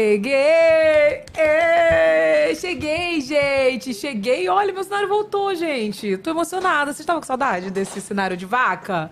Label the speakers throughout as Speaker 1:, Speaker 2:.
Speaker 1: Cheguei! Ê, Cheguei, gente! Cheguei! Olha, meu cenário voltou, gente! Tô emocionada. Vocês estavam com saudade desse cenário de vaca?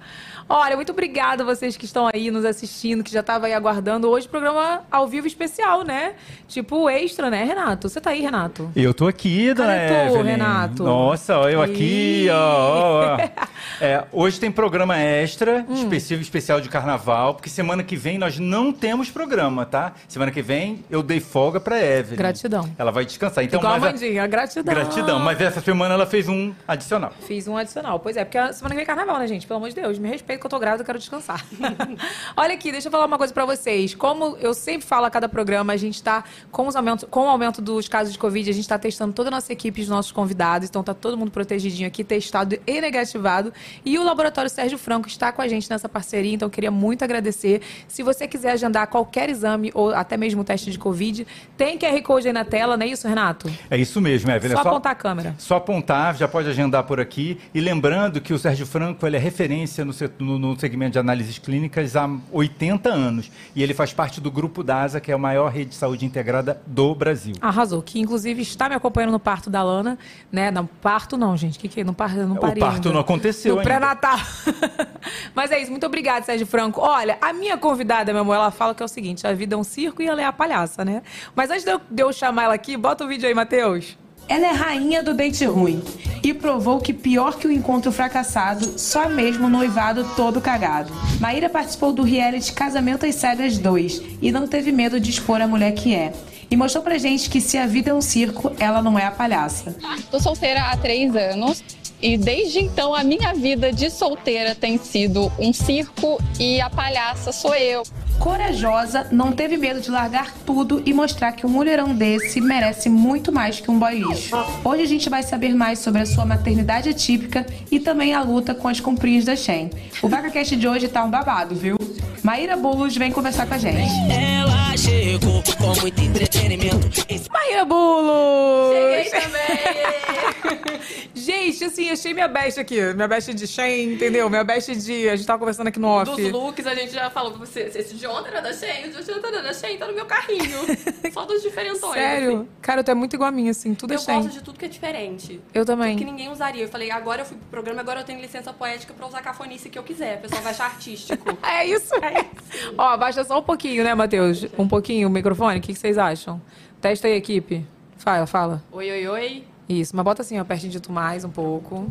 Speaker 1: Olha, muito obrigada a vocês que estão aí nos assistindo, que já estavam aí aguardando. Hoje, programa ao vivo especial, né? Tipo extra, né, Renato? Você tá aí, Renato?
Speaker 2: Eu tô aqui, dona
Speaker 1: Cadê tu,
Speaker 2: Evelyn.
Speaker 1: Renato?
Speaker 2: Nossa, ó, eu
Speaker 1: Aí.
Speaker 2: aqui, ó. ó, ó. É, hoje tem programa extra,
Speaker 1: Hum.
Speaker 2: específico, especial de carnaval, porque semana que vem nós não temos programa, tá? Semana que vem eu dei folga pra Evelyn.
Speaker 1: Gratidão.
Speaker 2: Ela vai descansar. Então,
Speaker 1: Igual a
Speaker 2: mas a-
Speaker 1: Mandinha, gratidão.
Speaker 2: Gratidão. Mas essa semana ela fez um adicional.
Speaker 1: Fiz um adicional. Pois é, porque a semana que vem é carnaval, né, gente? Pelo amor de Deus, me respeito que eu tô grávida, eu quero descansar. Olha aqui, deixa eu falar uma coisa pra vocês. Como eu sempre falo a cada programa, a gente tá com, os aumentos, com o aumento dos casos de Covid, a gente tá testando toda a nossa equipe, os nossos convidados. Então tá todo mundo protegidinho aqui, testado e negativado. E o Laboratório Sérgio Franco está com a gente nessa parceria, então eu queria muito agradecer. Se você quiser agendar qualquer exame ou até mesmo teste de Covid, tem QR Code aí na tela, não é isso, Renato?
Speaker 2: É isso mesmo, Evelyn.
Speaker 1: Só
Speaker 2: É
Speaker 1: apontar a câmera.
Speaker 2: Só apontar, já pode agendar por aqui. E lembrando que o Sérgio Franco ele é referência no, setor- no- no segmento de análises clínicas há 80 anos. E ele faz parte do Grupo DASA, que é a maior rede de saúde integrada do Brasil.
Speaker 1: Arrasou, que inclusive está me acompanhando no parto da Lana, né? Não, parto não, gente. Que que não parto, não
Speaker 2: É, O
Speaker 1: parei
Speaker 2: parto
Speaker 1: ainda.
Speaker 2: não aconteceu
Speaker 1: No
Speaker 2: ainda.
Speaker 1: pré-natal. Mas é isso, muito obrigada, Sérgio Franco. Olha, a minha convidada, meu amor, ela fala que é o seguinte, a vida é um circo e ela é a palhaça, né? Mas antes de eu, de eu chamar ela aqui, bota o vídeo aí, Matheus.
Speaker 3: Ela é rainha do date ruim e provou que pior que o encontro fracassado, só mesmo o noivado todo cagado. Maíra participou do reality Casamento às Cegas 2 e não teve medo de expor a mulher que é. E mostrou pra gente que se a vida é um circo, ela não é a palhaça.
Speaker 4: Tô solteira há três anos e desde então a minha vida de solteira tem sido um circo e a palhaça sou eu.
Speaker 3: Corajosa, não teve medo de largar tudo e mostrar que um mulherão desse merece muito mais que um boy lixo. Hoje a gente vai saber mais sobre a sua maternidade atípica e também a luta com as comprinhas da Shen. O VacaCast de hoje tá um babado, viu? Maíra Boulos vem conversar com a gente.
Speaker 5: Ela chegou com muito entretenimento.
Speaker 1: Maíra Bulo!
Speaker 4: também!
Speaker 1: Gente, assim, achei minha besta aqui. Minha besta de Shane, entendeu? Minha besta de. A gente tava conversando aqui no off.
Speaker 6: Dos looks, a gente já falou pra você, esse de ontem era da Shein, o de ontem era da Shein, tá no meu carrinho. Só dos diferentões.
Speaker 1: Sério?
Speaker 6: assim.
Speaker 1: Cara, tu é muito igual a mim, assim, tudo é
Speaker 6: Eu
Speaker 1: Shane.
Speaker 6: gosto de tudo que é diferente.
Speaker 1: Eu também.
Speaker 6: Tudo que ninguém usaria. Eu falei, agora eu fui pro programa, agora eu tenho licença poética pra usar a cafonice que eu quiser. O pessoal vai achar artístico.
Speaker 1: É isso. Ó, abaixa só um pouquinho, né, Matheus? Um pouquinho o microfone, o que, que vocês acham? Testa aí, equipe. Fala, fala.
Speaker 6: Oi, oi, oi.
Speaker 1: Isso, mas bota assim, ó, pertinho de tu mais um pouco.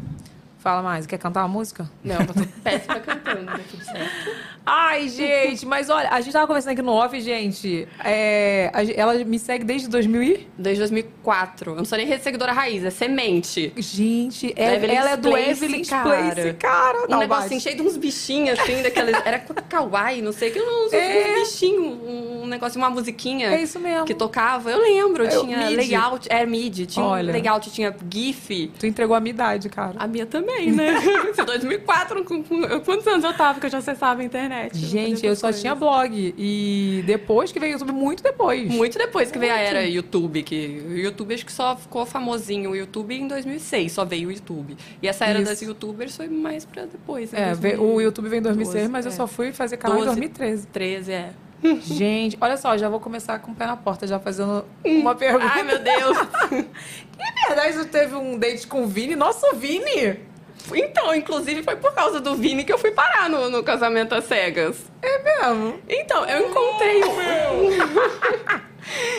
Speaker 1: Fala mais, quer cantar uma música?
Speaker 6: Não, eu tô péssima cantando, mas tudo certo.
Speaker 1: Ai, gente, mas olha, a gente tava conversando aqui no off, gente. É, a gen- ela me segue desde 2000 e...
Speaker 6: Desde 2004. Eu não sou nem rede seguidora raiz, é semente.
Speaker 1: Gente, é-
Speaker 6: Evelyn's
Speaker 1: ela é do
Speaker 6: Place,
Speaker 1: Evelyn's
Speaker 6: cara.
Speaker 1: Place, cara. tá
Speaker 6: Um
Speaker 1: Não,
Speaker 6: negocinho
Speaker 1: bate.
Speaker 6: cheio de uns bichinhos, assim, daqueles. Era kawaii, não sei, que uns,
Speaker 1: É.
Speaker 6: uns bichinhos, um um negócio, uma musiquinha.
Speaker 1: É isso mesmo.
Speaker 6: Que tocava. Eu lembro,
Speaker 1: É, o
Speaker 6: tinha
Speaker 1: MIDI.
Speaker 6: layout, era mid, tinha um
Speaker 1: Olha.
Speaker 6: layout, tinha GIF.
Speaker 1: Tu entregou a minha idade, cara.
Speaker 6: A minha também, né? Isso é 2004, com, com- eu- quantos anos eu tava que eu já acessava a internet?
Speaker 1: Gente,
Speaker 6: fazia
Speaker 1: eu
Speaker 6: essas
Speaker 1: só
Speaker 6: coisas.
Speaker 1: tinha blog. E depois que veio o YouTube, muito depois.
Speaker 6: Muito depois que veio a era YouTube, que o YouTube acho que só ficou famosinho o YouTube em 2006, só veio o YouTube. E essa era
Speaker 1: Isso.
Speaker 6: das YouTubers foi mais pra depois. né? em
Speaker 1: É, ve- o YouTube veio em 2006,
Speaker 6: 12,
Speaker 1: mas eu
Speaker 6: é.
Speaker 1: só fui fazer canal
Speaker 6: 12.
Speaker 1: em 2013.
Speaker 6: 13, é.
Speaker 1: Gente, olha só, já vou começar com o pé na porta, já fazendo uma pergunta.
Speaker 6: Ai, meu Deus.
Speaker 1: Na verdade, você teve um date com o Vini? Nossa, o Vini!
Speaker 6: Então, inclusive, foi por causa do Vini que eu fui parar no, no casamento às cegas.
Speaker 1: É mesmo? Hum,
Speaker 6: Então, eu encontrei um.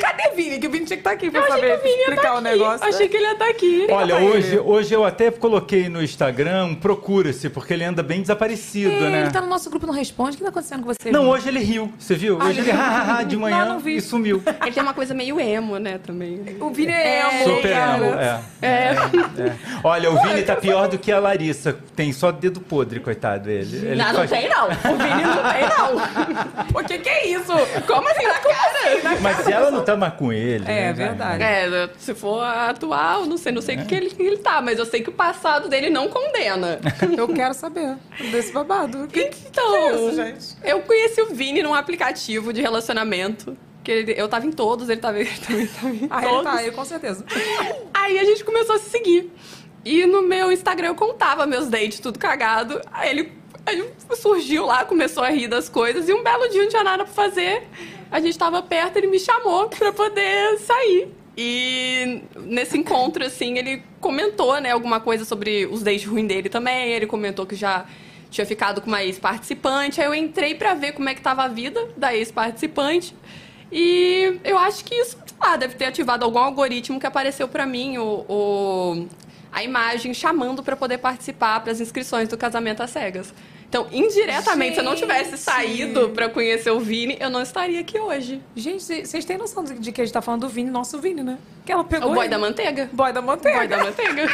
Speaker 1: Cadê Vini? Que o Vini tinha que estar aqui pra
Speaker 6: Eu achei que
Speaker 1: saber
Speaker 6: o Vini ia
Speaker 1: explicar o
Speaker 6: tá aqui.
Speaker 1: negócio. né?
Speaker 6: Achei que ele ia estar aqui.
Speaker 2: Olha,
Speaker 1: pra
Speaker 2: hoje,
Speaker 1: ele. tá
Speaker 2: hoje eu até coloquei no Instagram, um procura-se, porque ele anda bem desaparecido,
Speaker 1: É,
Speaker 2: né?
Speaker 1: Ele tá no nosso grupo, não responde. O que tá acontecendo com você?
Speaker 2: Não,
Speaker 1: Vini?
Speaker 2: hoje ele riu, você viu? Hoje ele ha, ha, ha, de manhã
Speaker 1: Não, não vi.
Speaker 2: e sumiu.
Speaker 6: Ele tem uma coisa meio emo, né, também.
Speaker 1: O Vini é, amor,
Speaker 2: Super
Speaker 1: cara.
Speaker 2: emo, é. É, é. Olha, o Vini tá pior do que a Larissa. Tem só dedo podre, coitado ele. ele
Speaker 6: não, não
Speaker 2: faz-
Speaker 6: tem não. O Vini não tem não.
Speaker 1: O que que é isso?
Speaker 6: Como assim, na cara?
Speaker 2: Mas ela não tá mais com ele.
Speaker 1: É,
Speaker 2: né, velho?
Speaker 1: verdade.
Speaker 6: É, se for atual, não sei, não sei o que ele, ele tá, mas eu sei que o passado dele não condena.
Speaker 1: Eu quero saber desse babado. O que, que, que é isso,
Speaker 6: Então,
Speaker 1: gente?
Speaker 6: eu conheci o Vini num aplicativo de relacionamento. Que ele- eu tava em todos, ele tava, ele também tava em
Speaker 1: Ah, ele
Speaker 6: todos.
Speaker 1: tá, eu com certeza.
Speaker 6: Aí a gente começou a se seguir. E no meu Instagram eu contava meus dates, tudo cagado. Aí ele. Aí surgiu lá, começou a rir das coisas, e um belo dia não tinha nada pra fazer. A gente tava perto, ele me chamou pra poder sair. E nesse encontro, assim, ele comentou, né, alguma coisa sobre os dates ruins dele também. Ele comentou que já tinha ficado com uma ex-participante. Aí eu entrei pra ver como é que tava a vida da ex-participante. E eu acho que isso, sei lá, deve ter ativado algum algoritmo que apareceu pra mim, o, o- a imagem chamando pra poder participar pras inscrições do casamento às cegas. Então, indiretamente, se eu não tivesse
Speaker 1: Gente!
Speaker 6: saído pra conhecer o Vini, eu não estaria aqui hoje.
Speaker 1: Gente, vocês têm noção de, de que a gente tá falando do Vini, nosso Vini, né? Que ela
Speaker 6: O
Speaker 1: pegou.
Speaker 6: boy
Speaker 1: ele.
Speaker 6: da manteiga.
Speaker 1: Boy da
Speaker 6: O
Speaker 1: manteiga.
Speaker 6: boy da manteiga.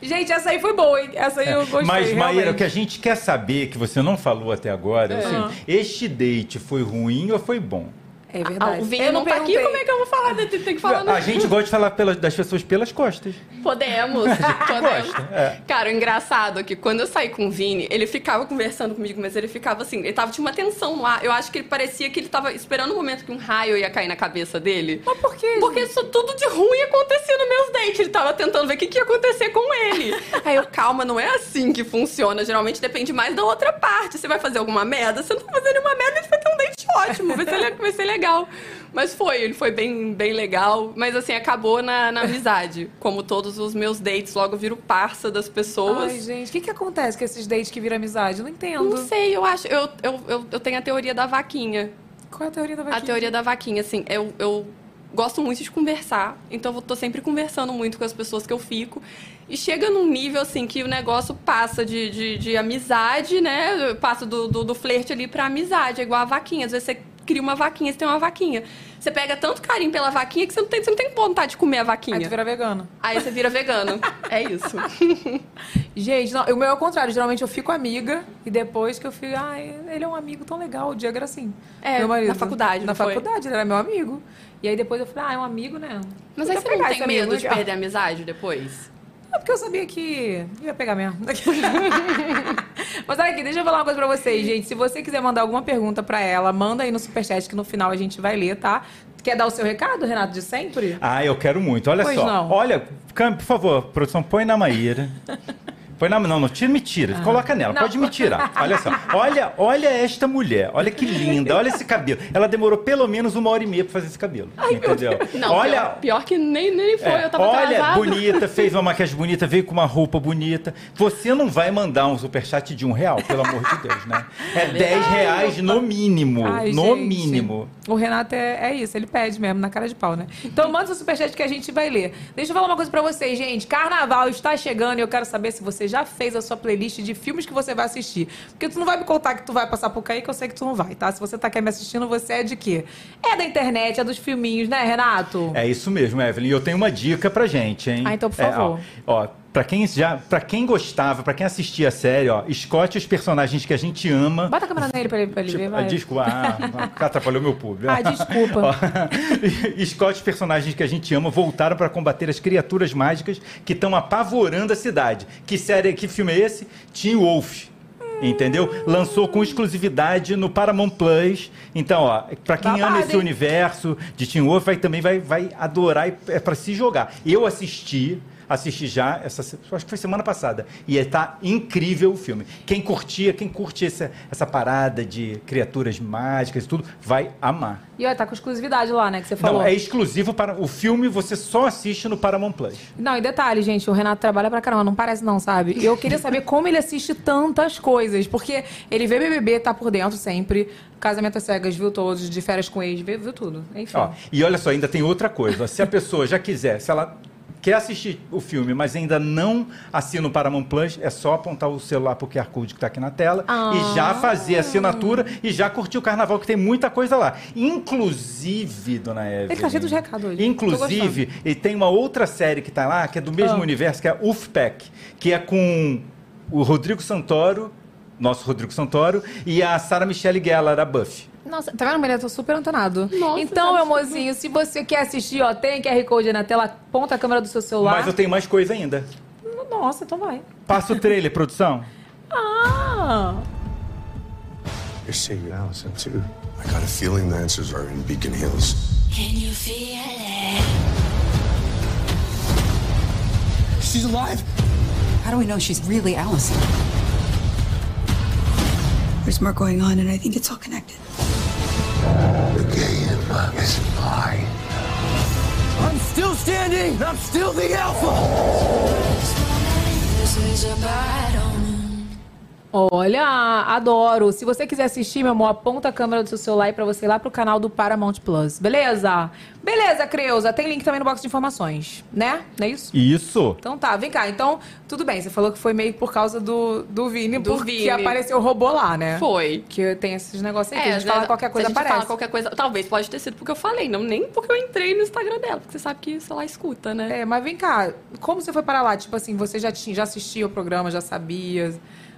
Speaker 1: Gente, essa aí foi boa, hein? Essa aí eu gostei.
Speaker 2: É, Mas, Maíra, o
Speaker 1: realmente.
Speaker 2: que a gente quer saber, que você não falou até agora, é, o seguinte: este date foi ruim ou foi bom?
Speaker 1: É verdade.
Speaker 6: Ah, o Vini
Speaker 1: eu
Speaker 6: não tá aqui,
Speaker 1: perguntei.
Speaker 6: como é que eu vou falar? Tem tem que falar no
Speaker 2: A gente gosta de falar pelas- das pessoas pelas costas.
Speaker 6: Podemos. Podemos.
Speaker 2: Gosta, é.
Speaker 6: Cara, o engraçado é que quando eu saí com o Vini, ele ficava conversando comigo, mas ele ficava assim, ele tava, tinha uma tensão no ar. Eu acho que ele parecia que ele tava esperando o momento que um raio ia cair na cabeça dele.
Speaker 1: Mas é? por quê?
Speaker 6: Porque isso tudo de ruim acontecia nos meus dentes. Ele tava tentando ver o que, que ia acontecer com ele. Aí eu, calma, não é assim que funciona. Geralmente depende mais da outra parte. Você vai fazer alguma merda? Você não vai fazer nenhuma merda, ele vai ter um dente ótimo. Vai ser, le- vai ser legal. Mas foi, ele foi bem, bem legal. Mas assim, acabou na, na amizade. Como todos os meus dates, logo eu viro parça das pessoas.
Speaker 1: Ai, gente, o que que acontece com esses dates que viram amizade? Eu não entendo.
Speaker 6: não sei, eu acho. Eu, eu, eu, eu tenho a teoria da vaquinha.
Speaker 1: Qual é a teoria da
Speaker 6: A
Speaker 1: vaquinha?
Speaker 6: teoria da vaquinha, assim, eu, eu gosto muito de conversar, então eu tô sempre conversando muito com as pessoas que eu fico. E chega num nível, assim, que o negócio passa de, de, de amizade, né? Passa do, do, do flerte ali pra amizade, é igual a vaquinha. Às vezes você cria uma vaquinha, você tem uma vaquinha. Você pega tanto carinho pela vaquinha que você não tem, você não tem vontade de comer a
Speaker 1: Aí tu
Speaker 6: vaquinha.
Speaker 1: vira Ah, vegano.
Speaker 6: Aí você vira vegano. É isso.
Speaker 1: Gente, não, o meu é o contrário. Geralmente eu fico amiga e depois que eu fico. Ah, ele é um amigo tão legal. O Diego era assim.
Speaker 6: É,
Speaker 1: meu marido.
Speaker 6: na faculdade,
Speaker 1: Na
Speaker 6: não foi?
Speaker 1: faculdade, ele era meu amigo. E aí depois eu falei, ah, é um amigo, né?
Speaker 6: Mas
Speaker 1: Vou
Speaker 6: aí
Speaker 1: até
Speaker 6: você não
Speaker 1: pegar
Speaker 6: tem
Speaker 1: esse amigo
Speaker 6: medo de
Speaker 1: legal.
Speaker 6: perder a amizade depois?
Speaker 1: É porque eu sabia que ia pegar mesmo. Mas olha aqui, deixa eu falar uma coisa pra vocês, gente. Se você quiser mandar alguma pergunta pra ela, manda aí no superchat que no final a gente vai ler, tá? Quer dar o seu recado, Renato, de sempre?
Speaker 2: Ah, eu quero muito. Olha
Speaker 1: Pois
Speaker 2: só.
Speaker 1: não.
Speaker 2: Olha, Cam, por favor, produção, põe na Maíra. Põe na não, não tira, me tira. Coloca nela,
Speaker 1: Ah. Não.
Speaker 2: pode me tirar. Olha só. Olha, olha esta mulher. Olha que linda. Olha esse cabelo. Ela demorou pelo menos uma hora e meia pra fazer esse cabelo. entendeu?
Speaker 6: Não,
Speaker 2: olha,
Speaker 6: pior, pior que nem, nem foi,
Speaker 2: é,
Speaker 6: eu tava
Speaker 2: olha,
Speaker 6: atrasada.
Speaker 2: bonita, fez uma maquiagem bonita, veio com uma roupa bonita. Você não vai mandar um superchat de um real, pelo amor de Deus, né? É 10 reais no mínimo.
Speaker 1: Ai,
Speaker 2: no
Speaker 1: gente.
Speaker 2: mínimo.
Speaker 1: O Renato é, é isso, ele pede mesmo, na cara de pau, né? Então manda seu superchat que a gente vai ler. Deixa eu falar uma coisa pra vocês, gente. Carnaval está chegando e eu quero saber se você já fez a sua playlist de filmes que você vai assistir. Porque tu não vai me contar que tu vai passar por cair, que eu sei que tu não vai, tá? Se você tá aqui me assistindo, você é de quê? É da internet, é dos filminhos, né, Renato?
Speaker 2: É isso mesmo, Evelyn. E eu tenho uma dica pra gente, hein?
Speaker 1: Ah, então, por
Speaker 2: É,
Speaker 1: favor.
Speaker 2: ó, ó, pra quem já, para quem gostava, pra quem assistia a série, ó, escote os personagens que a gente ama.
Speaker 1: Bota a câmera nele pra ele, pra ele ver,
Speaker 2: Tipo, ah,
Speaker 1: vai.
Speaker 2: desculpa, ah, atrapalhou meu público.
Speaker 1: Ah, desculpa.
Speaker 2: Ó, Scott, os personagens que a gente ama, voltaram para combater as criaturas mágicas que estão apavorando a cidade. Que série, que filme é esse? Teen Wolf. Entendeu? Lançou com exclusividade no Paramount Plus. Então, ó, pra quem ama
Speaker 1: Babado,
Speaker 2: esse
Speaker 1: hein?
Speaker 2: universo de Teen Wolf, vai, também vai, vai adorar e é pra se jogar. Eu assisti, assisti já, essa, se- acho que foi semana passada, e é- tá incrível o filme. Quem curtia, quem curte essa, essa parada de criaturas mágicas e tudo, vai amar.
Speaker 1: E olha, tá com exclusividade lá, né, que você falou.
Speaker 2: Não, é exclusivo para o filme, você só assiste no Paramount Plus.
Speaker 1: Não, e detalhe, gente, o Renato trabalha pra caramba, não parece não, sabe? E eu queria saber como ele assiste tantas coisas, porque ele vê BBB, tá por dentro sempre, Casamento às Cegas, viu todos, de férias com ex, viu, viu tudo, enfim.
Speaker 2: Ó, e olha só, ainda tem outra coisa. Se a pessoa já quiser, se ela quer assistir o filme, mas ainda não assina o Paramount Plus, é só apontar o celular pro QR Code que tá aqui na tela
Speaker 1: Ah.
Speaker 2: e já fazer a assinatura e já curtir o carnaval, que tem muita coisa lá. Inclusive, dona Evelyn...
Speaker 1: tá cheio dos recados hoje.
Speaker 2: Inclusive, e tem uma outra série que tá lá, que é do mesmo
Speaker 1: Ah.
Speaker 2: universo, que é a UFPEC, que é com o Rodrigo Santoro, nosso Rodrigo Santoro, e a Sarah Michelle Gellar, a Buffy.
Speaker 1: Nossa, tá vendo, Maria? Eu tô super antenado.
Speaker 6: Nossa,
Speaker 1: então,
Speaker 6: tá
Speaker 1: meu mozinho, se você quer assistir, ó, tem QR Code aí na tela, aponta a câmera do seu celular.
Speaker 2: Mas eu tenho mais coisa ainda.
Speaker 1: Nossa, então vai.
Speaker 2: Passa o trailer, produção.
Speaker 1: Ah!
Speaker 7: You're seeing Allison too. I got a feeling the answers are in Beacon Hills.
Speaker 8: Can you feel it?
Speaker 7: She's alive.
Speaker 9: How do we know she's really Allison? There's more going on, and I think it's all connected.
Speaker 7: The game is mine.
Speaker 5: I'm still standing, I'm still the alpha.
Speaker 8: This is a battle.
Speaker 1: Olha, adoro. Se você quiser assistir, meu amor, aponta a câmera do seu celular para você ir lá pro canal do Paramount Plus, beleza? Beleza, Creuza. Tem link também no box de informações, né? Não é isso?
Speaker 2: Isso.
Speaker 1: Então tá, vem cá. Então, tudo bem. Você falou que foi meio por causa do, do Vini,
Speaker 6: Do
Speaker 1: porque
Speaker 6: Vini.
Speaker 1: apareceu o robô lá, né?
Speaker 6: Foi.
Speaker 1: Que tem esses negócios aí, que a gente
Speaker 6: né,
Speaker 1: fala qualquer coisa
Speaker 6: se a gente
Speaker 1: aparece.
Speaker 6: falar qualquer coisa, talvez pode ter sido porque eu falei, não nem porque eu entrei no Instagram dela, porque você sabe que, sei lá, escuta, né?
Speaker 1: É, mas vem cá, como você foi para lá? Tipo assim, você já, tinha, já assistia o programa, já sabia?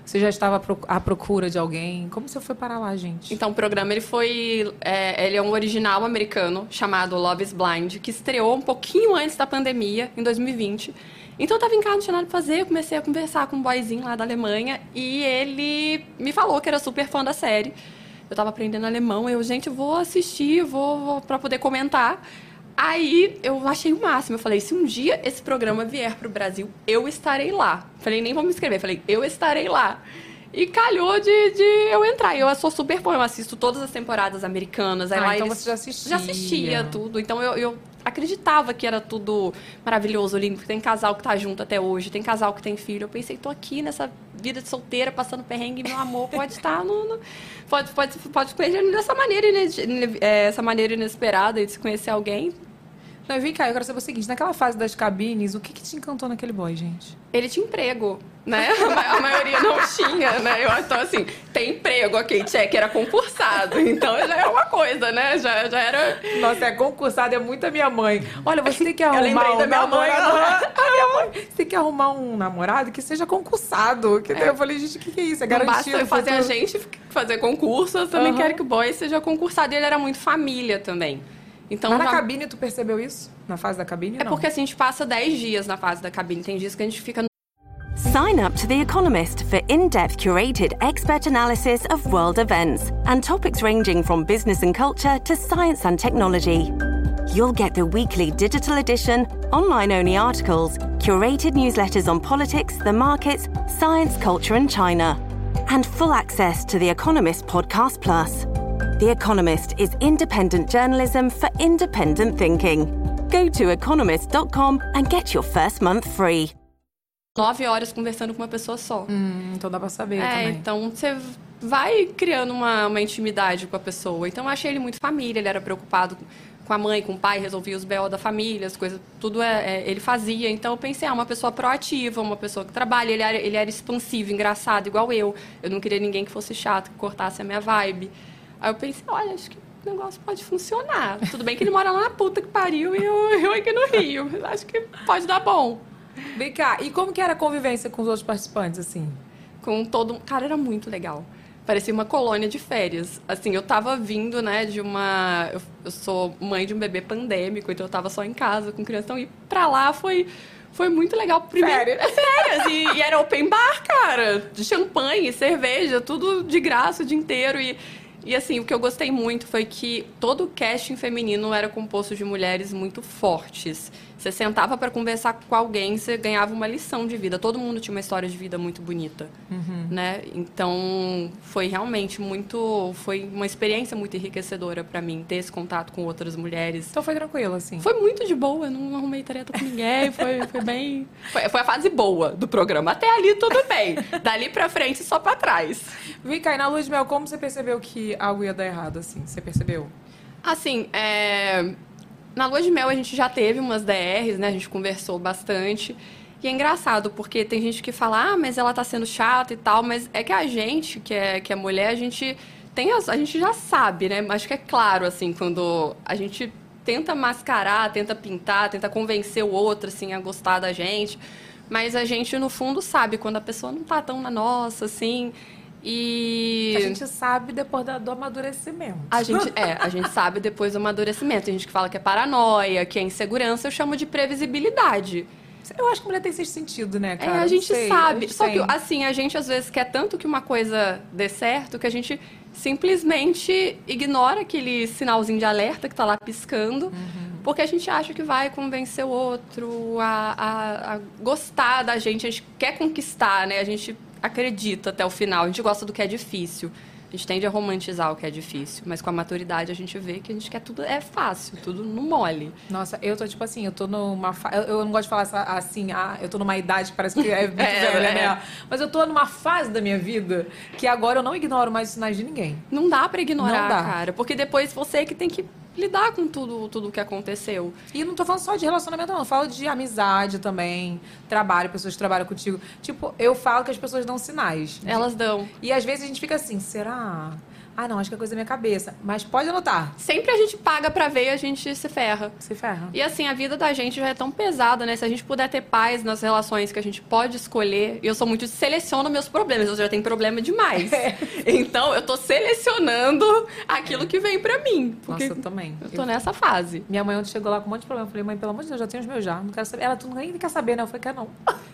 Speaker 1: Você já estava à proc- à procura de alguém? Como você foi para lá, gente?
Speaker 6: Então, o programa ele foi. é, ele é um original americano chamado Love is Blind, que estreou um pouquinho antes da pandemia, em 2020. Então, eu tava em casa, não tinha nada pra fazer, eu comecei a conversar com um boyzinho lá da Alemanha e ele me falou que era super fã da série. Eu tava aprendendo alemão, eu, gente, eu vou assistir, vou, vou para poder comentar. Aí eu achei o máximo. Eu falei: se um dia esse programa vier pro Brasil, eu estarei lá. Falei: nem vou me inscrever. Falei: eu estarei lá. E calhou de, de eu entrar. Eu sou super fã, eu assisto todas as temporadas americanas. Aí
Speaker 1: Ah,
Speaker 6: lá
Speaker 1: então
Speaker 6: eles-
Speaker 1: você já assistia.
Speaker 6: Já assistia tudo. Então eu, eu acreditava que era tudo maravilhoso, lindo. que Tem casal que tá junto até hoje, tem casal que tem filho. Eu pensei, tô aqui nessa vida de solteira, passando perrengue, meu amor pode estar no. no- pode, pode, pode conhecer dessa maneira, ine- é, essa maneira inesperada de se conhecer alguém.
Speaker 1: Não, e vem cá, eu quero saber o seguinte: naquela fase das cabines, o que, que te encantou naquele boy, gente?
Speaker 6: ele tinha emprego, né? A ma- A maioria não tinha, né? Eu, então, assim, tem emprego, ok, check, era concursado. Então já é uma coisa, né? Já, já era.
Speaker 1: Nossa, é concursada, é muito a minha mãe. Olha, você tem que arrumar
Speaker 6: lembrei
Speaker 1: um
Speaker 6: da minha mãe,
Speaker 1: namorado. A minha mãe. Você tem que arrumar um namorado que seja concursado. Que daí Eu falei, gente, o que, que é isso? É
Speaker 6: Não
Speaker 1: garantia.
Speaker 6: basta
Speaker 1: o
Speaker 6: fazer a
Speaker 1: futuro?
Speaker 6: gente f- fazer concurso, eu também
Speaker 1: Aham.
Speaker 6: quero que o boy seja concursado. E ele era muito família também. Então,
Speaker 1: Mas na
Speaker 6: já-
Speaker 1: cabine, tu percebeu isso? Na fase da cabine?
Speaker 6: é
Speaker 1: não.
Speaker 6: porque assim, a gente passa 10 dias na fase da cabine. Tem dias que a gente fica
Speaker 10: Sign up to The Economist for in depth curated expert analysis of world events and topics ranging from business and culture to science and technology. You'll get the weekly digital edition, online only articles, curated newsletters on politics, the markets, science, culture, and China, and full access to The Economist Podcast Plus. The Economist is independent journalism for independent thinking. Go to economist.com and get your first month free.
Speaker 6: 9 horas conversando com uma pessoa só.
Speaker 1: Hum, Então dá pra saber
Speaker 6: É,
Speaker 1: também.
Speaker 6: então você vai criando uma, uma intimidade com a pessoa. Então eu achei ele muito família, ele era preocupado com a mãe, com o pai, resolvia os B.O. da família, as coisas, tudo é, é, ele fazia. Então eu pensei, ah, uma pessoa proativa, uma pessoa que trabalha, ele era, ele era expansivo, engraçado, igual eu. Eu não queria ninguém que fosse chato, que cortasse a minha vibe. Aí eu pensei, olha, acho que o negócio pode funcionar. Tudo bem que ele mora lá na puta que pariu e eu, eu aqui no Rio. Mas acho que pode dar bom.
Speaker 1: Vem cá, e como que era a convivência com os outros participantes, assim?
Speaker 6: com todo um, cara era muito legal parecia uma colônia de férias assim eu tava vindo né de uma eu, eu sou mãe de um bebê pandêmico então eu tava só em casa com criança então ir pra lá foi foi muito legal primeiro é férias, e, e era open bar cara de champanhe cerveja tudo de graça o dia inteiro e e assim, o que eu gostei muito foi que todo o casting feminino era composto de mulheres muito fortes. Você sentava para conversar com alguém, você ganhava uma lição de vida. Todo mundo tinha uma história de vida muito bonita, né? Então, foi realmente muito, foi uma experiência muito enriquecedora para mim ter esse contato com outras mulheres.
Speaker 1: Então foi tranquilo, assim.
Speaker 6: Foi muito de boa, não arrumei treta com ninguém, foi, foi bem. Foi, foi a fase boa do programa. Até ali tudo bem. Dali pra frente, só pra trás.
Speaker 1: Vem cá, e na luz de mel, como você percebeu que algo ia dar errado, assim? Você percebeu?
Speaker 6: Assim, é, na lua de mel a gente já teve umas DRs, né? A gente conversou bastante. E é engraçado, porque tem gente que fala, ah, mas ela tá sendo chata e tal, mas é que a gente, que é, que é mulher, a gente tem as- a gente já sabe, né? Acho que é claro, assim, quando a gente tenta mascarar, tenta pintar, tenta convencer o outro, assim, a gostar da gente. Mas a gente, no fundo, sabe quando a pessoa não tá tão na nossa, assim. E.
Speaker 1: A gente sabe depois da- do amadurecimento.
Speaker 6: A gente, é, a gente sabe depois do amadurecimento. Tem gente que fala que é paranoia, que é insegurança. Eu chamo de previsibilidade.
Speaker 1: Eu acho que mulher tem esse sentido, né,
Speaker 6: É,
Speaker 1: cara?
Speaker 6: a
Speaker 1: Não
Speaker 6: gente
Speaker 1: sei,
Speaker 6: sabe.
Speaker 1: eu
Speaker 6: Só que,
Speaker 1: tenho.
Speaker 6: assim, a gente às vezes quer tanto que uma coisa dê certo que a gente simplesmente ignora aquele sinalzinho de alerta que tá lá piscando.
Speaker 1: Uhum.
Speaker 6: Porque a gente acha que vai convencer o outro a, a- a gostar da gente. A gente quer conquistar, né? A gente acredita até o final. A gente gosta do que é difícil. A gente tende a romantizar o que é difícil, mas com a maturidade a gente vê que a gente quer tudo é fácil, tudo no mole.
Speaker 1: Nossa, eu tô tipo assim, eu tô numa. fa- Eu, eu não gosto de falar essa- assim, ah, eu tô numa idade que parece que é muito
Speaker 6: É,
Speaker 1: velha,
Speaker 6: é.
Speaker 1: né? Mas eu tô numa fase da minha vida que agora eu não ignoro mais os sinais de ninguém.
Speaker 6: Não dá pra ignorar,
Speaker 1: Não dá.
Speaker 6: cara, porque depois você é que tem que lidar com tudo, tudo o que aconteceu.
Speaker 1: E não tô falando só de relacionamento, não. Eu falo de amizade também, trabalho, pessoas que trabalham contigo. Tipo, eu falo que as pessoas dão sinais.
Speaker 6: Elas dão.
Speaker 1: E às vezes a gente fica assim, será? Ah, não, acho que é coisa da minha cabeça. Mas pode anotar.
Speaker 6: Sempre a gente paga pra ver e a gente se ferra.
Speaker 1: Se ferra.
Speaker 6: E assim, a vida da gente já é tão pesada, né? Se a gente puder ter paz nas relações que a gente pode escolher, e eu sou muito de seleciono meus problemas, eu já tenho problema demais.
Speaker 1: É.
Speaker 6: Então, eu tô selecionando aquilo que vem pra mim. Porque
Speaker 1: Nossa, eu também.
Speaker 6: eu tô nessa fase.
Speaker 1: Minha mãe ontem chegou lá com um monte de problema. Eu falei, mãe, pelo amor de Deus, já tenho os meus já. Não quero saber. Ela, tu nem quer saber, né? Eu falei, quer não.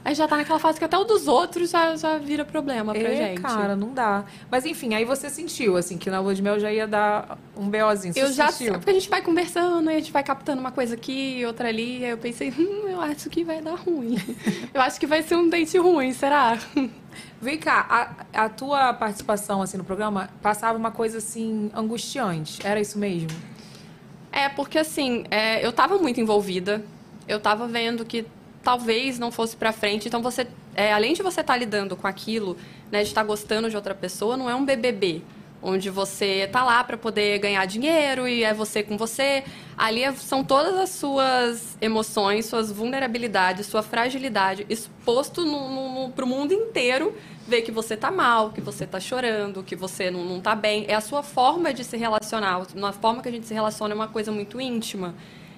Speaker 6: A gente já tá naquela fase que até o dos outros já, já vira problema pra
Speaker 1: É,
Speaker 6: gente.
Speaker 1: cara, não dá. Mas enfim, aí você sentiu, assim, que na lua de mel já ia dar um BOzinho. Você
Speaker 6: Eu já é
Speaker 1: sentiu.
Speaker 6: porque a gente vai conversando, aí a gente vai captando uma coisa aqui, outra ali, aí eu pensei, hum, eu acho que vai dar ruim. eu acho que vai ser um date ruim, será?
Speaker 1: Vem cá, a, a tua participação, assim, no programa passava uma coisa, assim, angustiante. Era isso mesmo?
Speaker 6: É, porque assim, é, eu tava muito envolvida. Eu tava vendo que talvez não fosse pra frente. Então você, é, além de você estar lidando com aquilo, né, de estar gostando de outra pessoa, não é um BBB. Onde você tá lá pra poder ganhar dinheiro e é você com você. Ali é- são todas as suas emoções, suas vulnerabilidades, sua fragilidade exposto no, no, no, pro mundo inteiro ver que você tá mal, que você tá chorando, que você não, não tá bem. É a sua forma de se relacionar. Na forma que a gente se relaciona é uma coisa muito íntima.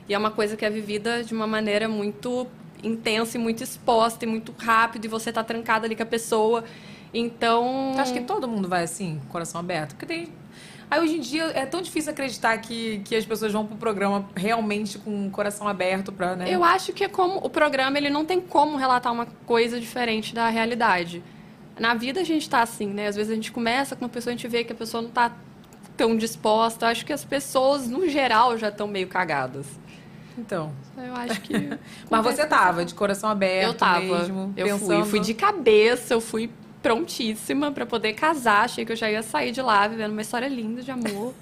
Speaker 6: E é uma coisa que é vivida de uma maneira muito intensa e muito exposta e muito rápido. E você tá trancada ali com a pessoa. Então.
Speaker 1: Tu acha que todo mundo vai, assim, coração aberto? Porque tem... Aí, hoje em dia, é tão difícil acreditar que, que as pessoas vão pro programa realmente com o coração aberto pra, né?
Speaker 6: Eu acho que é como o programa ele não tem como relatar uma coisa diferente da realidade. Na vida a gente tá assim, né? Às vezes a gente começa com uma pessoa e a gente vê que a pessoa não tá tão disposta. Eu acho que as pessoas, no geral, já estão meio cagadas.
Speaker 1: Então...
Speaker 6: Eu acho que.
Speaker 1: Mas você tava, de coração aberto
Speaker 6: É, Eu tava.
Speaker 1: mesmo,
Speaker 6: eu fui,
Speaker 1: pensando...
Speaker 6: fui de cabeça, eu fui prontíssima pra poder casar. Achei que eu já ia sair de lá vivendo uma história linda de amor.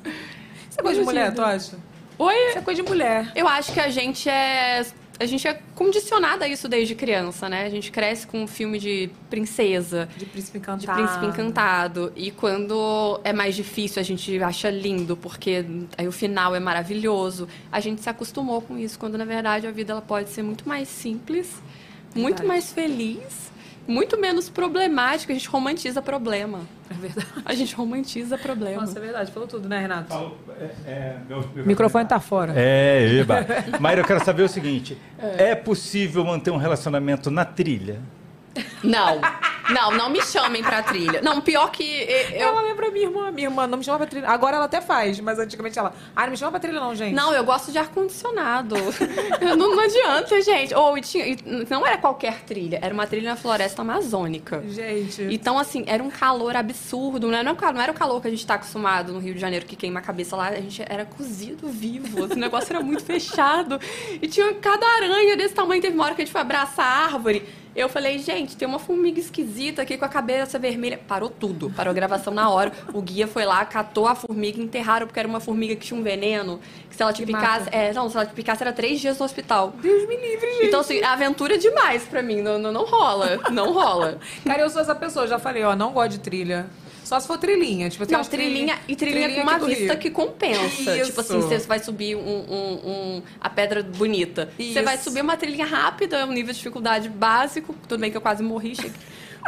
Speaker 1: Você é coisa de mulher, tu acha?
Speaker 6: Oi?
Speaker 1: Isso é coisa de mulher.
Speaker 6: Eu acho que a gente é. A gente é condicionada a isso desde criança, né? A gente cresce com um filme de princesa,
Speaker 1: De príncipe
Speaker 6: de
Speaker 1: encantado.
Speaker 6: príncipe encantado. E quando é mais difícil, a gente acha lindo, porque aí o final é maravilhoso. A gente se acostumou com isso, quando na verdade a vida ela pode ser muito mais simples, muito
Speaker 1: Verdade.
Speaker 6: mais feliz, muito menos problemática. A gente romantiza problema.
Speaker 1: É verdade.
Speaker 6: A gente romantiza problema.
Speaker 1: Nossa, é verdade. Falou tudo, né, Renato?
Speaker 2: Paulo, é, é, meu-
Speaker 1: O
Speaker 2: meu-
Speaker 1: microfone tá fora.
Speaker 2: É, eba. Mayra, eu quero saber o seguinte: é possível manter um relacionamento na trilha?
Speaker 6: Não, não, não me chamem pra trilha. Não, pior que eh, eu.
Speaker 1: Ela lembra minha irmã. Minha irmã não me chama pra trilha. Agora ela até faz, mas antigamente ela... Ah, não me chama pra trilha não, gente.
Speaker 6: Não, eu gosto de ar-condicionado. Eu não, não adianta, gente. Ou e tinha, e não era qualquer trilha, era uma trilha na floresta amazônica.
Speaker 1: Gente...
Speaker 6: Então, assim, era um calor absurdo, né? Não era, o ca- não era o calor que a gente tá acostumado no Rio de Janeiro, que queima a cabeça lá. A gente era cozido vivo, esse negócio era muito fechado. E tinha cada aranha desse tamanho. Teve uma hora que a gente foi abraçar a árvore. Eu falei, gente, tem uma formiga esquisita aqui com a cabeça vermelha. Parou tudo, parou a gravação na hora. O guia foi lá, catou a formiga, enterraram, porque era uma formiga que tinha um veneno. Que se ela te
Speaker 1: Que
Speaker 6: picasse.
Speaker 1: mata.
Speaker 6: É, não, se ela te picasse, era três dias no hospital.
Speaker 1: Deus me livre, gente.
Speaker 6: Então, assim, aventura é demais pra mim. Não, não, não rola, não rola.
Speaker 1: Cara, eu sou essa pessoa. Já falei, ó, não gosto de trilha. Só se for trilhinha. Tipo, tem
Speaker 6: Não,
Speaker 1: umas
Speaker 6: trilhinha e trilhinha, com uma
Speaker 1: aqui do
Speaker 6: vista
Speaker 1: Rio.
Speaker 6: que compensa.
Speaker 1: Isso.
Speaker 6: Tipo assim, você vai subir um, um- um- a pedra bonita. Você
Speaker 1: Isso.
Speaker 6: vai subir uma trilhinha rápida, um nível de dificuldade básico. Tudo bem que eu quase morri, cheguei.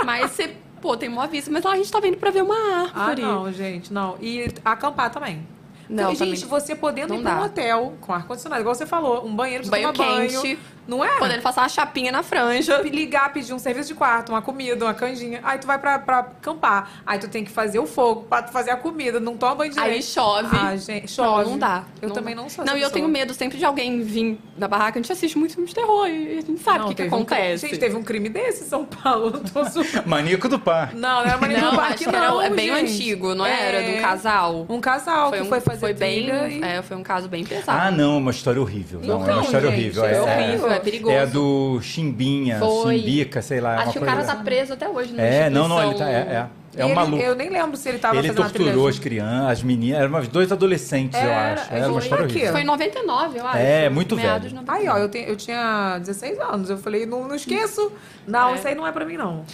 Speaker 6: Mas você, pô, tem uma vista. Mas lá a gente tá vendo pra ver uma
Speaker 1: Ah,
Speaker 6: árvore.
Speaker 1: não, gente, não. E acampar também.
Speaker 6: Não,
Speaker 1: Então, gente,
Speaker 6: também.
Speaker 1: você podendo
Speaker 6: Não
Speaker 1: ir pra um
Speaker 6: dá.
Speaker 1: hotel com ar-condicionado, igual você falou, um banheiro, você
Speaker 6: Banho
Speaker 1: toma
Speaker 6: quente.
Speaker 1: banho. Não é?
Speaker 6: Podendo passar uma chapinha na franja.
Speaker 1: ligar, pedir um serviço de quarto, uma comida, uma canjinha. Aí tu vai pra, pra acampar. Aí tu tem que fazer o fogo pra tu fazer a comida. Não toma banho direito.
Speaker 6: Aí chove.
Speaker 1: Ah, gente, chove.
Speaker 6: Não, não dá.
Speaker 1: Eu também não sou
Speaker 6: Não,
Speaker 1: essa
Speaker 6: e eu
Speaker 1: pessoa.
Speaker 6: tenho medo sempre de alguém vir na barraca. A gente assiste muito filme de terror e a gente sabe o
Speaker 1: Não,
Speaker 6: que, que
Speaker 1: teve um crime-
Speaker 6: acontece.
Speaker 1: gente, teve um crime desse em São Paulo. Eu tô super...
Speaker 2: Maníaco do par.
Speaker 1: Não, não era mais
Speaker 6: Não,
Speaker 1: nenhum
Speaker 6: acho
Speaker 1: parque,
Speaker 6: que era
Speaker 1: não,
Speaker 6: é bem
Speaker 1: gente.
Speaker 6: antigo, não
Speaker 1: É.
Speaker 6: era? De um casal.
Speaker 1: Um casal que
Speaker 6: um-
Speaker 1: foi fazer
Speaker 6: foi bem,
Speaker 1: trilha e...
Speaker 6: é, foi um caso bem
Speaker 2: Ah,
Speaker 6: pesado.
Speaker 2: não, uma história horrível. Não, é uma
Speaker 1: Então,
Speaker 2: história
Speaker 1: gente,
Speaker 2: horrível.
Speaker 1: é
Speaker 2: é,
Speaker 6: horrível, é perigoso.
Speaker 2: É a do Chimbinha,
Speaker 6: Foi.
Speaker 2: Chimbica, sei lá. é uma
Speaker 6: Acho que o
Speaker 2: coisa
Speaker 6: cara tá
Speaker 2: dessa.
Speaker 6: preso até hoje na
Speaker 2: É, não, não, ele tá.
Speaker 6: instituição
Speaker 2: É, é. É
Speaker 1: E
Speaker 2: um
Speaker 1: ele-
Speaker 2: maluco.
Speaker 1: Eu nem lembro se ele tava
Speaker 2: ele
Speaker 1: fazendo uma trilha
Speaker 2: torturou as
Speaker 1: junto.
Speaker 2: crianças, as meninas. Eram umas dois adolescentes, eu
Speaker 1: Era,
Speaker 2: acho. Era uma
Speaker 1: foi.
Speaker 2: história horrível.
Speaker 6: Foi em 99, eu acho.
Speaker 2: É, muito
Speaker 6: Meados
Speaker 2: velho.
Speaker 6: de
Speaker 1: Aí, ó, eu, te- eu tinha 16 anos. Eu falei, não, não esqueço. Não, isso aí não é pra mim, não.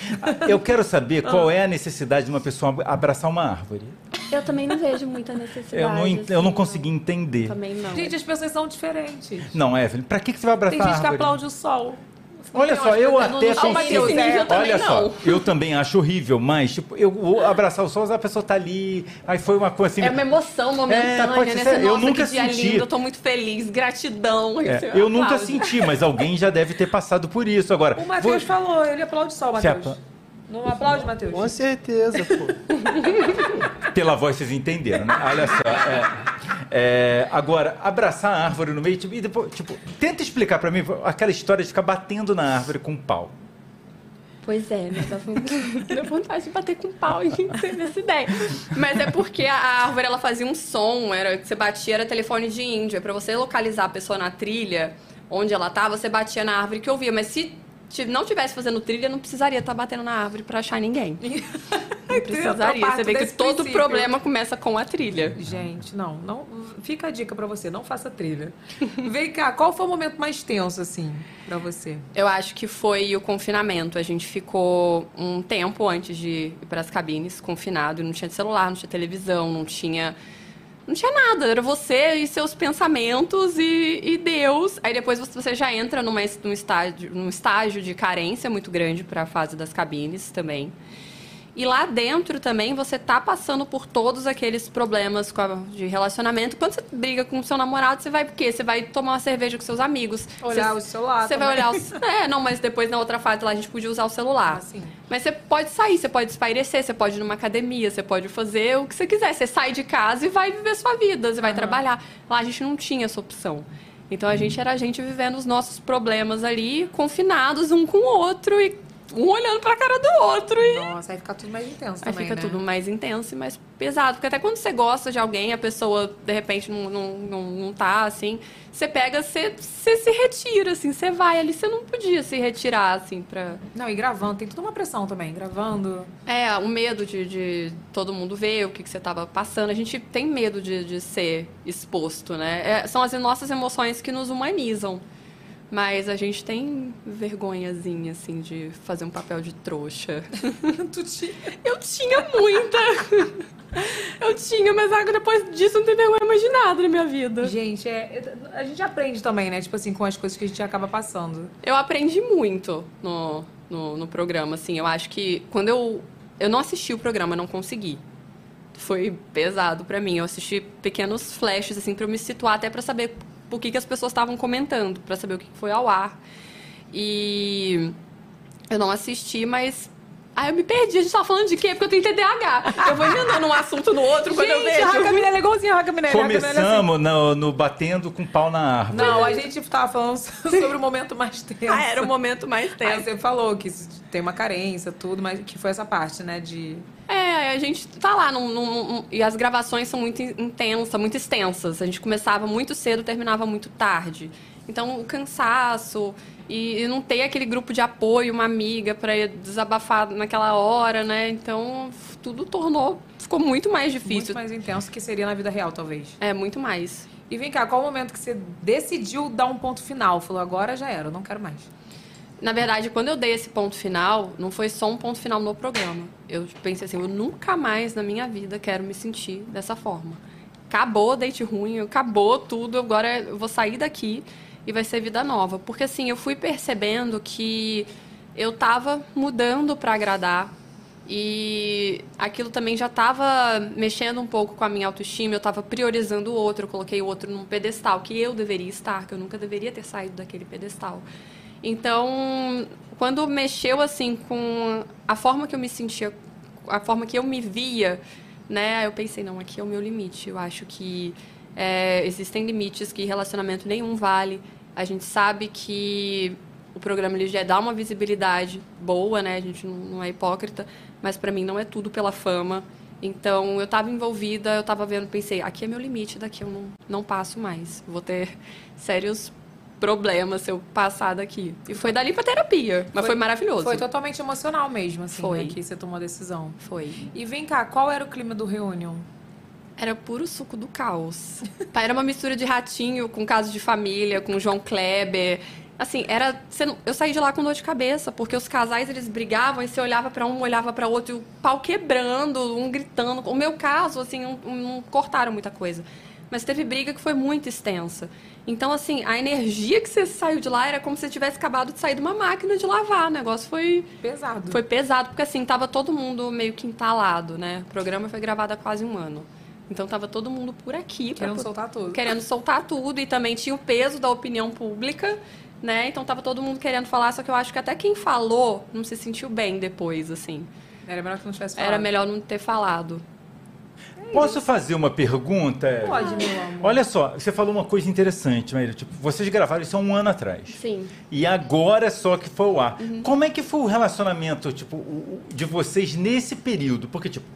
Speaker 2: Eu quero saber qual é a necessidade de uma pessoa abraçar uma árvore.
Speaker 11: Ah, Eu também não vejo muita necessidade.
Speaker 2: Eu não, en- eu
Speaker 11: assim,
Speaker 2: não consegui entender.
Speaker 11: Também não.
Speaker 6: é.
Speaker 1: Gente, as pessoas são diferentes.
Speaker 2: Não, Evelyn, pra que, que você vai abraçar
Speaker 1: Tem gente
Speaker 2: a
Speaker 1: que
Speaker 2: árvore?
Speaker 1: aplaude o sol.
Speaker 2: Olha
Speaker 1: Tem né?
Speaker 2: só,
Speaker 1: umas
Speaker 2: eu
Speaker 1: pessoas-
Speaker 2: até
Speaker 1: Não, mas
Speaker 2: consigo.
Speaker 1: Deus, é.
Speaker 2: Olha só, eu também acho horrível, mas tipo, eu vou abraçar o sol, a pessoa tá ali, aí foi uma coisa assim.
Speaker 6: É uma emoção
Speaker 2: É,
Speaker 6: momentânea,
Speaker 2: pode ser.
Speaker 6: né? Você,
Speaker 2: Eu
Speaker 6: nossa,
Speaker 2: nunca
Speaker 6: que dia
Speaker 2: senti.
Speaker 6: lindo, eu tô muito feliz, gratidão.
Speaker 2: É,
Speaker 6: Você
Speaker 2: eu nunca
Speaker 6: aplaude.
Speaker 2: senti, mas alguém já deve ter passado por isso agora.
Speaker 1: O Matheus
Speaker 2: vou-
Speaker 1: falou, ele aplaude o sol,
Speaker 2: Você
Speaker 1: Matheus. Não aplaude, Matheus? Com
Speaker 12: certeza, pô.
Speaker 2: Pela voz vocês entenderam, né? Olha só. é. É, agora, abraçar a árvore no meio, tipo, e depois, tipo, tenta explicar pra mim aquela história de ficar batendo na árvore com um pau.
Speaker 11: Pois é, mas eu fui-
Speaker 6: Deu né? vontade de bater com pau e teve essa ideia. Mas é porque a árvore ela fazia um som, era que você batia era telefone de índio, é para você localizar a pessoa na trilha, onde ela tá, você batia na árvore que ouvia, mas se ti- não tivesse fazendo trilha, não precisaria estar batendo na árvore para achar ninguém.
Speaker 1: Então,
Speaker 6: Não precisaria.
Speaker 1: parto
Speaker 6: Você vê que
Speaker 1: é desse
Speaker 6: todo
Speaker 1: princípio.
Speaker 6: problema começa com a trilha.
Speaker 1: Gente, não, não. Fica a dica pra você, não faça trilha. Vem cá, qual foi o momento mais tenso, assim, pra você?
Speaker 6: Eu acho que foi o confinamento. A gente ficou um tempo antes de ir para as cabines, confinado. Não tinha celular, não tinha televisão, não tinha. Não tinha nada. Era você e seus pensamentos e, e Deus. Aí depois você- você já entra numa, es- num, estágio, num estágio de carência muito grande para a fase das cabines também. E lá dentro também você tá passando por todos aqueles problemas com a- de relacionamento. Quando você briga com o seu namorado, você vai por quê? Você vai tomar uma cerveja com seus amigos.
Speaker 1: Olhar
Speaker 6: você,
Speaker 1: o celular
Speaker 6: Você vai
Speaker 1: também.
Speaker 6: olhar o. É, não, mas depois na outra fase lá a gente podia usar o celular. Mas você pode sair, você pode espairecer, você pode ir numa academia, você pode fazer o que você quiser. Você sai de casa e vai viver sua vida, você vai trabalhar. Lá a gente não tinha essa opção. Então a gente era a gente vivendo os nossos problemas ali, confinados um com o outro e um olhando pra cara do outro. E...
Speaker 1: Nossa, aí fica tudo mais intenso
Speaker 6: Aí
Speaker 1: também,
Speaker 6: fica
Speaker 1: né?
Speaker 6: tudo mais intenso e mais pesado. Porque até quando você gosta de alguém, a pessoa, de repente, não, não, não, não tá assim. Você pega, você, você se retira, assim. Você vai ali, você não podia se retirar, assim, pra...
Speaker 1: Não, e gravando, tem toda uma pressão também, gravando.
Speaker 6: É, o medo de, de todo mundo ver o que, que você tava passando. A gente tem medo de, de ser exposto, né? É, são as nossas emoções que nos humanizam. Mas a gente tem vergonhazinha, assim, de fazer um papel de trouxa.
Speaker 1: tu tinha?
Speaker 6: Eu tinha muita! Eu tinha, mas agora depois disso não tem vergonha mais de nada na minha vida.
Speaker 1: Gente, é, a gente aprende também, né? Tipo assim, com as coisas que a gente acaba passando.
Speaker 6: Eu aprendi muito no, no, no programa, assim. Eu acho que quando eu... Eu não assisti o programa, não consegui. Foi pesado pra mim. Eu assisti pequenos flashes, assim, pra eu me situar, até pra saber o que, que as pessoas estavam comentando, pra saber o que que foi ao ar. E... Eu não assisti, mas... Aí eu me perdi. A gente tava falando de quê? Porque eu tenho TDAH. Eu vou emendando um assunto no outro quando eu
Speaker 1: Gente,
Speaker 6: vejo.
Speaker 1: Raca Minelli é igualzinho a Raca Minelli. Raca Minelli é assim.
Speaker 2: Começamos no, no batendo com pau na árvore.
Speaker 1: Não, a gente tava falando sobre o momento mais tenso.
Speaker 6: Ah, era o momento mais tenso.
Speaker 1: Aí você falou que tem uma carência, tudo, mas que foi essa parte, né? De.
Speaker 6: É, a gente tá lá num- num- num- e as gravações são muito in- intensas, muito extensas. A gente começava muito cedo, terminava muito tarde. Então, o cansaço e, e não ter aquele grupo de apoio, uma amiga para desabafar naquela hora, né? Então, f- tudo tornou, ficou muito mais
Speaker 1: Muito
Speaker 6: difícil.
Speaker 1: mais intenso que seria na vida real, talvez.
Speaker 6: É, muito mais.
Speaker 1: E vem cá, qual o momento que você decidiu dar um ponto final? Falou, agora já era, eu não quero mais.
Speaker 6: Na verdade, quando eu dei esse ponto final, não foi só um ponto final no programa. Eu pensei assim, eu nunca mais na minha vida quero me sentir dessa forma. Acabou o date ruim, acabou tudo, agora eu vou sair daqui e vai ser vida nova. Porque assim, eu fui percebendo que eu tava mudando para agradar e aquilo também já estava mexendo um pouco com a minha autoestima, eu estava priorizando o outro, eu coloquei o outro num pedestal que eu deveria estar, que eu nunca deveria ter saído daquele pedestal. Então, quando mexeu assim com a forma que eu me sentia, a forma que eu me via, né, aí eu pensei, não, aqui é o meu limite. Eu acho que é, existem limites que relacionamento nenhum vale. A gente sabe que o programa ele já dá uma visibilidade boa, né? A gente não, não é hipócrita, mas para mim não é tudo pela fama. Então eu estava envolvida, eu estava vendo, pensei, aqui é meu limite, daqui eu não, não passo mais. Vou ter sérios problema se eu passar daqui. E foi dali pra terapia, mas foi, maravilhoso.
Speaker 1: Foi totalmente emocional mesmo, assim,
Speaker 6: Foi.
Speaker 1: foi. que você tomou a decisão.
Speaker 6: Foi.
Speaker 1: E vem cá, qual era o clima do reunion?
Speaker 6: Era puro suco do caos. Tá, Era uma mistura de ratinho com caso de família, com João Kleber. Assim, era. você não- Eu saí de lá com dor de cabeça, porque os casais eles brigavam e você olhava pra um, olhava pra outro, e o pau quebrando, um gritando. O meu caso, assim, não, não cortaram muita coisa. Mas teve briga que foi muito extensa. Então, assim, a energia que você saiu de lá era como se você tivesse acabado de sair de uma máquina de lavar. O negócio foi.
Speaker 1: Pesado.
Speaker 6: Foi pesado, porque assim, tava todo mundo meio que entalado, né? O programa foi gravado há quase um ano. Então tava todo mundo por aqui. pra
Speaker 1: Querendo
Speaker 6: po-
Speaker 1: soltar tudo.
Speaker 6: Querendo soltar tudo. E também tinha o peso da opinião pública, né? Então tava todo mundo querendo falar, só que eu acho que até quem falou não se sentiu bem depois, assim.
Speaker 1: Era melhor que não tivesse
Speaker 6: Era
Speaker 1: falado.
Speaker 6: melhor não ter falado.
Speaker 2: Posso fazer uma pergunta? Ellen?
Speaker 6: Pode, meu amor.
Speaker 2: Olha só, você falou uma coisa interessante, Maíra. Tipo, vocês gravaram isso há um ano atrás.
Speaker 11: Sim.
Speaker 2: E agora só que foi ao ar.
Speaker 6: Uhum.
Speaker 2: Como é que foi o relacionamento, tipo, o- o- de vocês nesse período? Porque, tipo,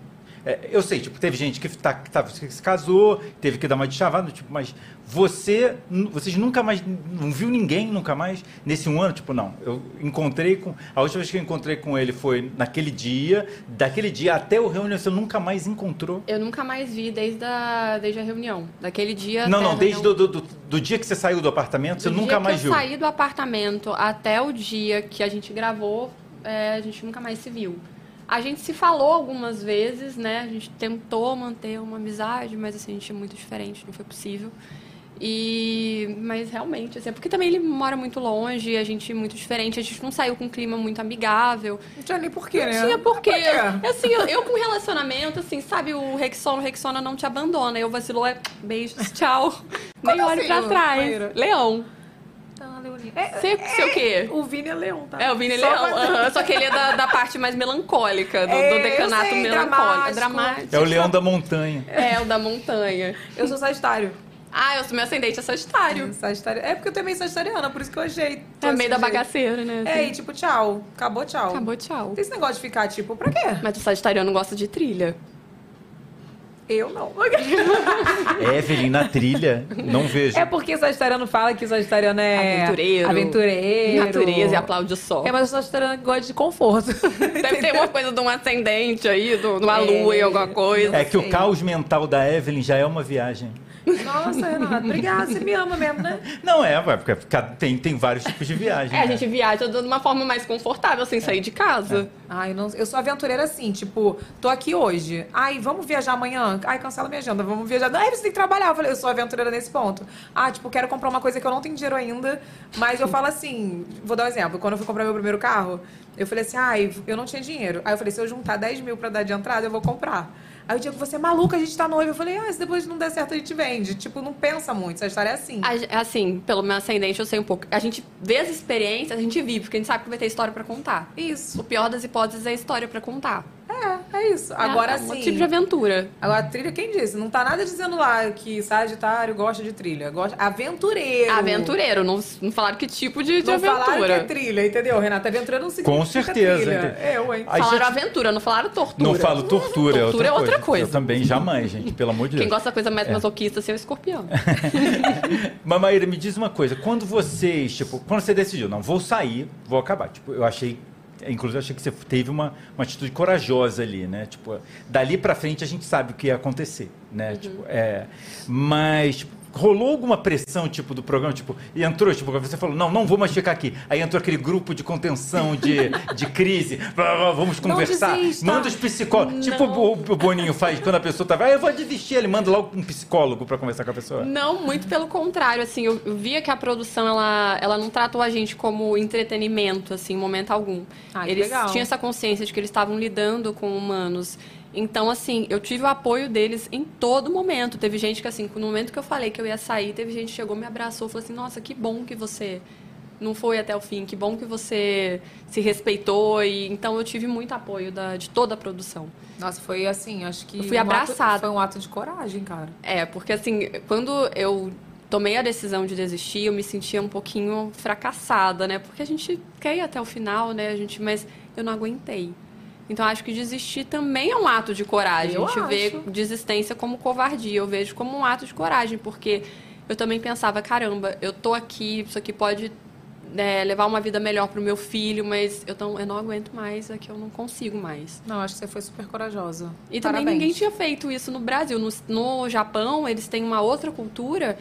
Speaker 2: é, eu sei, tipo, teve gente que, tá, que, tava- que se casou, teve que dar uma de chavada, tipo, mas você, nu- vocês nunca mais, não viu ninguém nunca mais nesse um ano? Tipo, não, eu encontrei com, a última vez que eu encontrei com ele foi naquele dia, daquele dia até o reunião, você nunca mais encontrou?
Speaker 6: Eu nunca mais vi desde a, desde a reunião. Daquele dia.
Speaker 2: Não,
Speaker 6: até a
Speaker 2: não, desde
Speaker 6: reunião.
Speaker 2: do, do, do- do dia que você saiu do apartamento, você
Speaker 6: Do
Speaker 2: nunca
Speaker 6: dia
Speaker 2: mais
Speaker 6: que eu
Speaker 2: viu.
Speaker 6: saí do apartamento até o dia que a gente gravou, é, a gente nunca mais se viu. A gente se falou algumas vezes, né? A gente tentou manter uma amizade, mas assim, a gente é muito diferente, não foi possível. E mas realmente, assim, é porque também ele mora muito longe, a gente é muito diferente, a gente não saiu com um clima muito amigável.
Speaker 1: Não tinha nem porquê,
Speaker 6: Não
Speaker 1: né?
Speaker 6: tinha porquê.
Speaker 1: Pra quê?
Speaker 6: Assim, eu, eu com relacionamento, assim, sabe, o Rexona, o Rexona não te abandona. Eu vacilou, é beijos, tchau. Nem
Speaker 1: Qual é o
Speaker 6: olho pra
Speaker 1: signo,
Speaker 6: trás.
Speaker 1: Maíra?
Speaker 6: Leão.
Speaker 1: Ah, Leonina.
Speaker 6: Você, você o quê?
Speaker 1: O Vini é leão, tá?
Speaker 6: É, o Vini
Speaker 1: Só
Speaker 6: Leão.
Speaker 1: pra-
Speaker 6: aham, só que ele é da, da parte mais melancólica, do, do
Speaker 1: É, eu
Speaker 6: decanato
Speaker 1: sei,
Speaker 6: melancólico. É
Speaker 1: dramático.
Speaker 6: dramático.
Speaker 2: É o leão da montanha.
Speaker 6: É, o da montanha.
Speaker 1: Eu sou Sagitário.
Speaker 6: Ah, eu sou meu ascendente é Sagitário.
Speaker 1: Sagitário. É porque eu também sou sagitariana, por isso que eu achei.
Speaker 6: É meio da
Speaker 1: bagaceira.
Speaker 6: bagaceira, né?
Speaker 1: É, e tipo, tchau. Acabou, tchau.
Speaker 6: Acabou, tchau.
Speaker 1: Tem esse negócio de ficar, tipo, pra quê?
Speaker 6: Mas o sagitariano gosta de trilha.
Speaker 1: Eu não.
Speaker 6: É.
Speaker 2: Evelyn na trilha, não vejo.
Speaker 1: É porque sagitariano fala que sagitariano é...
Speaker 6: Aventureiro.
Speaker 1: Aventureiro.
Speaker 6: Natureza e aplaude o sol.
Speaker 1: É, mas o sagitariano gosta de conforto.
Speaker 6: Deve ter uma coisa de um ascendente aí, de
Speaker 1: É.
Speaker 6: uma lua e alguma coisa.
Speaker 2: É que o caos mental da Evelyn já é uma viagem.
Speaker 1: Nossa, Renato, obrigada. Você me ama mesmo, né?
Speaker 2: Não é, ué, porque fica- tem, tem vários tipos de viagem.
Speaker 6: É, a
Speaker 2: né?
Speaker 6: gente viaja de uma forma mais confortável, sem sair de casa.
Speaker 1: Ai, não, eu sou aventureira assim, tipo, tô aqui hoje. Ai, vamos viajar amanhã? Ai, cancela minha agenda, vamos viajar. Ai, você tem que trabalhar. Eu falei, eu sou aventureira nesse ponto. Ah, tipo, quero comprar uma coisa que eu não tenho dinheiro ainda, mas eu falo assim, vou dar um exemplo. Quando eu fui comprar meu primeiro carro, eu falei assim, ai, eu não tinha dinheiro. Aí eu falei, se eu juntar 10 mil pra dar de entrada, eu vou comprar. Aí o Diego, você é maluca, a gente tá noivo. Eu falei, ah, se depois não der certo, a gente vende. Tipo, não pensa muito, essa história é assim.
Speaker 6: A- Assim, pelo meu ascendente, eu sei um pouco. A gente vê as experiências, a gente vive, porque a gente sabe que vai ter história pra contar.
Speaker 1: Isso.
Speaker 6: O pior das hipóteses é a história pra contar.
Speaker 1: É, é isso. Agora
Speaker 6: é,
Speaker 1: sim.
Speaker 6: Um tipo de aventura.
Speaker 1: Agora, trilha, quem disse? Não tá nada dizendo lá que Sagitário gosta de trilha. Gosta... Aventureiro.
Speaker 6: Aventureiro, não, não falaram que tipo de, de
Speaker 1: Não falaram que é
Speaker 6: aventura.
Speaker 1: trilha, entendeu, Renata? Aventureiro não significa
Speaker 2: Com certeza,
Speaker 1: trilha. É,
Speaker 2: entende?
Speaker 1: Eu, hein?
Speaker 2: Aí
Speaker 6: falaram
Speaker 2: gente-
Speaker 6: aventura, não falaram tortura.
Speaker 2: Não falo tortura, é outra,
Speaker 6: Tortura é outra coisa.
Speaker 2: Eu também, jamais, gente, pelo amor de Deus.
Speaker 6: Quem gosta da coisa mais
Speaker 2: É.
Speaker 6: masoquista, assim, é o escorpião.
Speaker 2: Mas Maíra, me diz uma coisa. Quando vocês, tipo, quando você decidiu, não, vou sair, vou acabar. Tipo, eu achei. Inclusive, eu achei que você teve uma, uma atitude corajosa ali, né? Tipo, dali pra frente a gente sabe o que ia acontecer, né?
Speaker 1: Uhum.
Speaker 2: Tipo, é. Mas. tipo, Rolou alguma pressão, tipo, do programa, tipo, e entrou, tipo, você falou, não, não vou mais ficar aqui. Aí entrou aquele grupo de contenção, de, de crise, blá, blá, vamos
Speaker 1: Não
Speaker 2: conversar,
Speaker 1: desista.
Speaker 2: manda os psicólogos. Tipo o, o Boninho faz quando a pessoa tá, ah, eu vou desistir, ele manda logo um psicólogo pra conversar com a pessoa.
Speaker 6: Não, muito pelo contrário, assim, eu eu via que a produção, ela, ela não tratou a gente como entretenimento, assim, em momento algum.
Speaker 1: Ah, que
Speaker 6: eles
Speaker 1: legal.
Speaker 6: tinham essa consciência de que eles estavam lidando com humanos. Então, assim, eu tive o apoio deles em todo momento. Teve gente que, assim, no momento que eu falei que eu ia sair, teve gente que chegou, me abraçou, falou assim, nossa, que bom que você não foi até o fim, que bom que você se respeitou. E, então, eu tive muito apoio da, de toda a produção.
Speaker 1: Nossa, foi assim, acho que.
Speaker 6: Eu fui
Speaker 1: um ato-
Speaker 6: abraçada.
Speaker 1: foi um ato de coragem, cara.
Speaker 6: É, porque assim, quando eu tomei a decisão de desistir, eu me sentia um pouquinho fracassada, né? Porque a gente quer ir até o final, né? A gente, mas eu não aguentei. Então acho que desistir também é um ato de coragem.
Speaker 1: Eu
Speaker 6: a gente
Speaker 1: acho.
Speaker 6: vê desistência como covardia, eu vejo como um ato de coragem, porque eu também pensava, caramba, eu tô aqui, isso aqui pode né, levar uma vida melhor pro meu filho, mas eu não, eu não aguento mais, aqui eu não consigo mais.
Speaker 1: Não, acho que você foi super corajosa.
Speaker 6: E
Speaker 1: Parabéns.
Speaker 6: também ninguém tinha feito isso no Brasil. No, no Japão, eles têm uma outra cultura.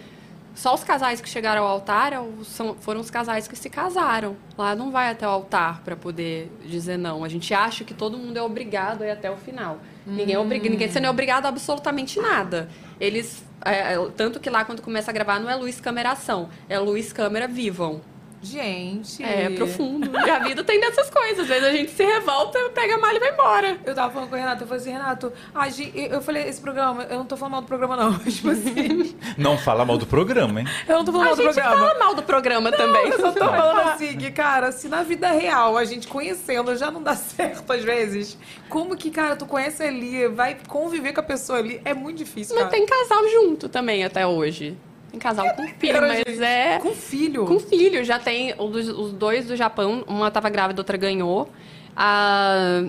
Speaker 6: Só os casais que chegaram ao altar ou são- foram os casais que se casaram. Lá não vai até o altar para poder dizer não. A gente acha que todo mundo é obrigado a ir até o final. Ninguém, é
Speaker 1: Hum.
Speaker 6: obrig... ninguém você não é obrigado a absolutamente nada. Eles. é, é, tanto que lá quando começa a gravar não é luz câmera ação, é luz câmera vivam.
Speaker 1: Gente.
Speaker 6: É profundo. E a vida tem dessas coisas. Às vezes a gente se revolta, pega a malha e vai embora.
Speaker 1: Eu tava falando com o Renato, eu falei assim, Renato, ah, Gi, eu- eu falei, esse programa, eu não tô falando mal do programa, não. Tipo assim,
Speaker 12: Não fala mal do programa, hein?
Speaker 1: eu não tô falando
Speaker 6: A
Speaker 1: mal do
Speaker 6: gente
Speaker 1: programa.
Speaker 6: fala mal do programa
Speaker 1: Não,
Speaker 6: também.
Speaker 1: Eu só tô
Speaker 6: Vai
Speaker 1: falando
Speaker 6: falar.
Speaker 1: assim, que, cara, se na vida real a gente conhecendo já não dá certo às vezes, como que, cara, tu conhece ali, vai conviver com a pessoa ali, é muito difícil,
Speaker 6: Mas
Speaker 1: cara.
Speaker 6: tem casal junto também até hoje. Tem casal com filho,
Speaker 1: era,
Speaker 6: mas
Speaker 1: gente?
Speaker 6: é.
Speaker 1: Com filho?
Speaker 6: Com filho. Já tem o dos- os dois do Japão, uma tava grávida, outra ganhou. Ah,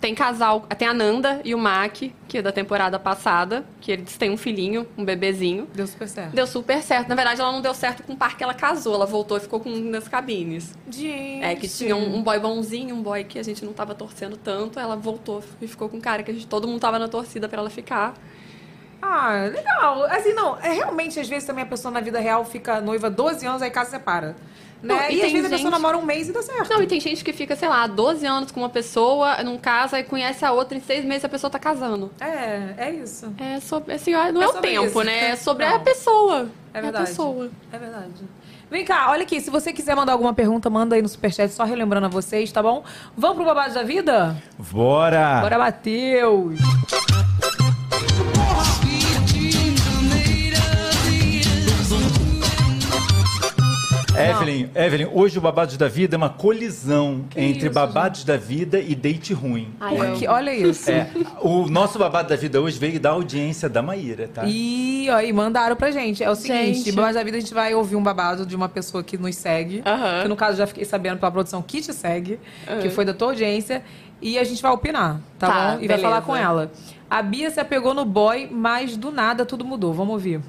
Speaker 6: tem casal, tem a Nanda e o Maki, que é da temporada passada, que eles têm um filhinho, um bebezinho.
Speaker 1: Deu super certo.
Speaker 6: Deu super certo. Na verdade, ela não deu certo com o par que ela casou. Ela voltou e ficou com um das cabines.
Speaker 1: Gente.
Speaker 6: É, que tinha um, um boy bonzinho, um boy que a gente não tava torcendo tanto. Ela voltou e ficou com um cara que a gente, todo mundo tava na torcida pra ela ficar.
Speaker 1: Ah, legal. Assim, não, é realmente, às vezes também a pessoa na vida real fica noiva 12 anos, aí casa separa. Né?
Speaker 6: Não,
Speaker 1: e
Speaker 6: e
Speaker 1: às
Speaker 6: tem
Speaker 1: vezes a pessoa
Speaker 6: gente-
Speaker 1: namora um mês e dá certo.
Speaker 6: Não, e tem gente que fica, sei lá, 12 anos com uma pessoa, não casa, e conhece a outra, em seis meses a pessoa tá casando.
Speaker 1: É, é isso.
Speaker 6: É sobre, assim, ó, não é,
Speaker 1: É
Speaker 6: o
Speaker 1: sobre
Speaker 6: tempo,
Speaker 1: isso.
Speaker 6: né? É sobre
Speaker 1: Não.
Speaker 6: a pessoa.
Speaker 1: É
Speaker 6: a
Speaker 1: verdade.
Speaker 6: pessoa.
Speaker 1: É verdade. Vem cá, olha aqui, se você quiser mandar alguma pergunta, manda aí no superchat, só relembrando a vocês, tá bom? Vamos pro babado da vida?
Speaker 2: Bora!
Speaker 1: Bora, Matheus!
Speaker 2: Evelyn, Evelyn, hoje o Babados da Vida é uma colisão entre Babados da Vida e Date Ruim.
Speaker 1: Ai, eu Porque amo. olha isso.
Speaker 2: É, o nosso Babado da Vida hoje veio da audiência da Maíra, tá?
Speaker 1: E aí, mandaram pra gente. É o seguinte,
Speaker 2: Gente.
Speaker 1: babado da vida a gente vai ouvir um babado de uma pessoa que nos segue. Que no caso já fiquei sabendo pela produção que te segue,
Speaker 6: Aham.
Speaker 1: que foi da tua audiência. E a gente vai opinar, tá,
Speaker 6: Tá,
Speaker 1: bom? E vai
Speaker 6: beleza.
Speaker 1: falar com ela. A Bia se apegou no boy, mas do nada tudo mudou. Vamos ouvir.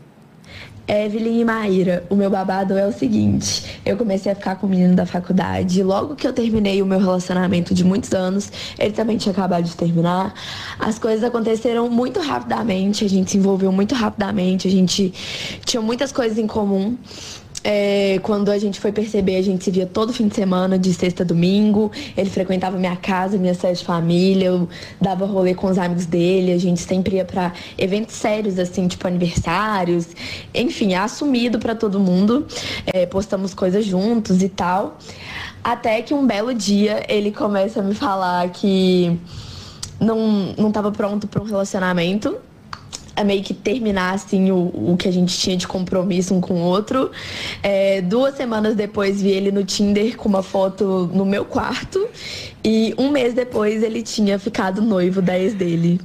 Speaker 13: Evelyn e Maíra, o meu babado é o seguinte: eu comecei a ficar com o menino da faculdade. Logo que eu terminei o meu relacionamento de muitos anos, ele também tinha acabado de terminar. As coisas aconteceram muito rapidamente, a gente se envolveu muito rapidamente, a gente tinha muitas coisas em comum. É, quando a gente foi perceber, a gente se via todo fim de semana, de sexta a domingo. Ele frequentava minha casa, minha sede de família, eu dava rolê com os amigos dele. A gente sempre ia pra eventos sérios, assim, tipo aniversários. Enfim, é assumido pra todo mundo. É, postamos coisas juntos e tal. Até que um belo dia ele começa a me falar que não, não tava pronto pra um relacionamento a meio que terminar assim o, o que a gente tinha de compromisso um com o outro. É, duas semanas depois vi ele no Tinder com uma foto no meu quarto e um mês depois ele tinha ficado noivo da ex dele.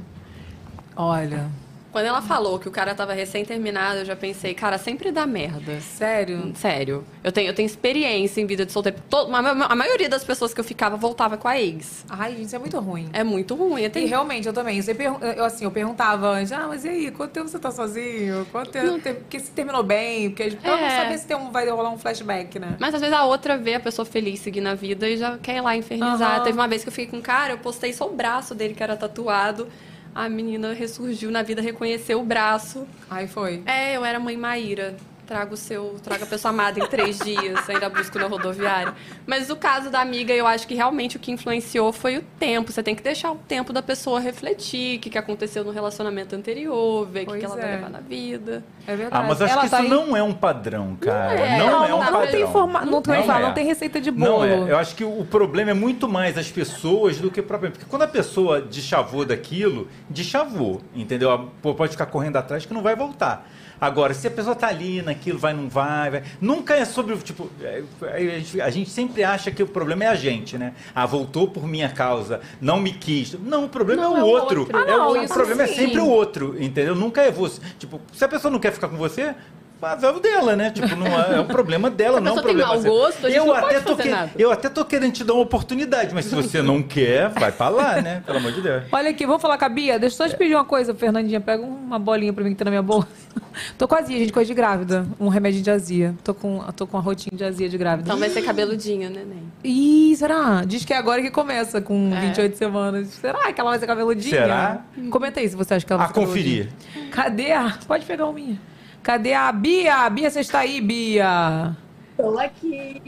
Speaker 1: Olha.
Speaker 6: Quando ela falou que o cara tava recém-terminado, eu já pensei, cara, sempre dá merda.
Speaker 1: Sério?
Speaker 6: Sério. Eu tenho, eu tenho experiência em vida de solteiro. Todo, a, ma- a maioria das pessoas que eu ficava voltava com a ex.
Speaker 1: Ai, gente, isso é muito ruim.
Speaker 6: É muito ruim. Eu
Speaker 1: E
Speaker 6: tenho-
Speaker 1: realmente, eu também. Você pergun- eu, assim, eu perguntava antes, ah, mas e aí, quanto tempo você tá sozinho? Quanto tempo? tem- Porque se terminou bem, porque pra não
Speaker 6: É.
Speaker 1: saber se tem um, vai rolar um flashback, né?
Speaker 6: Mas às vezes a outra vê a pessoa feliz seguindo a vida e já quer ir lá infernizar.
Speaker 1: Aham.
Speaker 6: Teve uma vez que eu fiquei com um cara, eu postei só o braço dele que era tatuado. A menina ressurgiu na vida, reconheceu o braço.
Speaker 1: Aí foi.
Speaker 6: É, eu era mãe Maíra. Trago o seu, traga a pessoa amada em três dias, ainda busco na rodoviária. Mas o caso da amiga, eu acho que realmente o que influenciou foi o tempo. Você tem que deixar o tempo da pessoa refletir o que, que aconteceu no relacionamento anterior, ver o que que, ela vai
Speaker 1: é.
Speaker 6: levar na vida.
Speaker 1: É
Speaker 2: Ah,
Speaker 1: verdade.
Speaker 2: mas acho
Speaker 1: Ela
Speaker 2: que isso
Speaker 1: tá em-
Speaker 2: não é um padrão, cara. Não
Speaker 6: é.
Speaker 2: é,
Speaker 6: Não,
Speaker 2: um
Speaker 6: não
Speaker 2: padrão.
Speaker 6: tem
Speaker 1: forma- não tem- fala,
Speaker 2: é.
Speaker 1: não tem receita de
Speaker 2: Não
Speaker 1: bolo.
Speaker 2: é. Eu acho que o problema é muito mais as pessoas do que propriamente. Porque quando a pessoa deschavou daquilo, deschavou, entendeu? A- pô, Pode ficar correndo atrás que não vai voltar. Agora, se a pessoa tá ali naquilo, vai, não vai, vai. Nunca é sobre, o tipo, é, é, a gente- a gente sempre acha que o problema é a gente, né? Ah, voltou por minha causa, não me quis. Não, o problema
Speaker 12: Não,
Speaker 2: é o outro.
Speaker 12: Ah,
Speaker 2: É o-
Speaker 12: não,
Speaker 2: o
Speaker 12: isso
Speaker 2: problema é
Speaker 12: sim.
Speaker 2: sempre o outro, entendeu? Nunca é você. Tipo, se a pessoa não quer ficar com você, Mas é o dela, né? Tipo, não é, é um problema
Speaker 12: tá
Speaker 2: dela,
Speaker 6: Se a
Speaker 2: não é um
Speaker 6: pessoa tem
Speaker 2: problema
Speaker 6: mau
Speaker 2: seu.
Speaker 6: gosto, a gente
Speaker 2: eu
Speaker 6: não
Speaker 2: até
Speaker 6: pode
Speaker 2: tô
Speaker 6: fazer nada.
Speaker 2: Eu até tô querendo te dar uma oportunidade, mas se você não quer, vai pra lá, né? Pelo amor de Deus.
Speaker 1: Olha aqui, vamos falar com a Bia? Deixa eu só te pedir uma coisa, Fernandinha. Pega uma bolinha pra mim que tá na minha bolsa. Tô com azia, gente, coisa de grávida. Um remédio de azia. Tô com, tô com a rotina de azia de grávida.
Speaker 6: Então vai ser cabeludinho, neném.
Speaker 1: Ih, será? Diz que é agora que começa, com 28 semanas. Será que ela vai ser cabeludinha?
Speaker 2: Será?
Speaker 1: Comenta aí se você acha que ela
Speaker 2: A
Speaker 1: vai ser
Speaker 2: conferir.
Speaker 1: cabeludinha. Cadê a... Pode pegar uma minha. Cadê a Bia? Bia, você está aí, Bia?
Speaker 14: Estou aqui.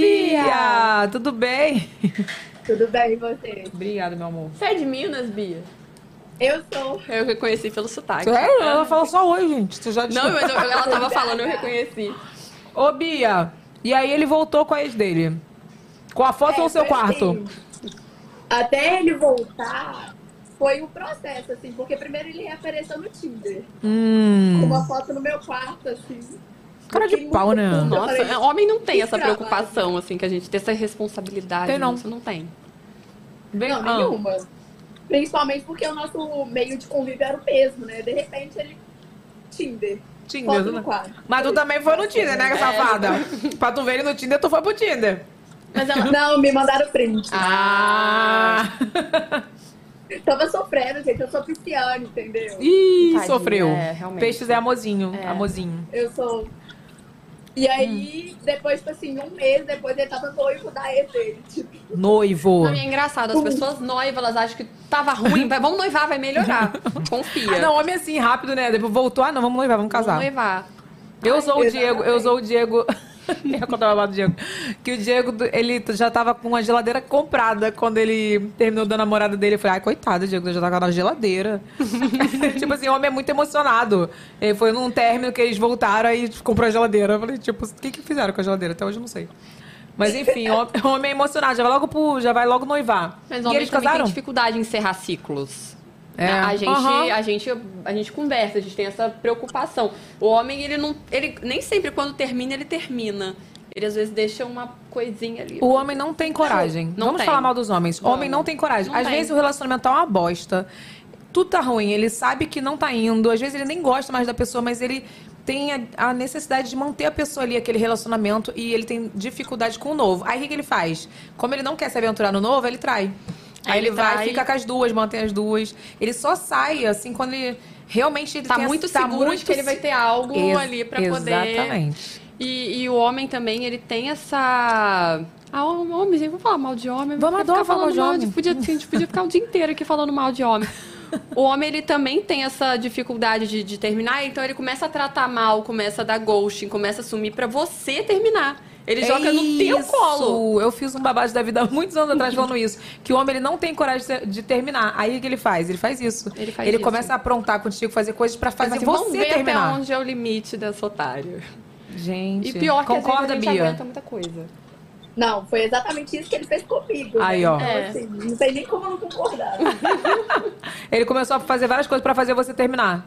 Speaker 1: Bia! Tudo bem?
Speaker 14: Tudo bem e você?
Speaker 1: Obrigada, meu amor.
Speaker 6: Você é de Minas, Bia?
Speaker 14: Eu sou.
Speaker 6: Eu reconheci pelo sotaque.
Speaker 1: Sério? é? Ela fala só oi, gente. Tu já
Speaker 6: Não, mas eu- ela tava falando, eu reconheci.
Speaker 1: Ô, Bia, e aí ele voltou com a ex dele? Com a foto
Speaker 14: É,
Speaker 1: ou no seu
Speaker 14: foi
Speaker 1: quarto?
Speaker 14: Até ele voltar, foi um processo, assim, porque primeiro ele apareceu no Tinder. Com
Speaker 1: Hum.
Speaker 14: uma foto no meu quarto, assim.
Speaker 1: Cara de pau, né?
Speaker 6: Nossa, homem não tem essa
Speaker 14: Escrava.
Speaker 6: preocupação, assim, que a gente tem essa responsabilidade.
Speaker 1: Tem não.
Speaker 6: Você não tem.
Speaker 14: não,
Speaker 6: ah.
Speaker 13: um?
Speaker 14: nenhuma. Principalmente porque o nosso meio de convívio era o mesmo, né? De repente ele. Tinder.
Speaker 1: Tinder.
Speaker 14: Foto
Speaker 1: né?
Speaker 14: no quarto.
Speaker 1: Mas tu também foi no Tinder, né,
Speaker 14: É.
Speaker 1: safada? Pra tu ver ele no Tinder, tu foi pro Tinder.
Speaker 14: Mas ela- não, me mandaram print.
Speaker 1: Ah!
Speaker 14: Tava sofrendo, gente. Eu sou pisciana, entendeu?
Speaker 1: Ih, sofreu. Peixes é
Speaker 14: a
Speaker 1: amorzinho. Amorzinho.
Speaker 14: Eu sou. E aí, depois, tipo assim, um mês depois ele tava noivo da ex dele. Tipo,
Speaker 1: Noivo.
Speaker 6: Não, e é engraçado,
Speaker 1: Hum.
Speaker 6: as pessoas noivas, elas acham que tava ruim, vai, vamos noivar, vai melhorar. Confia.
Speaker 1: Ah, não, homem assim, rápido, né? Depois voltou, ah, não, vamos noivar, vamos casar.
Speaker 6: Vamos noivar.
Speaker 1: Eu
Speaker 6: Ai,
Speaker 1: sou o
Speaker 6: exatamente.
Speaker 1: Diego, eu sou o Diego. Eu contava lá do Diego. Que o Diego, do- ele já tava com a geladeira comprada quando ele terminou da namorada dele. Eu falei, ai, coitado, o Diego já tá tava na geladeira. tipo assim, o homem é muito emocionado. Ele foi num término que eles voltaram e comprou a geladeira. Eu falei, tipo, o que que fizeram com a geladeira? Até hoje eu não sei. Mas enfim, o hom- o homem é emocionado, já vai logo, pro, já vai logo noivar.
Speaker 6: Mas
Speaker 1: e
Speaker 6: homem
Speaker 1: eles
Speaker 6: também
Speaker 1: casaram?
Speaker 6: tem dificuldade em encerrar ciclos. Né,
Speaker 1: É.
Speaker 6: A, a gente,
Speaker 1: Aham.
Speaker 6: a, gente, a gente conversa, a gente tem essa preocupação. O homem, ele não. Ele, nem sempre quando termina, ele termina. Ele às vezes deixa uma coisinha ali. né?
Speaker 1: O homem não tem coragem.
Speaker 6: Não
Speaker 1: Vamos
Speaker 6: tem.
Speaker 1: falar mal dos homens.
Speaker 6: Vamos.
Speaker 1: Homem não tem coragem.
Speaker 6: Não
Speaker 1: Às
Speaker 6: tem.
Speaker 1: vezes o relacionamento tá uma bosta. Tudo tá ruim, ele sabe que não tá indo. Às vezes ele nem gosta mais da pessoa, mas ele tem a, a necessidade de manter a pessoa ali, aquele relacionamento, e ele tem dificuldade com o novo. Aí o que que ele faz? Como ele não quer se aventurar no novo, ele trai. Aí,
Speaker 6: Aí
Speaker 1: ele,
Speaker 6: ele
Speaker 1: vai,
Speaker 6: trai.
Speaker 1: fica com as duas, mantém as duas. Ele só sai, assim, quando ele realmente ele
Speaker 6: Tá
Speaker 1: tem a-
Speaker 6: muito
Speaker 1: tá
Speaker 6: seguro de que ele vai ter algo
Speaker 1: Ex-
Speaker 6: ali pra poder.
Speaker 1: Exatamente.
Speaker 6: E, e o homem também, ele tem essa. Ah, hom- homem, gente, vamos falar mal de homem.
Speaker 1: Vamos
Speaker 6: porque
Speaker 1: adorar
Speaker 6: ficar
Speaker 1: falar mal
Speaker 6: falando
Speaker 1: de homem.
Speaker 6: de- podia- a gente podia ficar o dia inteiro aqui falando mal de homem. O homem, ele também tem essa dificuldade de, de terminar, então ele começa a tratar mal, começa a dar ghosting, começa a sumir pra você terminar. Ele
Speaker 1: É
Speaker 6: joga no teu
Speaker 1: isso.
Speaker 6: colo.
Speaker 1: Eu fiz um babado da vida há muitos anos atrás falando isso. Que o homem ele não tem coragem de terminar. Aí o que ele faz? Ele faz isso. Ele,
Speaker 6: faz isso.
Speaker 1: começa a aprontar contigo, fazer coisas pra fazer
Speaker 6: Mas, assim, vamos
Speaker 1: você
Speaker 6: ver
Speaker 1: terminar.
Speaker 6: até onde é o limite dessa otária.
Speaker 1: Gente,
Speaker 6: E pior que
Speaker 1: concorda,
Speaker 6: às vezes a gente
Speaker 1: Bia?
Speaker 6: aguenta muita coisa.
Speaker 14: Não, foi exatamente isso que ele fez comigo. né?
Speaker 1: Aí, ó.
Speaker 14: Então,
Speaker 1: É.
Speaker 14: assim, não sei nem como eu não concordar.
Speaker 1: Ele começou a fazer várias coisas pra fazer você terminar.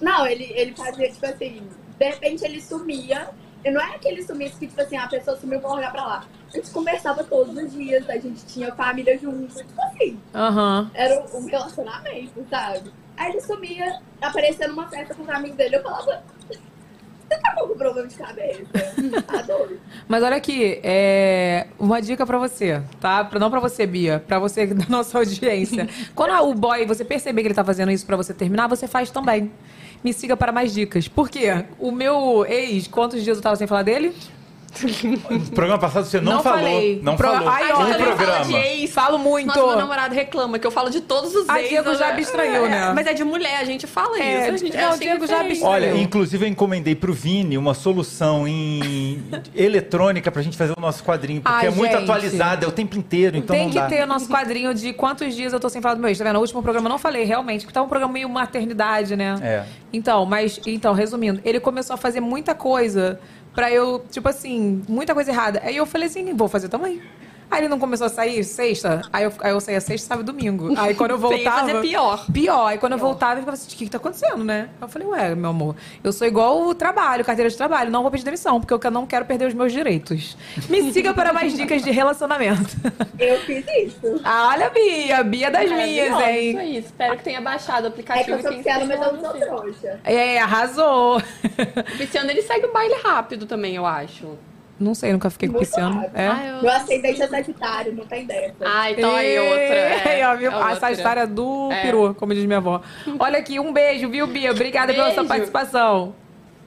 Speaker 14: Não, ele, ele fazia, tipo assim, de repente ele sumia. E não é que ele sumisse que, tipo assim, a pessoa sumiu pra olhar pra lá. A gente conversava todos os dias, a gente tinha família junto, tipo assim.
Speaker 1: Aham.
Speaker 14: Era um relacionamento, sabe? Aí ele sumia, aparecia numa festa com os amigos dele, eu falava, você tá com algum problema de cabeça? Tá doido?
Speaker 1: Mas olha aqui, é, uma dica pra você, tá? Pra- Não pra você, Bia, pra você da nossa audiência. Quando o boy, você perceber que ele tá fazendo isso pra você terminar, você faz também. Me siga para mais dicas. Por quê? O meu ex, quantos dias eu tava sem falar dele?
Speaker 2: No programa passado você não, falou.
Speaker 1: Falei.
Speaker 2: Não
Speaker 1: Pro-
Speaker 2: falou.
Speaker 1: Ai, olha,
Speaker 2: um
Speaker 1: eu falo
Speaker 2: programa.
Speaker 1: de ex, Falo muito.
Speaker 6: Nossa, meu namorado reclama que eu falo de todos os
Speaker 1: Ah,
Speaker 6: ex.
Speaker 1: Diego já
Speaker 6: né?
Speaker 1: abstraiu, né?
Speaker 6: Mas é de mulher, a gente fala
Speaker 1: É,
Speaker 6: isso. A gente
Speaker 1: é, o
Speaker 6: assim,
Speaker 1: Diego já
Speaker 6: diferente.
Speaker 2: Olha, inclusive eu encomendei pro Vini uma solução em eletrônica pra gente fazer o nosso quadrinho,
Speaker 1: Ai,
Speaker 2: porque é muito
Speaker 1: gente.
Speaker 2: atualizada, é o tempo inteiro, então
Speaker 1: Tem
Speaker 2: não
Speaker 1: que
Speaker 2: dá.
Speaker 1: ter o nosso quadrinho de quantos dias eu tô sem falar do meu ex, tá vendo? No último programa eu não falei, realmente, porque tá um programa meio maternidade, né?
Speaker 2: É.
Speaker 1: Então, mas, então, resumindo, ele começou a fazer muita coisa pra eu, tipo assim, muita coisa errada. Aí eu falei assim, vou fazer também. Aí ele não começou a sair sexta, aí eu, aí eu saía sexta, sábado e domingo. Aí quando eu
Speaker 6: Você ia
Speaker 1: voltava.
Speaker 6: fazer pior.
Speaker 1: Pior. Aí quando eu voltava, eu ficava assim, o que, que tá acontecendo, né? Aí Eu falei, ué, meu amor, eu sou igual o trabalho, carteira de trabalho, não vou pedir demissão, porque eu não quero perder os meus direitos. Me siga para mais dicas de relacionamento.
Speaker 14: Eu fiz isso.
Speaker 1: Ah, olha a Bia, a Bia das minhas,
Speaker 6: Maravilhoso
Speaker 1: hein?
Speaker 6: Isso aí. Espero que tenha baixado o
Speaker 14: É
Speaker 6: aplicativo.
Speaker 14: que eu sou
Speaker 6: e
Speaker 14: fiel,
Speaker 6: tenha
Speaker 14: mas eu não sou
Speaker 6: instalado no
Speaker 14: trouxa.
Speaker 1: É, arrasou.
Speaker 6: seu. O Pisciano, ele segue o baile rápido também, eu acho.
Speaker 1: Não sei, nunca fiquei com
Speaker 6: Muito
Speaker 1: pisciano.
Speaker 6: rápido.
Speaker 1: É.
Speaker 6: Ah, eu-
Speaker 14: Meu ascendente é sagitário, não tem dessa.
Speaker 6: Ah, então aí outra.
Speaker 1: Ei,
Speaker 6: É,
Speaker 1: ó, viu?
Speaker 6: é
Speaker 1: Essa
Speaker 6: outra.
Speaker 1: história do
Speaker 6: É.
Speaker 1: peru, como diz minha avó. Olha aqui, um beijo, viu, Bia? Obrigada pela sua
Speaker 6: Beijo.
Speaker 1: participação.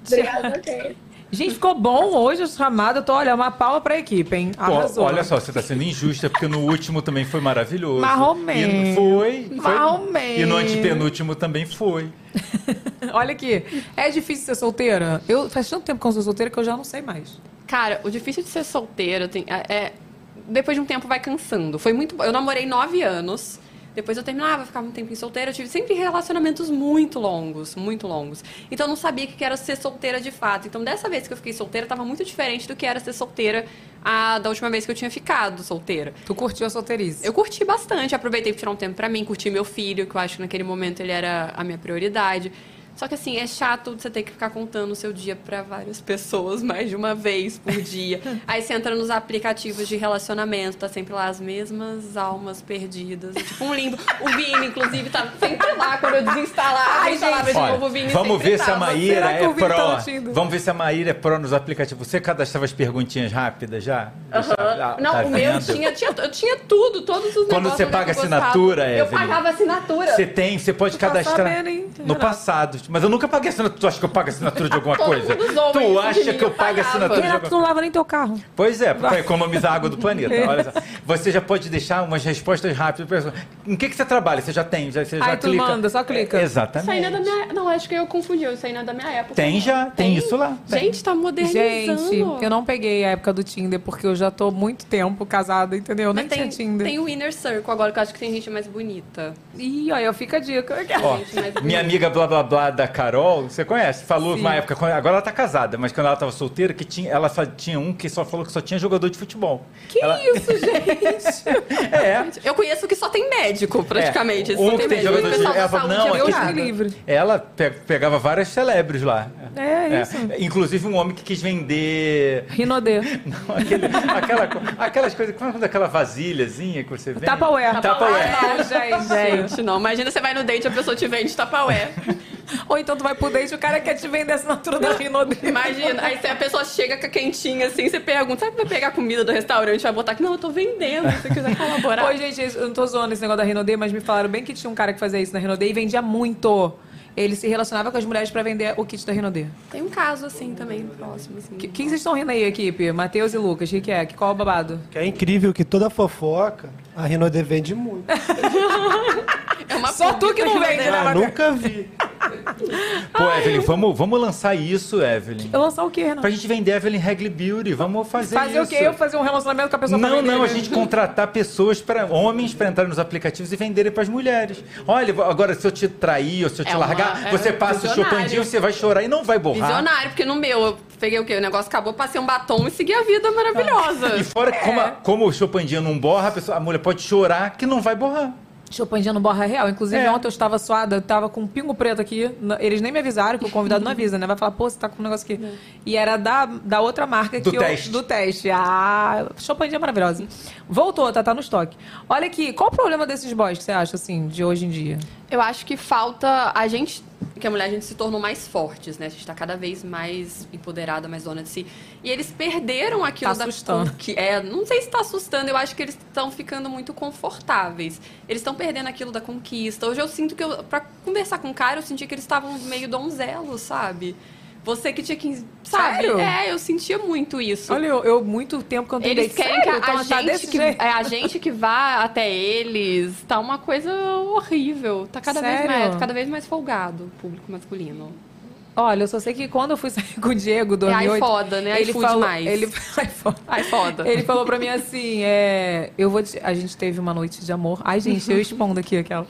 Speaker 14: Obrigada, ok.
Speaker 1: Gente, ficou bom hoje o chamado. Eu tô, olha, uma palma pra equipe, hein?
Speaker 2: Pô,
Speaker 1: Arrasou.
Speaker 2: olha só, você tá sendo injusta, porque no último também foi maravilhoso.
Speaker 1: Marromeno.
Speaker 2: E Foi. foi.
Speaker 1: Marromeno.
Speaker 2: E no antepenúltimo também foi.
Speaker 1: Olha aqui. É difícil ser solteira? Eu faz tanto tempo que eu sou solteira que eu já não sei mais.
Speaker 6: Cara, o difícil de ser solteiro tem- é, é- Depois de um tempo vai cansando. Foi muito bom. Eu namorei nove anos. Depois eu terminava, ficava um tempo em solteira. Eu tive sempre relacionamentos muito longos, muito longos. Então eu não sabia o que era ser solteira de fato. Então dessa vez que eu fiquei solteira, tava muito diferente do que era ser solteira a- da última vez que eu tinha ficado solteira.
Speaker 1: Tu curtiu a solteirice?
Speaker 6: Eu curti bastante, aproveitei pra tirar um tempo pra mim, curti meu filho, que eu acho que naquele momento ele era a minha prioridade. Só que assim, é chato você ter que ficar contando o seu dia pra várias pessoas mais de uma vez por dia. Aí você entra nos aplicativos de relacionamento, tá sempre lá as mesmas almas perdidas. Tipo um limbo. O Vini, inclusive, tá sempre lá quando eu desinstalar,
Speaker 1: Ai,
Speaker 6: instalava de
Speaker 2: Olha,
Speaker 6: novo o Vini.
Speaker 2: vamos
Speaker 6: sempre
Speaker 2: ver se a
Speaker 6: tava.
Speaker 2: Maíra
Speaker 1: Será que
Speaker 2: é
Speaker 1: o Vini tá
Speaker 2: pró.
Speaker 1: no Tinder?
Speaker 2: Vamos ver se a Maíra é pró nos aplicativos. Você cadastrava as perguntinhas rápidas já? Tá-
Speaker 6: Aham. Ah, Não,
Speaker 2: tá
Speaker 6: o meu
Speaker 2: vendo?
Speaker 6: tinha, tinha, eu tinha tudo, todos os
Speaker 2: Quando
Speaker 6: negócios
Speaker 2: você
Speaker 6: onde
Speaker 2: paga
Speaker 6: eu gostava.
Speaker 2: assinatura,
Speaker 6: Eu
Speaker 2: Evelyn?
Speaker 6: pagava assinatura.
Speaker 2: Você tem, você pode
Speaker 1: tá
Speaker 2: cadastrar.
Speaker 1: sabendo, hein,
Speaker 2: No
Speaker 1: Renato?
Speaker 2: passado. Mas eu nunca paguei assinatura. Tu acha que eu pago assinatura de alguma
Speaker 6: Todo
Speaker 2: coisa?
Speaker 6: mundo zoa isso de
Speaker 2: Tu acha
Speaker 6: mim,
Speaker 2: que eu
Speaker 6: eu
Speaker 2: pago
Speaker 6: pagava.
Speaker 2: assinatura de
Speaker 1: Renato,
Speaker 2: alguma
Speaker 1: tu não lava nem teu carro.
Speaker 2: Pois é, para economizar água do planeta. Olha só. Você já pode deixar umas respostas rápidas. pra pessoa. Em que, que você trabalha? Você já tem, já, você já
Speaker 1: Aí tu
Speaker 2: clica.
Speaker 1: manda, só clica.
Speaker 2: É,
Speaker 6: Isso aí não é da
Speaker 2: exatamente.
Speaker 6: minha. Não, acho que eu confundi. Isso aí não é da minha época.
Speaker 2: Tem já, tem, isso lá. Tem.
Speaker 6: Gente, tá modernizando.
Speaker 1: Gente, eu não peguei a época do Tinder porque eu já tô muito tempo casada, entendeu? Eu
Speaker 6: Mas
Speaker 1: nem
Speaker 6: tem,
Speaker 1: tinha Tinder.
Speaker 6: tem o Inner Circle agora, que eu acho que tem gente mais bonita.
Speaker 1: Ih, olha, fica a dica.
Speaker 2: Ó,
Speaker 6: Gente, mas-
Speaker 2: minha amiga blá blá blá da Carol, você conhece? Falou uma época, quando- agora ela tá casada, mas quando ela tava solteira, que tinha, ela só tinha um que só falou que só tinha jogador de futebol.
Speaker 6: Que
Speaker 2: Ela-
Speaker 6: isso, gente?
Speaker 2: É.
Speaker 6: Eu conheço que só tem médico, praticamente.
Speaker 2: É,
Speaker 6: só
Speaker 2: um que tem jogador
Speaker 6: O
Speaker 2: de
Speaker 6: pessoal da
Speaker 2: ela fala,
Speaker 6: saúde
Speaker 2: não,
Speaker 6: é
Speaker 2: aqui-
Speaker 6: viado.
Speaker 2: Ela pe- pegava várias celebres lá.
Speaker 1: É, isso.
Speaker 2: Inclusive um homem que quis vender
Speaker 1: Rinodê.
Speaker 2: aquele- aquela co- aquelas coisas, como é o nome daquela vasilhazinha que você vende?
Speaker 1: Tupperware.
Speaker 2: Tupperware.
Speaker 1: Ah, não, gente, gente.
Speaker 6: tá, Gente, não. Imagina você vai no date e a pessoa te vende tá é. tapaué.
Speaker 1: Ou então tu vai pro date e o cara quer te vender a assinatura da Rinodê.
Speaker 6: Imagina. Aí se a pessoa chega com a quentinha assim, você pergunta, sabe que vai pegar a comida do restaurante? Vai botar aqui, não, eu tô vendendo, se você quiser colaborar.
Speaker 1: Pô, gente, eu não tô zoando esse negócio da Renaudet, mas me falaram bem que tinha um cara que fazia isso na Renaudet e vendia muito. Ele se relacionava com as mulheres pra vender o kit da Renaudet.
Speaker 6: Tem um caso assim também, próximo, assim.
Speaker 1: Que- Quem vocês estão rindo aí, equipe? Matheus e Lucas, o que, que é? Que- Qual o babado?
Speaker 15: Que é incrível que toda fofoca a Renaudê vende muito.
Speaker 6: É uma
Speaker 1: Só tu que não vende, né,
Speaker 15: Ah,
Speaker 1: Matheus?
Speaker 15: nunca vi.
Speaker 2: Pô, Evelyn, vamos, vamos lançar isso, Evelyn.
Speaker 1: Eu lançar o quê, Renan?
Speaker 2: Pra gente vender Evelyn Regli Beauty, vamos fazer,
Speaker 1: Fazer o
Speaker 2: isso.
Speaker 1: quê? Eu fazer um relacionamento com a pessoa pra
Speaker 2: Não,
Speaker 1: vender? né?
Speaker 2: não, a
Speaker 6: né?
Speaker 2: gente contratar pessoas para homens para entrar nos aplicativos e venderem para as mulheres. Olha, agora se eu te trair ou se eu te
Speaker 6: É uma-
Speaker 2: largar,
Speaker 6: é
Speaker 2: você
Speaker 6: um
Speaker 2: passa o
Speaker 6: visionário.
Speaker 2: Chopandinho, você vai chorar e não vai borrar.
Speaker 6: Visionário, porque no meu eu peguei o quê? O negócio acabou, passei um batom e segui a vida maravilhosa.
Speaker 2: E fora que
Speaker 6: É.
Speaker 2: como, a- como o Chopandinho não borra, a, pessoa- a mulher pode chorar que não vai borrar.
Speaker 1: Chopandia no Borra Real. Inclusive,
Speaker 2: É.
Speaker 1: ontem eu estava suada, eu tava com um pingo preto aqui. n- Eles nem me avisaram, que o convidado não avisa, né? Vai falar, pô, você tá com um negócio aqui. E era da, da outra marca
Speaker 2: Do
Speaker 1: que
Speaker 2: teste.
Speaker 1: eu. Do teste. Ah, Chopandia é maravilhosa. Voltou, tá, tá no estoque. Olha aqui, qual o problema desses boys que você acha, assim, de hoje em dia?
Speaker 6: Eu acho que falta a gente, que a mulher a gente se tornou mais fortes, né? A gente tá cada vez mais empoderada, mais dona de si. E eles perderam aquilo
Speaker 1: Tá
Speaker 6: da
Speaker 1: assustando.
Speaker 6: que é, não sei se tá assustando, eu acho que eles estão ficando muito confortáveis. Eles estão perdendo aquilo da conquista. Hoje eu sinto que eu para conversar com o cara, eu senti que eles estavam meio donzelos, sabe? Você que tinha 15, sabe?
Speaker 1: Sério?
Speaker 6: É, eu sentia muito isso.
Speaker 1: Olha, eu, eu muito tempo que eu não tenho
Speaker 6: Eles
Speaker 1: date.
Speaker 6: querem
Speaker 1: Sério?
Speaker 6: que a,
Speaker 1: Então, tá
Speaker 6: gente
Speaker 1: desse
Speaker 6: que,
Speaker 1: jeito?
Speaker 6: é, a gente que vá até eles. Tá uma coisa horrível. Tá cada
Speaker 1: Sério?
Speaker 6: vez mais, cada vez mais folgado o público masculino.
Speaker 1: Olha, eu só sei que quando eu fui sair com o Diego, 2008...
Speaker 6: É, aí foda, né? Aí
Speaker 1: Ele
Speaker 6: fui
Speaker 1: falou,
Speaker 6: demais.
Speaker 1: Ele, aí foda.
Speaker 6: Ai, foda.
Speaker 1: Ele falou pra mim assim, é, eu vou te- a gente teve uma noite de amor. Ai, gente, eu expondo aqui aquela.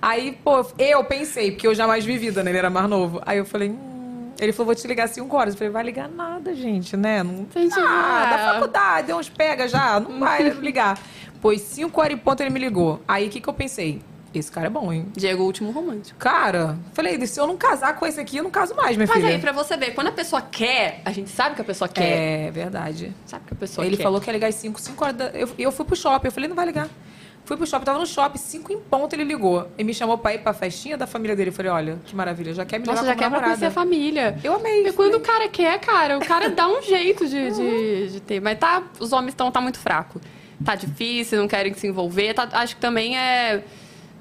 Speaker 1: Aí, pô, eu pensei, porque eu já mais vivida, né? Ele era mais novo. Aí eu falei, hum, Ele falou, vou te ligar às 5 horas. Eu falei, vai ligar nada, gente, né? Não tem
Speaker 6: Entendi.
Speaker 1: nada.
Speaker 6: Ah.
Speaker 1: Da faculdade, deu uns pega já. Não vai ligar. Pois 5 horas e ponto ele me ligou. Aí, o que que eu pensei? Esse cara é bom, hein?
Speaker 6: Diego, o último romântico.
Speaker 1: Cara, falei, se eu não casar com esse aqui, eu não caso mais, minha
Speaker 6: Mas
Speaker 1: filha.
Speaker 6: aí, pra você ver, quando a pessoa quer, a gente sabe que a pessoa quer.
Speaker 1: É verdade.
Speaker 6: Sabe que a pessoa
Speaker 1: Ele
Speaker 6: quer.
Speaker 1: falou que ia ligar às 5, 5 horas da... Eu, eu fui pro shopping, eu falei, não vai ligar. Fui pro shopping, tava no shopping, 5 em ponto ele ligou. E me chamou pra ir pra festinha da família dele. Eu falei, olha, que maravilha, já quer me
Speaker 6: Nossa,
Speaker 1: levar
Speaker 6: já
Speaker 1: como
Speaker 6: quer pra
Speaker 1: namorada.
Speaker 6: conhecer a família.
Speaker 1: Eu amei.
Speaker 6: E É quando o cara quer, cara, o cara dá um jeito de, de, de ter. Mas tá, os homens estão tá muito fraco. Tá difícil, não querem se envolver. tá- acho que também é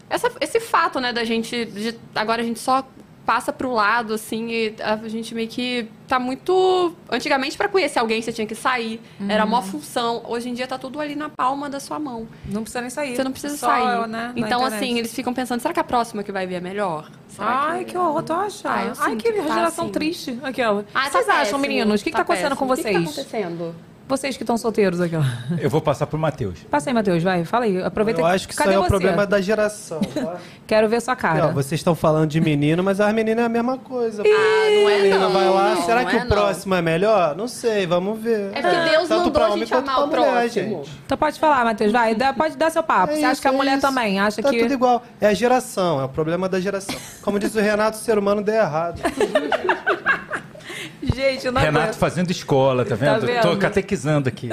Speaker 6: essa- esse fato, né, da gente de- agora a gente só passa pro lado assim e a gente meio que tá muito antigamente pra conhecer alguém você tinha que sair, era
Speaker 1: Uhum.
Speaker 6: uma função. Hoje em dia tá tudo ali na palma da sua mão.
Speaker 1: Não precisa nem sair.
Speaker 6: Você não precisa
Speaker 1: Só, né,
Speaker 6: sair.
Speaker 1: na
Speaker 6: então
Speaker 1: internet.
Speaker 6: assim, eles ficam pensando, será que a próxima que vai vir é melhor? Será
Speaker 1: Ai, que... horror, tu acha?
Speaker 6: Ah, eu
Speaker 1: Ai,
Speaker 6: sinto
Speaker 1: que
Speaker 6: que tá
Speaker 1: geração
Speaker 6: assim.
Speaker 1: triste. Aquela.
Speaker 6: Ah, tá
Speaker 1: vocês acham,
Speaker 6: péssimo,
Speaker 1: meninos? O que, que tá,
Speaker 6: tá
Speaker 1: acontecendo com
Speaker 6: péssimo. O que que
Speaker 1: vocês?
Speaker 6: tá acontecendo?
Speaker 1: Vocês que estão solteiros aqui, ó.
Speaker 2: Eu vou passar pro Matheus.
Speaker 1: Passa aí, Matheus, vai. Fala aí. Aproveita
Speaker 15: Eu acho que isso
Speaker 1: Cadê
Speaker 15: aí é o
Speaker 1: você?
Speaker 15: problema da geração. tá?
Speaker 1: Quero ver sua cara.
Speaker 15: Não, vocês estão falando de menino, mas as meninas é a mesma coisa.
Speaker 6: Ah, não é
Speaker 15: menina
Speaker 6: não,
Speaker 15: vai lá,
Speaker 6: não,
Speaker 15: será
Speaker 6: não
Speaker 15: que
Speaker 6: é
Speaker 15: o
Speaker 6: não.
Speaker 15: próximo é melhor? Não sei, vamos ver.
Speaker 6: É porque Deus
Speaker 15: Tanto
Speaker 6: mandou
Speaker 15: pra
Speaker 6: a
Speaker 15: homem
Speaker 6: gente
Speaker 15: quanto
Speaker 6: amar
Speaker 15: pra
Speaker 6: o
Speaker 15: mulher,
Speaker 6: próximo.
Speaker 15: gente.
Speaker 1: Então pode falar, Matheus, vai. Dá- Pode dar seu papo.
Speaker 15: É
Speaker 1: você acha
Speaker 15: isso,
Speaker 1: que a
Speaker 15: é
Speaker 1: mulher
Speaker 15: isso.
Speaker 1: também? Acha
Speaker 15: Tá
Speaker 1: que.
Speaker 15: tudo igual. É a geração, é o problema da geração. Como disse o Renato, o ser humano deu errado.
Speaker 1: Gente, eu não
Speaker 2: Renato
Speaker 1: aguento.
Speaker 2: fazendo escola, tá vendo?
Speaker 1: vendo?
Speaker 2: Tô catequizando aqui.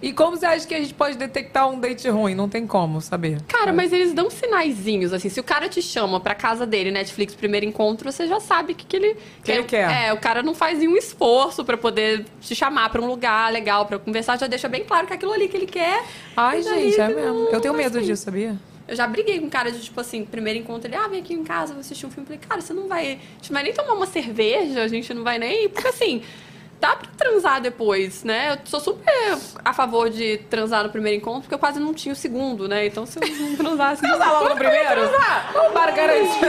Speaker 1: E como você acha que a gente pode detectar um date ruim? Não tem como saber.
Speaker 15: É.
Speaker 6: Cara, mas eles dão sinaizinhos, assim. Se o cara te chama pra casa dele, Netflix, primeiro encontro, você já sabe que, que ele
Speaker 1: Que ele quer.
Speaker 6: É, o cara não faz nenhum esforço pra poder te chamar pra um lugar legal pra conversar, já deixa bem claro que é aquilo ali que ele quer.
Speaker 1: Ai,
Speaker 6: E daí
Speaker 1: gente, é
Speaker 6: que não-
Speaker 1: mesmo. Eu tenho
Speaker 6: não
Speaker 1: medo
Speaker 6: assim.
Speaker 1: disso, sabia?
Speaker 6: Eu já briguei com um cara de, tipo assim, primeiro encontro, ele, ah, vem aqui em casa, vou assistir um filme. Eu Falei, cara, você não vai. A gente não vai nem tomar uma cerveja, a gente não vai nem. Porque assim, dá pra transar depois, né? Eu sou super a favor de transar no primeiro encontro, porque eu quase não tinha o segundo, né? Então se eu não transasse.
Speaker 1: Transar logo no
Speaker 6: Quando que eu ia
Speaker 1: primeiro?
Speaker 6: Transar?
Speaker 1: Para garantir.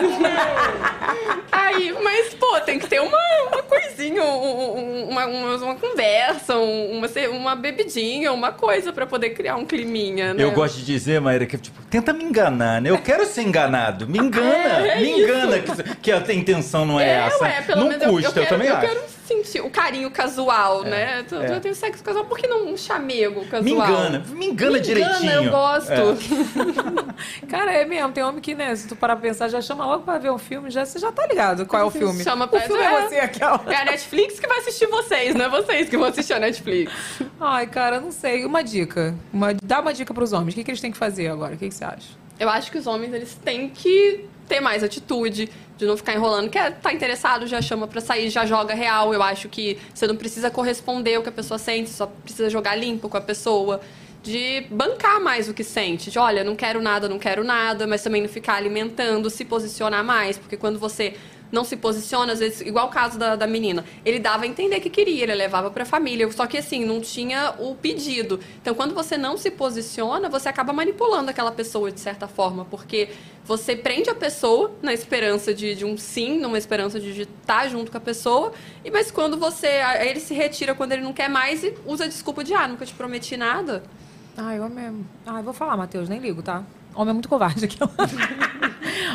Speaker 6: Aí, mas, pô, tem que ter uma, uma coisinha, um- um- uma, uma, uma conversa, um- uma, ce- uma bebidinha, uma coisa pra poder criar um climinha, né?
Speaker 2: Eu gosto de dizer, Maíra, que tipo, tenta me enganar, né? Eu quero ser enganado. Me engana,
Speaker 6: É, é
Speaker 2: me engana que, que a intenção não é, essa.
Speaker 6: ué, pelo
Speaker 2: não
Speaker 6: menos eu-
Speaker 2: custa, eu,
Speaker 6: eu, quero,
Speaker 2: também
Speaker 6: eu
Speaker 2: acho.
Speaker 6: quero sentir o carinho casual, né? Eu,
Speaker 2: é.
Speaker 6: eu tenho sexo casual, por que não um chamego casual?
Speaker 2: Me engana, me engana direitinho.
Speaker 6: eu gosto.
Speaker 2: É.
Speaker 1: Cara, é mesmo. Tem homem que, né, se tu parar pra pensar, já chama logo pra ver um filme. Já, você já tá ligado qual é o filme.
Speaker 6: Chama
Speaker 1: o
Speaker 6: pra-
Speaker 1: filme é você, aquela.
Speaker 6: É a Netflix que vai assistir vocês, não é vocês que vão assistir a Netflix.
Speaker 1: Ai, cara, não sei. Uma dica. Uma- Dá uma dica pros homens. O que, que eles têm que fazer agora? O que, que você acha?
Speaker 6: Eu acho que os homens, eles têm que ter mais atitude, de não ficar enrolando. Quer tá interessado, já chama pra sair, já joga real. Eu acho que você não precisa corresponder o que a pessoa sente, só precisa jogar limpo com a pessoa. De bancar mais o que sente. De, olha, não quero nada, não quero nada, mas também não ficar alimentando, se posicionar mais. Porque quando você não se posiciona, às vezes, igual o caso da, da menina. Ele dava a entender que queria, ele levava pra família, só que assim, não tinha o pedido. Então, quando você não se posiciona, você acaba manipulando aquela pessoa de certa forma, porque você prende a pessoa na esperança de, de um sim, numa esperança de estar junto com a pessoa, e mas quando você. aí Ele se retira quando ele não quer mais e usa a desculpa de, ah, nunca te prometi nada.
Speaker 1: Ai, Ah, eu mesmo. Ai, vou falar, Matheus, nem ligo, tá? Homem é muito covarde aqui.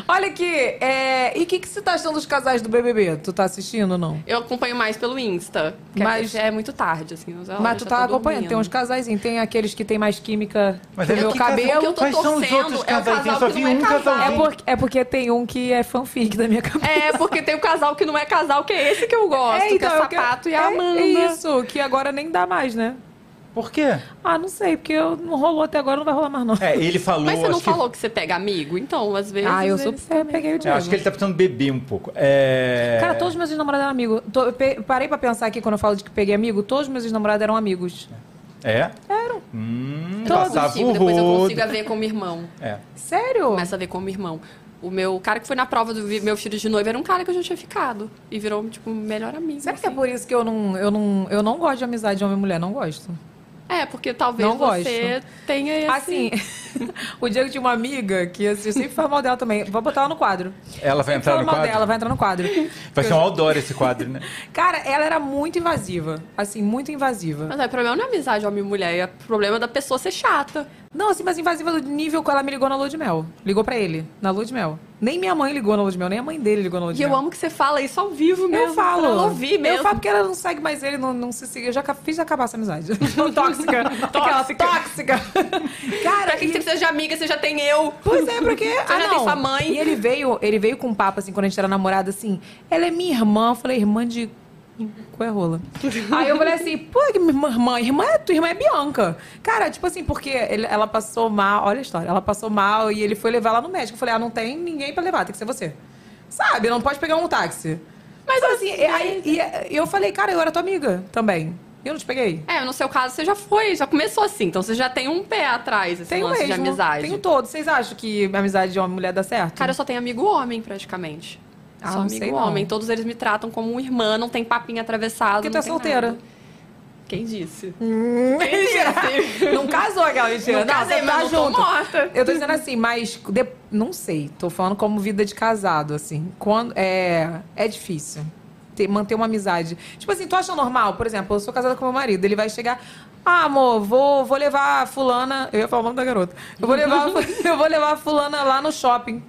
Speaker 1: Olha aqui, é, e o que, que você tá achando dos casais do BBB? Tu tá assistindo ou não?
Speaker 6: Eu acompanho mais pelo Insta, que
Speaker 1: Mas-
Speaker 6: mas... é muito tarde, assim. eu já-
Speaker 1: Mas tu
Speaker 6: já
Speaker 1: tá
Speaker 6: tô
Speaker 1: acompanhando, tem
Speaker 6: dormindo.
Speaker 1: uns casais, tem aqueles que tem mais química
Speaker 2: Mas
Speaker 1: que
Speaker 2: é
Speaker 1: meu
Speaker 2: que casal-
Speaker 1: cabelo.
Speaker 2: o que eu tô Quais são os torcendo outros é o casais? Tem casal só que não vi é um casal. casalzinho.
Speaker 1: É porque, é porque tem um que é fanfic da minha cabeça.
Speaker 6: É, porque tem o casal que não é casal, que é esse que eu gosto, que é o
Speaker 1: que-
Speaker 6: sapato e a
Speaker 1: é-
Speaker 6: Amanda.
Speaker 1: É isso, que agora nem dá mais, né?
Speaker 2: Por quê?
Speaker 1: Ah, não sei, porque eu- não rolou até agora, não vai rolar mais não.
Speaker 2: É, ele falou.
Speaker 6: Mas você não
Speaker 2: acho
Speaker 6: falou que... você pega amigo? Então, às vezes.
Speaker 1: Ah, eu
Speaker 6: eles
Speaker 1: super
Speaker 6: também-
Speaker 1: peguei o
Speaker 2: que... Eu
Speaker 1: Diego.
Speaker 2: acho que ele tá precisando beber um pouco. É...
Speaker 1: Cara, todos os meus namorados eram amigos. Tô- eu pe- parei pra pensar aqui quando eu falo de que peguei amigo, todos os meus namorados eram amigos.
Speaker 2: É?
Speaker 1: Eram.
Speaker 2: Hum,
Speaker 6: Eu não
Speaker 2: passava
Speaker 6: consigo,
Speaker 2: o
Speaker 6: depois eu
Speaker 2: rodo.
Speaker 6: consigo a ver com meu irmão.
Speaker 2: É.
Speaker 1: Sério?
Speaker 6: Começa a ver com meu irmão. O meu cara que foi na prova do vi- meu filho de noiva era um cara que eu já tinha ficado. E virou, tipo, o melhor amigo. assim.
Speaker 1: Será que é por isso que eu não, eu não, eu não gosto de amizade de homem e mulher? Não gosto.
Speaker 6: É, porque talvez
Speaker 1: Não gosto.
Speaker 6: você tenha esse...
Speaker 1: Assim, o Diego tinha uma amiga que assim, eu sempre falo mal dela também. Vou botar ela no quadro.
Speaker 2: Ela vai entrar
Speaker 1: Falo
Speaker 2: Tá no
Speaker 1: mal
Speaker 2: quadro?
Speaker 1: dela, vai entrar no quadro.
Speaker 2: Vai ser um outdoor esse quadro, né?
Speaker 1: Cara, ela era muito invasiva. Assim, muito invasiva.
Speaker 6: Mas é, o problema não é amizade homem e mulher, é o problema da pessoa ser chata.
Speaker 1: Não, assim, mas invasiva do nível que ela me ligou na lua de mel. Ligou pra ele, na lua de mel. Nem minha mãe ligou na lua de mel, nem a mãe dele ligou na lua de
Speaker 6: E eu
Speaker 1: mel.
Speaker 6: amo que você fala isso ao vivo mesmo.
Speaker 1: Eu falo.
Speaker 6: Pra ouvir mesmo.
Speaker 1: Eu falo porque ela não segue mais ele, não, não se segue. Eu já ca- fiz acabar essa amizade. tóxica. Aquela tóxica. Cara,
Speaker 6: pra que, que você precisa de amiga? Você já tem eu.
Speaker 1: Pois é, porque.
Speaker 6: Você
Speaker 1: ah,
Speaker 6: já
Speaker 1: não.
Speaker 6: tem sua mãe.
Speaker 1: E ele veio, ele veio com um papo, assim, quando a gente era namorada, assim. Ela é minha irmã. Eu falei, irmã de. Qual é rola? Aí eu falei assim, pô, que minha irmã- irmã, irmã, é- tua irmã é Bianca. Cara, tipo assim, porque ele- ela passou mal, olha a história, ela passou mal e ele foi levar ela no médico. Eu falei, ah, não tem ninguém pra levar, tem que ser você. Sabe, não pode pegar um táxi. Mas assim, e aí, e- e eu falei, cara, eu era tua amiga também. E eu não te peguei.
Speaker 6: É, no seu caso, você já foi, já começou assim. Então você já tem um pé atrás, esse
Speaker 1: Tenho
Speaker 6: lance
Speaker 1: um mesmo.
Speaker 6: de amizade.
Speaker 1: Tenho todo. Vocês acham que a amizade de homem e mulher dá certo?
Speaker 6: Cara, eu só tenho amigo homem, praticamente.
Speaker 1: Ah,
Speaker 6: só
Speaker 1: não
Speaker 6: amigo
Speaker 1: sei não.
Speaker 6: homem. Todos eles me tratam como um irmã, não tem papinho atravessado.
Speaker 1: Porque tu
Speaker 6: não
Speaker 1: é
Speaker 6: tem
Speaker 1: solteira. Hum.
Speaker 6: nada. Quem disse?
Speaker 1: Mentira. Não casou aquela mentira.
Speaker 6: Não casei,
Speaker 1: você tá
Speaker 6: mas não tô morta.
Speaker 1: Eu tô dizendo assim, mas... de- Não sei. Tô falando como vida de casado, assim. Quando... É, é difícil. ter- manter uma amizade. Tipo assim, tu acha normal? Por exemplo, eu sou casada com meu marido. Ele vai chegar... Ah, amor, vou, vou levar a fulana... Eu ia falar o nome da garota. Eu vou levar, eu vou levar a fulana lá no shopping.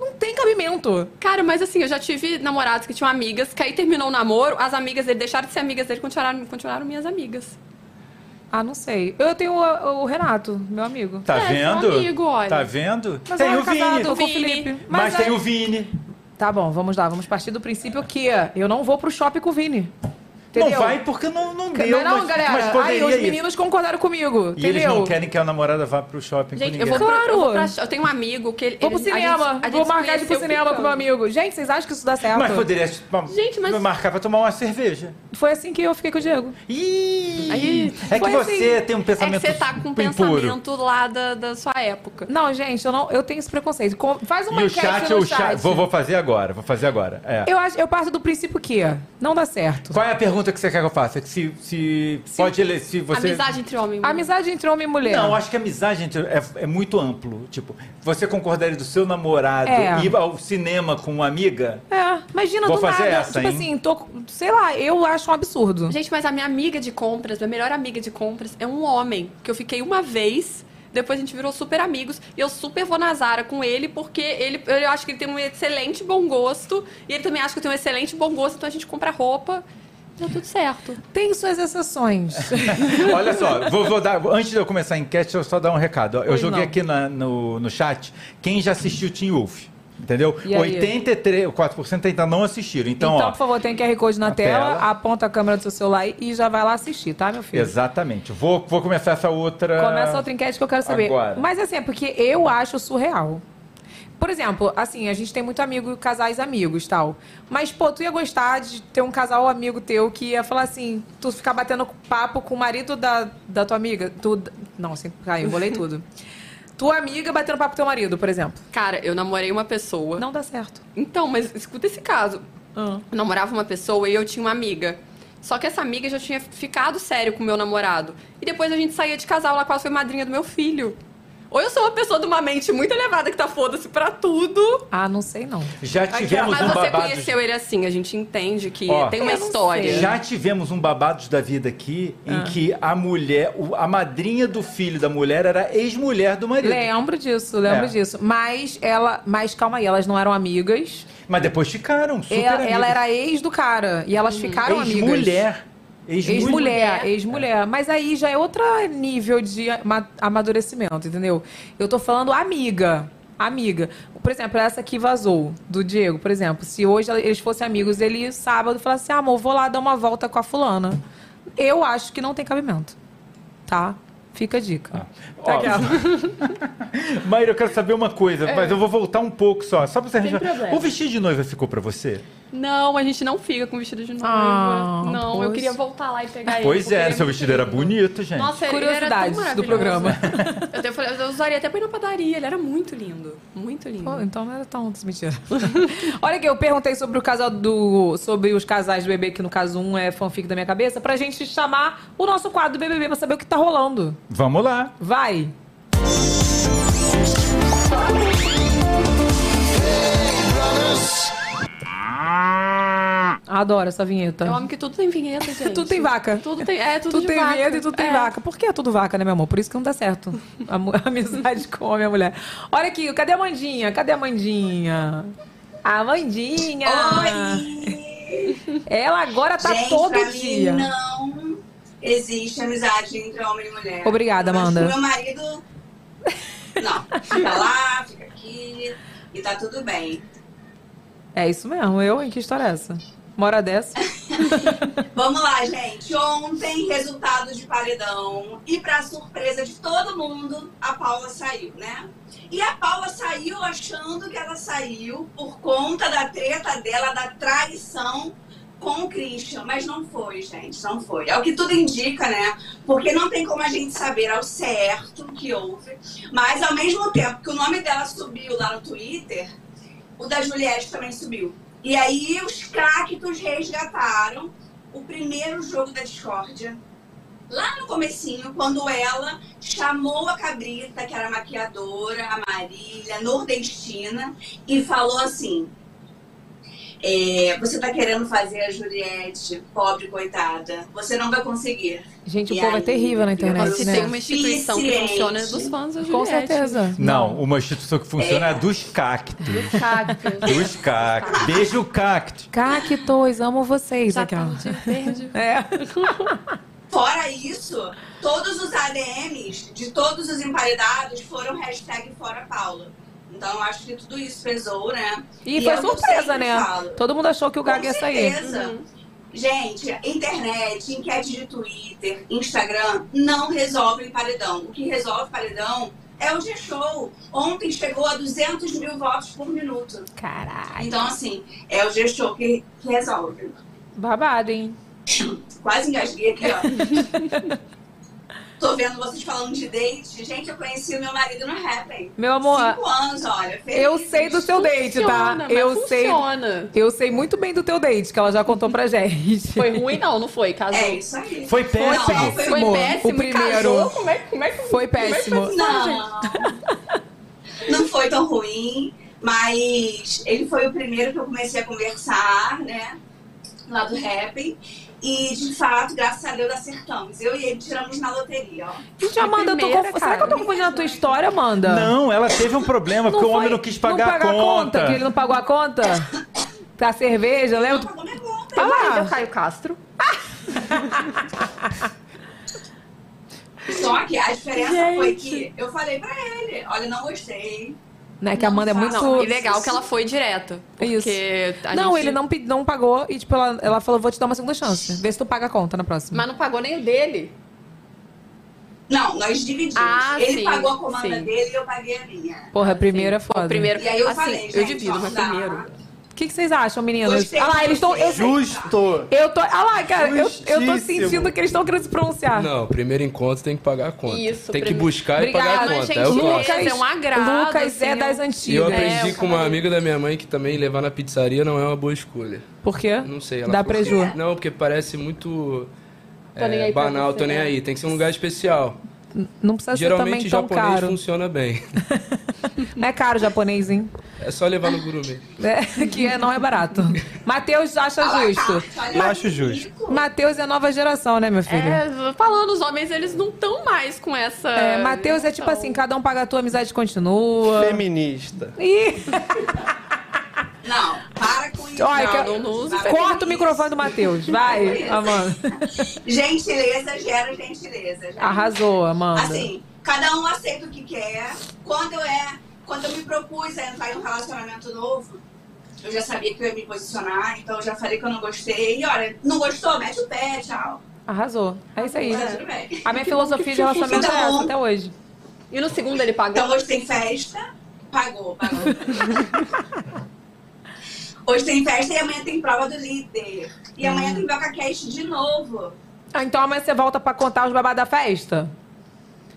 Speaker 1: Não tem cabimento.
Speaker 6: Cara, mas assim, eu já tive namorados que tinham amigas, que aí terminou o namoro, as amigas dele deixaram de ser amigas dele, continuaram, continuaram minhas amigas.
Speaker 1: Ah, não sei. Eu tenho o, o Renato, meu amigo.
Speaker 2: Tá
Speaker 6: É, são
Speaker 2: vendo?
Speaker 6: amigo, olha.
Speaker 2: Tá vendo?
Speaker 1: Mas
Speaker 2: tem
Speaker 1: eu
Speaker 2: o
Speaker 1: era casado
Speaker 2: Vini.
Speaker 1: com o Felipe. é
Speaker 2: Mas, tem
Speaker 1: aí-
Speaker 2: o Vini.
Speaker 1: Tá bom, vamos lá. Vamos partir do princípio que eu não vou pro shopping com o Vini. Entendeu?
Speaker 2: Não vai porque não, não deu.
Speaker 1: Não, não,
Speaker 2: mas,
Speaker 1: galera.
Speaker 2: mas poderia
Speaker 1: aí os
Speaker 2: ir.
Speaker 1: meninos concordaram comigo.
Speaker 2: E eles
Speaker 1: entendeu?
Speaker 2: não querem que a namorada vá pro shopping com
Speaker 6: Gente,
Speaker 2: ninguém.
Speaker 6: eu vou, pra, eu, vou pra,
Speaker 1: Claro.
Speaker 6: eu tenho um amigo que ele.
Speaker 1: Vou pro
Speaker 6: ele- a
Speaker 1: cinema.
Speaker 6: gente- a gente
Speaker 1: vou
Speaker 6: se
Speaker 1: marcar de ir pro
Speaker 6: conheceu
Speaker 1: cinema com meu
Speaker 6: ficando.
Speaker 1: amigo. Gente, vocês acham que isso dá certo?
Speaker 2: Mas poderia tipo,
Speaker 1: Gente, mas-
Speaker 2: marcar pra tomar uma cerveja.
Speaker 1: Foi assim que eu fiquei com o Diego.
Speaker 2: Ih!
Speaker 6: Aí,
Speaker 2: É que
Speaker 6: foi
Speaker 2: você
Speaker 6: assim.
Speaker 2: tem um pensamento
Speaker 6: É que você tá com um
Speaker 2: impuro.
Speaker 6: pensamento lá da, da sua época.
Speaker 1: Não, gente, eu, não, eu tenho esse preconceito. Com- Faz uma
Speaker 2: E o
Speaker 1: enquete
Speaker 2: chat,
Speaker 1: é no
Speaker 2: o chat. Vou, vou fazer agora, vou fazer agora. É.
Speaker 1: Eu, acho, eu parto do princípio que não dá certo.
Speaker 2: Qual é a pergunta que você quer que eu faça? Que se, se, pode ele, se você.
Speaker 6: entre homem e
Speaker 1: mulher. Amizade entre homem e mulher.
Speaker 2: Não, acho que a amizade entre- é, é muito amplo. Tipo, você concordaria do seu namorado
Speaker 1: É.
Speaker 2: ir ao cinema com uma amiga?
Speaker 1: É, imagina
Speaker 2: Vou
Speaker 1: do
Speaker 2: fazer
Speaker 1: nada.
Speaker 2: essa,
Speaker 1: tipo
Speaker 2: hein?
Speaker 1: assim, tô, sei lá, eu acho um absurdo.
Speaker 6: Gente, mas a minha amiga de compras, minha melhor amiga de compras, é um homem que eu fiquei uma vez. Depois a gente virou super amigos e eu super vou na Zara com ele porque ele, eu acho que ele tem um excelente bom gosto e ele também acha que eu tenho um excelente bom gosto, então a gente compra roupa, deu tudo certo.
Speaker 1: Tem suas exceções.
Speaker 2: Olha só, vou, vou dar, antes de eu começar a enquete, deixa eu só dar um recado. Eu
Speaker 1: Pois
Speaker 2: joguei
Speaker 1: não.
Speaker 2: aqui na- no, no chat quem já assistiu Teen Wolf. Entendeu?
Speaker 1: E aí?
Speaker 2: 83,4% ainda não assistiram. Então,
Speaker 1: Então,
Speaker 2: ó.
Speaker 1: por favor, tem QR Code na tela,
Speaker 2: tela.
Speaker 1: aponta a câmera do seu celular e- e já vai lá assistir, tá, meu filho?
Speaker 2: Exatamente. Vou, vou começar essa outra.
Speaker 1: Começa outra enquete que eu quero saber.
Speaker 2: Agora.
Speaker 1: Mas assim, é porque eu acho surreal. Por exemplo, assim, a gente tem muito amigo, casais amigos tal. Mas, pô, tu ia gostar de ter um casal amigo teu que ia falar assim, tu ficar batendo papo com o marido da, da tua amiga. Tu, não, assim, caiu, bolei tudo. tua amiga batendo papo com teu marido, por exemplo.
Speaker 6: Cara, eu namorei uma pessoa.
Speaker 1: Não dá certo.
Speaker 6: Então, mas escuta esse caso. Eu namorava uma pessoa e eu tinha uma amiga. Só que essa amiga já tinha ficado sério com o meu namorado. E depois a gente saía de casal, ela quase foi madrinha do meu filho. Ou eu sou uma pessoa de uma mente muito elevada que tá foda-se pra tudo.
Speaker 1: Ah, não sei não.
Speaker 2: Já tivemos
Speaker 6: Mas
Speaker 2: um
Speaker 6: você
Speaker 2: babado.
Speaker 6: conheceu ele assim, a gente entende que
Speaker 2: Ó,
Speaker 6: tem uma
Speaker 2: eu não
Speaker 6: história.
Speaker 2: Já tivemos um babados da vida aqui em
Speaker 6: Ah.
Speaker 2: que a mulher, o- a madrinha do filho da mulher era ex-mulher do marido.
Speaker 1: Lembro disso, lembro
Speaker 2: É.
Speaker 1: disso. Mas ela. Mas calma aí, elas não eram amigas.
Speaker 2: Mas depois ficaram super
Speaker 1: Ela,
Speaker 2: amigas.
Speaker 1: ela era ex do cara. E
Speaker 6: Hum.
Speaker 1: elas ficaram amigas.
Speaker 2: Ex-mulher.
Speaker 1: Ex-mulher, ex-mulher. Mas aí já é outro nível de ama- amadurecimento, entendeu? Eu tô falando amiga. Amiga. Por exemplo, essa que vazou, do Diego, por exemplo. Se hoje ela- eles fossem amigos, ele sábado falasse assim: ah, amor, vou lá dar uma volta com a fulana. Eu acho que não tem cabimento. Tá? Fica a
Speaker 2: Ah.
Speaker 1: dica. Tá
Speaker 2: Ó,
Speaker 1: aquela.
Speaker 2: Maíra, eu quero saber uma coisa,
Speaker 6: É.
Speaker 2: mas eu vou voltar um pouco só. Só pra você
Speaker 6: Sem
Speaker 2: arranjar.
Speaker 6: problema.
Speaker 2: O vestido de noiva ficou pra você?
Speaker 6: Não, a gente não fica com vestido de noiva.
Speaker 2: Ah,
Speaker 6: não, eu
Speaker 2: pois.
Speaker 6: queria voltar lá e pegar ele.
Speaker 2: pois
Speaker 6: porque ele
Speaker 2: é,
Speaker 6: muito
Speaker 2: seu vestido era bonito, gente.
Speaker 6: Nossa, ele era tão
Speaker 1: Curiosidades do
Speaker 6: maravilhoso.
Speaker 1: programa.
Speaker 6: Eu, até falei, eu usaria até pra ir na padaria, ele era muito lindo. Muito lindo.
Speaker 1: Pô, então não era tão desmentido. Olha aqui, eu perguntei sobre o casal do. sobre os casais do bebê, que no caso um é fanfic da minha cabeça, pra gente chamar o nosso quadro do BBB pra saber o que tá rolando.
Speaker 2: Vamos lá.
Speaker 1: Vai! Adoro essa vinheta.
Speaker 6: Eu amo que tudo tem vinheta, gente.
Speaker 1: Tudo tem vaca.
Speaker 6: Tudo tem, é, tudo,
Speaker 1: Tudo
Speaker 6: de
Speaker 1: tem
Speaker 6: vaca.
Speaker 1: vinheta e tudo tem
Speaker 6: É.
Speaker 1: vaca. Por que é tudo vaca, né, meu amor? Por isso que não dá certo a mu- a amizade com a minha mulher. Olha aqui, cadê a Mandinha? Cadê a Mandinha? A Mandinha! Ela agora tá
Speaker 16: Gente,
Speaker 1: todo
Speaker 16: pra mim,
Speaker 1: dia.
Speaker 16: não existe amizade entre homem e mulher.
Speaker 1: Obrigada,
Speaker 16: Mas
Speaker 1: Amanda.
Speaker 16: pro Meu marido. Não, fica lá, fica aqui e tá tudo bem.
Speaker 1: É isso mesmo, eu, hein? Que história é essa? Uma hora dessa.
Speaker 16: Vamos lá, gente. Ontem, resultado de paredão. E pra surpresa de todo mundo, a Paula saiu, né? E a Paula saiu achando que ela saiu por conta da treta dela, da traição com o Christian. Mas não foi, gente. Não foi. É o que tudo indica, né? Porque não tem como a gente saber ao certo o que houve. Mas ao mesmo tempo que o nome dela subiu lá no Twitter, o da Juliette também subiu. E aí os cactos resgataram o primeiro jogo da discórdia. Lá no comecinho, quando ela chamou a Cabrita, que era a maquiadora, a Marília, nordestina, e falou assim, é, você tá querendo fazer a Juliette, pobre coitada, você não vai conseguir.
Speaker 1: Gente,
Speaker 16: E
Speaker 1: o povo
Speaker 16: aí,
Speaker 1: é terrível na internet.
Speaker 16: Mas se
Speaker 1: né?
Speaker 16: tem uma instituição que funciona, é dos
Speaker 6: fãs da
Speaker 1: Com
Speaker 6: Juliette.
Speaker 1: certeza.
Speaker 2: Não, uma instituição que funciona é a dos cactos. Dos cactos. Beijo, cacto.
Speaker 1: Cactos, amo vocês,
Speaker 6: tá
Speaker 1: É. Raquel.
Speaker 16: Fora isso, todos os ADMs de todos os emparedados foram hashtag fora Paula. Então eu acho que tudo isso pesou, né?
Speaker 1: E foi
Speaker 16: é o que eu
Speaker 1: surpresa,
Speaker 16: sempre
Speaker 1: né?
Speaker 16: falo.
Speaker 1: Todo mundo achou que o Gaga
Speaker 16: Com
Speaker 1: ia sair.
Speaker 16: certeza. Gente, internet, enquete de Twitter, Instagram não resolvem paredão. O que resolve paredão é o G-Show. Ontem chegou a 200 mil votos por minuto.
Speaker 1: Caraca.
Speaker 16: Então, assim, é o G-Show que, que resolve.
Speaker 1: Babado, hein?
Speaker 16: Quase engasguei aqui, ó. Tô vendo vocês falando de date. Gente, eu conheci o meu marido no Happn.
Speaker 1: Meu amor,
Speaker 16: Cinco anos, olha. Feliz.
Speaker 1: Eu sei do seu date, tá?
Speaker 6: mas
Speaker 1: Eu
Speaker 6: funciona.
Speaker 1: sei. Eu sei muito bem do teu date, que ela já contou pra gente.
Speaker 6: Foi ruim, não, não foi, casou.
Speaker 16: É isso aí.
Speaker 2: Foi péssimo.
Speaker 6: Foi, péssimo.
Speaker 1: O primeiro.
Speaker 6: Casou, como é, como é que
Speaker 1: Foi
Speaker 6: como é que
Speaker 1: péssimo.
Speaker 6: faz isso, gente?
Speaker 16: Não. Não foi tão ruim, mas ele foi o primeiro que eu comecei a conversar, né? Lá do Happn. E, de fato, graças a Deus, acertamos. Eu e ele tiramos na loteria, ó.
Speaker 1: Gente, Amanda, eu tô
Speaker 16: Primeira,
Speaker 1: confu-
Speaker 16: cara.
Speaker 1: será que eu tô confundindo a tua história, Amanda?
Speaker 2: Não, ela teve um problema, porque o homem não quis pagar
Speaker 1: não pagar
Speaker 2: a conta.
Speaker 1: Que ele não pagou a conta? Da cerveja, lembra? Não pagou
Speaker 16: minha conta.
Speaker 1: Tá lá.
Speaker 6: Caio Castro.
Speaker 16: Só que a diferença foi
Speaker 6: Gente.
Speaker 16: que eu falei pra ele, olha, não gostei.
Speaker 1: Né, que a Amanda é muito...
Speaker 6: Não, e legal que ela foi direto. Porque
Speaker 1: Isso.
Speaker 6: a
Speaker 1: Não,
Speaker 6: gente-
Speaker 1: ele não, pe- não pagou e, tipo, ela, ela falou, vou te dar uma segunda chance. Vê se tu paga a conta na próxima.
Speaker 6: Mas não pagou nem o dele.
Speaker 16: Não, nós dividimos.
Speaker 6: Ah,
Speaker 16: ele
Speaker 6: sim,
Speaker 16: pagou a comanda
Speaker 6: sim.
Speaker 16: dele e eu paguei a minha.
Speaker 1: Porra, a primeira é foda.
Speaker 6: primeiro-
Speaker 16: E aí eu
Speaker 6: Assim,
Speaker 16: falei,
Speaker 6: eu
Speaker 16: gente,
Speaker 6: divido,
Speaker 16: ó,
Speaker 6: mas
Speaker 16: dá.
Speaker 6: primeiro.
Speaker 1: O que, que vocês acham, meninas?
Speaker 16: Gostei
Speaker 1: Ah lá,
Speaker 16: de
Speaker 1: eles estão... Eu,
Speaker 17: Justo!
Speaker 1: eu tô... Ah lá, cara, eu, eu tô
Speaker 17: Justíssimo.
Speaker 1: sentindo que eles estão querendo se pronunciar.
Speaker 18: Não, primeiro encontro tem que pagar a conta.
Speaker 1: Isso,
Speaker 18: tem que
Speaker 1: primeiro-
Speaker 18: buscar e pagar a
Speaker 1: Obrigada,
Speaker 18: conta.
Speaker 1: gente,
Speaker 18: é o que eu
Speaker 1: Lucas,
Speaker 18: acho.
Speaker 1: é um agrado, Lucas é assim, das é um- antigas.
Speaker 18: E eu aprendi
Speaker 1: É,
Speaker 18: com uma amiga da minha mãe que também levar na pizzaria não é uma boa escolha.
Speaker 1: Por quê?
Speaker 18: Não sei. Ela
Speaker 1: Dá
Speaker 18: falou assim,
Speaker 1: preju.
Speaker 18: Não, porque parece muito
Speaker 1: Tô
Speaker 18: é,
Speaker 1: nem aí pra
Speaker 18: banal,
Speaker 1: você,
Speaker 18: tô nem
Speaker 1: né?
Speaker 18: aí. Tem que ser um lugar especial.
Speaker 1: Não precisa
Speaker 18: Geralmente
Speaker 1: ser também tão
Speaker 18: japonês
Speaker 1: caro.
Speaker 18: funciona bem.
Speaker 1: Não é caro japonês, hein?
Speaker 18: É só levar no gourmet.
Speaker 1: É, que é- não é barato. Matheus acha justo.
Speaker 18: Eu acho justo.
Speaker 1: Matheus é nova geração, né, meu filho?
Speaker 6: É, falando, os homens, eles não estão mais com essa...
Speaker 1: É, Matheus é tipo assim, cada um paga a tua, a amizade continua.
Speaker 15: Feminista.
Speaker 1: Ih,
Speaker 16: Não, para com isso.
Speaker 1: olha, que- corta o microfone do Matheus. Vai,
Speaker 16: Beleza.
Speaker 1: Amanda.
Speaker 16: Gentileza gera gentileza. gente.
Speaker 1: Arrasou, Amanda.
Speaker 16: Assim, cada um aceita o que quer. Quando eu, é, quando eu me propus a entrar em um relacionamento novo, eu já sabia que eu ia me posicionar, então eu já falei que eu não gostei. E olha, não gostou? Mete o pé, tchau.
Speaker 1: Arrasou. É isso aí.
Speaker 16: Tá tudo bem.
Speaker 1: A minha filosofia de relacionamento é essa até hoje.
Speaker 6: E no segundo ele pagou?
Speaker 16: Então hoje tem festa, pagou, pagou. hoje tem festa e amanhã tem prova do líder. E amanhã tem BocaCast de novo.
Speaker 1: Ah, então amanhã você volta pra contar os babados da festa?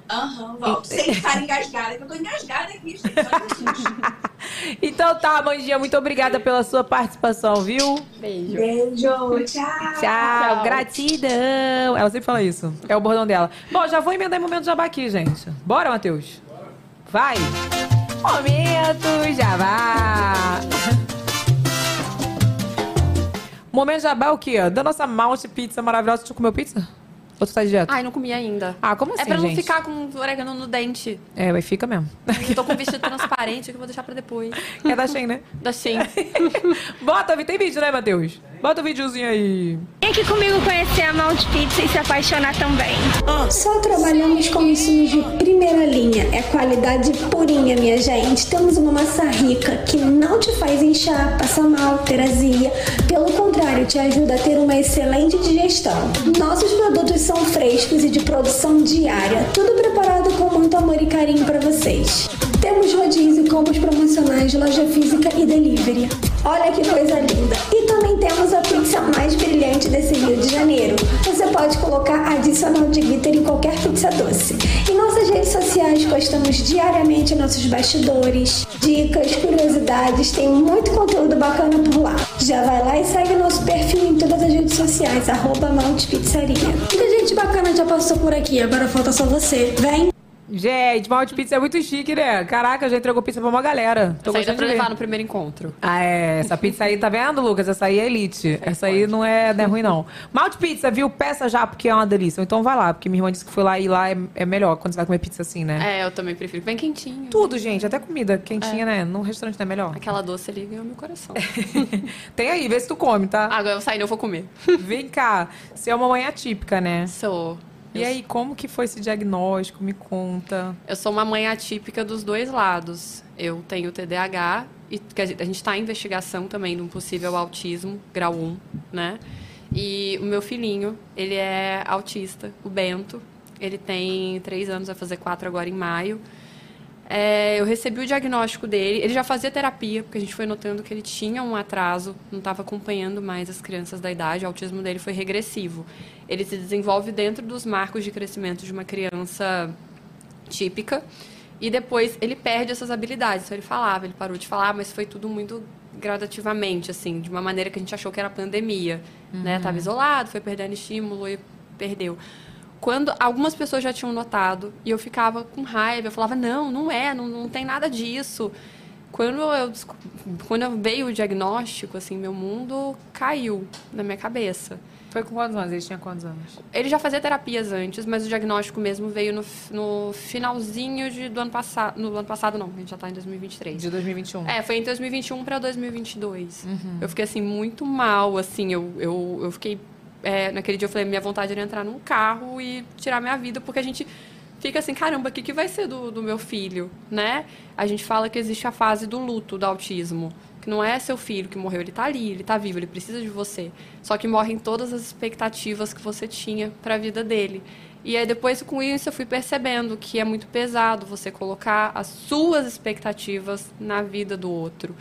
Speaker 16: Aham, volto. Sem estar engasgada, que eu tô engasgada aqui, gente.
Speaker 1: Então tá, Mandinha, muito obrigada pela sua participação, viu?
Speaker 6: Beijo.
Speaker 16: Beijo,
Speaker 6: Ah,
Speaker 16: tchau.
Speaker 1: Tchau, gratidão. Ela sempre fala isso. É o bordão dela. Bom, já vou emendar em momento jabá aqui, gente. Bora, Matheus? Vai. Momento jabá. Momento jabá é o quê? Da nossa malte pizza maravilhosa. Tu comeu pizza? Ou tu tá de dieta?
Speaker 6: Ai, não comi ainda.
Speaker 1: Ah, como assim,
Speaker 6: É pra não
Speaker 1: gente?
Speaker 6: ficar com o orégano no dente.
Speaker 1: É, mas fica mesmo.
Speaker 6: Eu tô com um vestido transparente que eu vou deixar pra depois.
Speaker 1: É da Shein, né?
Speaker 6: Da Shein.
Speaker 1: Bota, tem vídeo, né, Matheus? Bota o videozinho aí.
Speaker 19: Vem aqui comigo conhecer a Malt Pizza e se apaixonar também.
Speaker 20: Só trabalhamos com insumos de primeira linha. É qualidade purinha, minha gente. Temos uma massa rica que não te faz inchar, passar mal, ter azia. Pelo contrário, te ajuda a ter uma excelente digestão. Nossos produtos são frescos e de produção diária. Tudo preparado com muito amor e carinho para vocês. Temos rodízio, combos promocionais, loja física e delivery. Olha que coisa linda! E também temos a pizza mais brilhante desse Rio de Janeiro. Você pode colocar adicional de glitter em qualquer pizza doce. Em nossas redes sociais postamos diariamente nossos bastidores, dicas, curiosidades, tem muito conteúdo bacana por lá. Já vai lá e segue nosso perfil em todas as redes sociais, arroba Mount Pizzaria. Muita gente bacana já passou por aqui, agora falta só você. Vem!
Speaker 1: Gente, malte pizza é muito chique, né? Caraca, já entregou pizza pra uma galera. Tô
Speaker 6: Essa aí dá
Speaker 1: gostando
Speaker 6: pra
Speaker 1: de ver.
Speaker 6: levar no primeiro encontro.
Speaker 1: Ah, é. Essa pizza aí, tá vendo, Lucas? Essa aí é elite. Essa aí não é, não é ruim, não. Malte pizza, viu? Peça já, porque é uma delícia. Então vai lá, porque minha irmã disse que foi lá e lá é, é melhor quando você vai comer pizza assim, né?
Speaker 6: É, eu também prefiro. Bem quentinho.
Speaker 1: Tudo, gente. Até comida quentinha, né? Num restaurante não é melhor.
Speaker 6: Aquela doce ali ganhou meu coração.
Speaker 1: Tem aí, vê se tu come, tá?
Speaker 6: Agora eu saindo, eu vou comer.
Speaker 1: Vem cá. Você é uma mãe atípica, né?
Speaker 6: Sou.
Speaker 1: E
Speaker 6: é
Speaker 1: aí, como que foi esse diagnóstico? Me conta.
Speaker 6: Eu sou uma mãe atípica dos dois lados. Eu tenho TDAH, e que a gente- a gente está em investigação também de um possível autismo, grau 1, né? E o meu filhinho, ele é autista, o Bento. Ele tem três anos, vai fazer quatro agora em maio. É, eu recebi o diagnóstico dele. Ele já fazia terapia, porque a gente foi notando que ele tinha um atraso, não estava acompanhando mais as crianças da idade. O autismo dele foi regressivo. Ele se desenvolve dentro dos marcos de crescimento de uma criança típica. E depois ele perde essas habilidades. Então ele falava, ele parou de falar, mas foi tudo muito gradativamente, assim, de uma maneira que a gente achou que era pandemia. Né?
Speaker 2: Uhum.
Speaker 6: Tava isolado, foi perdendo estímulo e perdeu. Quando algumas pessoas já tinham notado e eu ficava com raiva, eu falava, não, não é, não, não tem nada disso. Quando eu, desco- quando eu veio o diagnóstico, assim, meu mundo caiu na minha cabeça.
Speaker 1: Foi com quantos anos? Ele tinha quantos anos?
Speaker 6: Ele já fazia terapias antes, mas o diagnóstico mesmo veio no, f- no finalzinho de, do ano passado. No ano passado, não, a gente já tá em 2023.
Speaker 1: De 2021.
Speaker 6: É, foi em 2021 para 2022. Eu fiquei, assim, muito mal, assim. Eu, eu, eu fiquei. é, naquele dia eu falei, minha vontade era entrar num carro e tirar minha vida, porque a gente fica assim, caramba, o que, que vai ser do, do meu filho, né? A gente fala que existe a fase do luto, do autismo. Que não é seu filho que morreu, ele tá ali, ele tá vivo, ele precisa de você. Só que morrem todas as expectativas que você tinha para a vida dele. E aí depois com isso eu fui percebendo que é muito pesado você colocar as suas expectativas na vida do outro,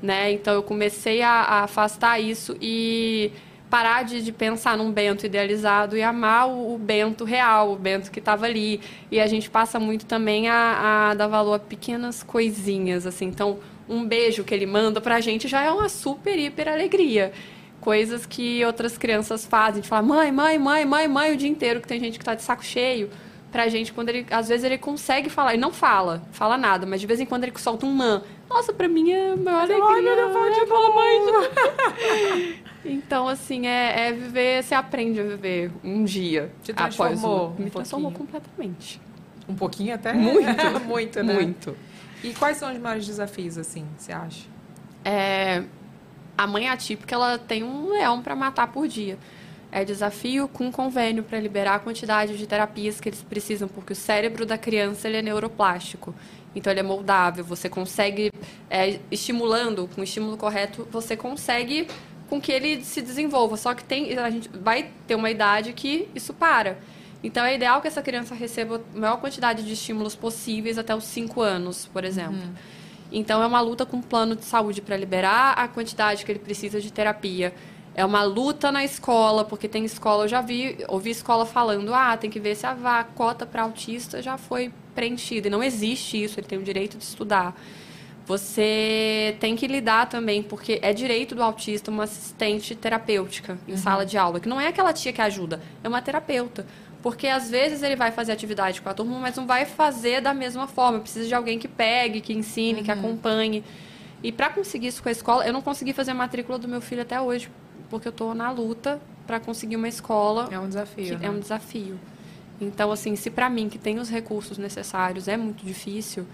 Speaker 6: né? Então eu comecei a, a afastar isso e parar de, de pensar num Bento idealizado e amar o, o Bento real, o Bento que estava ali. E a gente passa muito também a, a dar valor a pequenas coisinhas, assim. Então, um beijo que ele manda pra gente já é uma super, hiper alegria. Coisas que outras crianças fazem, de falar mãe, mãe, mãe, mãe, mãe o dia inteiro, que tem gente que tá de saco cheio. Pra gente, quando ele, às vezes ele consegue falar, ele não fala, fala nada, mas de vez em quando ele solta um man. Nossa, pra mim é a maior alegria. Olha, eu vou de mãe, então, assim, é, é viver, você aprende a viver um dia.
Speaker 1: Te
Speaker 6: após o-
Speaker 1: transformou um
Speaker 6: Me transformou
Speaker 1: pouquinho.
Speaker 6: completamente.
Speaker 1: Um pouquinho até?
Speaker 6: Muito.
Speaker 1: Muito, né?
Speaker 6: Muito.
Speaker 1: E quais são os maiores desafios, assim, você acha?
Speaker 6: É, a mãe é atípica, ela tem um leão pra matar por dia. É desafio com convênio pra liberar a quantidade de terapias que eles precisam, porque o cérebro da criança ele é neuroplástico. Então ele é moldável, você consegue, é, estimulando, com o estímulo correto, você consegue com que ele se desenvolva. Só que tem, a gente vai ter uma idade que isso para. Então é ideal que essa criança receba a maior quantidade de estímulos possíveis até os 5 anos, por exemplo. Então é uma luta com o plano de saúde para liberar a quantidade que ele precisa de terapia. É uma luta na escola, porque tem escola, eu já vi, ouvi escola falando, ah, tem que ver se a va- cota para autista já foi preenchida. E não existe isso, ele tem o direito de estudar. Você tem que lidar também, porque é direito do autista uma assistente terapêutica em
Speaker 2: Uhum.
Speaker 6: sala de aula, que não é aquela tia que ajuda, é uma terapeuta. Porque às vezes ele vai fazer atividade com a turma, mas não vai fazer da mesma forma. Precisa de alguém que pegue, que ensine, que acompanhe. E para conseguir isso com a escola, eu não consegui fazer a matrícula do meu filho até hoje porque eu tô na luta para conseguir uma escola.
Speaker 1: É um desafio.
Speaker 6: que É um desafio. Então, assim, se para mim, que tem os recursos necessários, é muito difícil,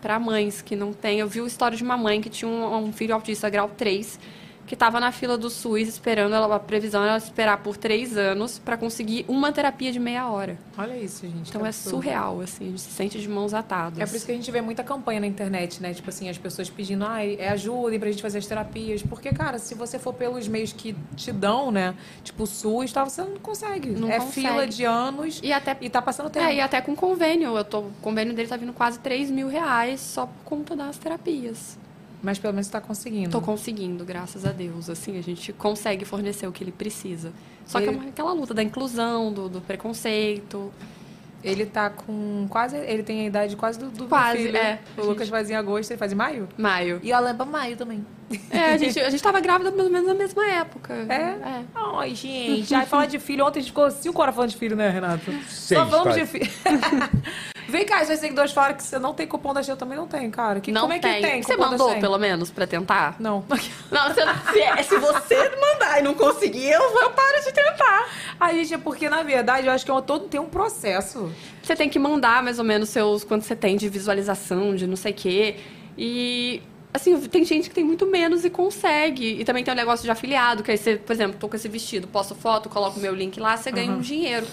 Speaker 6: para mães que não têm. Eu vi a história de uma mãe que tinha um, um filho autista grau 3, que estava na fila do SUS esperando, ela, a previsão era ela esperar por três anos para conseguir uma terapia de meia hora.
Speaker 1: Olha isso, gente.
Speaker 6: Então
Speaker 1: que
Speaker 6: é
Speaker 1: absurdo.
Speaker 6: surreal, assim, a gente se sente de mãos atadas.
Speaker 1: É por isso que a gente vê muita campanha na internet, né? Tipo assim, as pessoas pedindo, ah, é ajudem pra gente fazer as terapias. Porque, cara, se você for pelos meios que te dão, né? Tipo o SUS, tal, você não consegue.
Speaker 6: Não
Speaker 1: é
Speaker 6: consegue.
Speaker 1: fila de anos
Speaker 6: e, até,
Speaker 1: e tá passando tempo.
Speaker 6: É, e até com convênio. Eu tô, o convênio dele tá vindo quase 3 mil reais só por conta das terapias.
Speaker 1: Mas pelo menos você tá conseguindo.
Speaker 6: Tô conseguindo, graças a Deus. Assim, a gente consegue fornecer o que ele precisa. Só que
Speaker 1: Ele-
Speaker 6: é uma- aquela luta da inclusão, do, do preconceito.
Speaker 1: Ele tá com quase. Ele tem a idade quase do, do meu
Speaker 6: Quase,
Speaker 1: filho.
Speaker 6: é.
Speaker 1: O Lucas faz em agosto, ele faz em maio?
Speaker 6: Maio.
Speaker 1: E a Lampa maio também.
Speaker 6: É, a gente, a gente tava grávida pelo menos na mesma época.
Speaker 1: É? Ai, gente. Ai, falar de filho. Ontem a gente ficou cinco horas falando de filho, né, Renato?
Speaker 6: Seis,
Speaker 1: Só falamos
Speaker 6: quase.
Speaker 1: de filho. Vem cá, seus seguidores falaram que você não tem cupom da Shein. Eu também não tenho, cara. Que,
Speaker 6: Não
Speaker 1: como é que
Speaker 6: tem.
Speaker 1: tem?
Speaker 6: Você
Speaker 1: cupom da
Speaker 6: mandou,
Speaker 1: Shein?
Speaker 6: pelo menos, pra tentar?
Speaker 1: Não.
Speaker 6: Não, se, se- se você mandar e não conseguir, eu, eu paro de tentar.
Speaker 1: Ai, gente, é porque, na verdade, eu acho que eu todo tem um processo.
Speaker 6: Você tem que mandar mais ou menos seus quanto você tem de visualização, de não sei o quê. E assim, tem gente que tem muito menos e consegue. E também tem o negócio de afiliado, que aí você, por exemplo, tô com esse vestido, posto foto, coloco meu link lá, você ganha um dinheiro.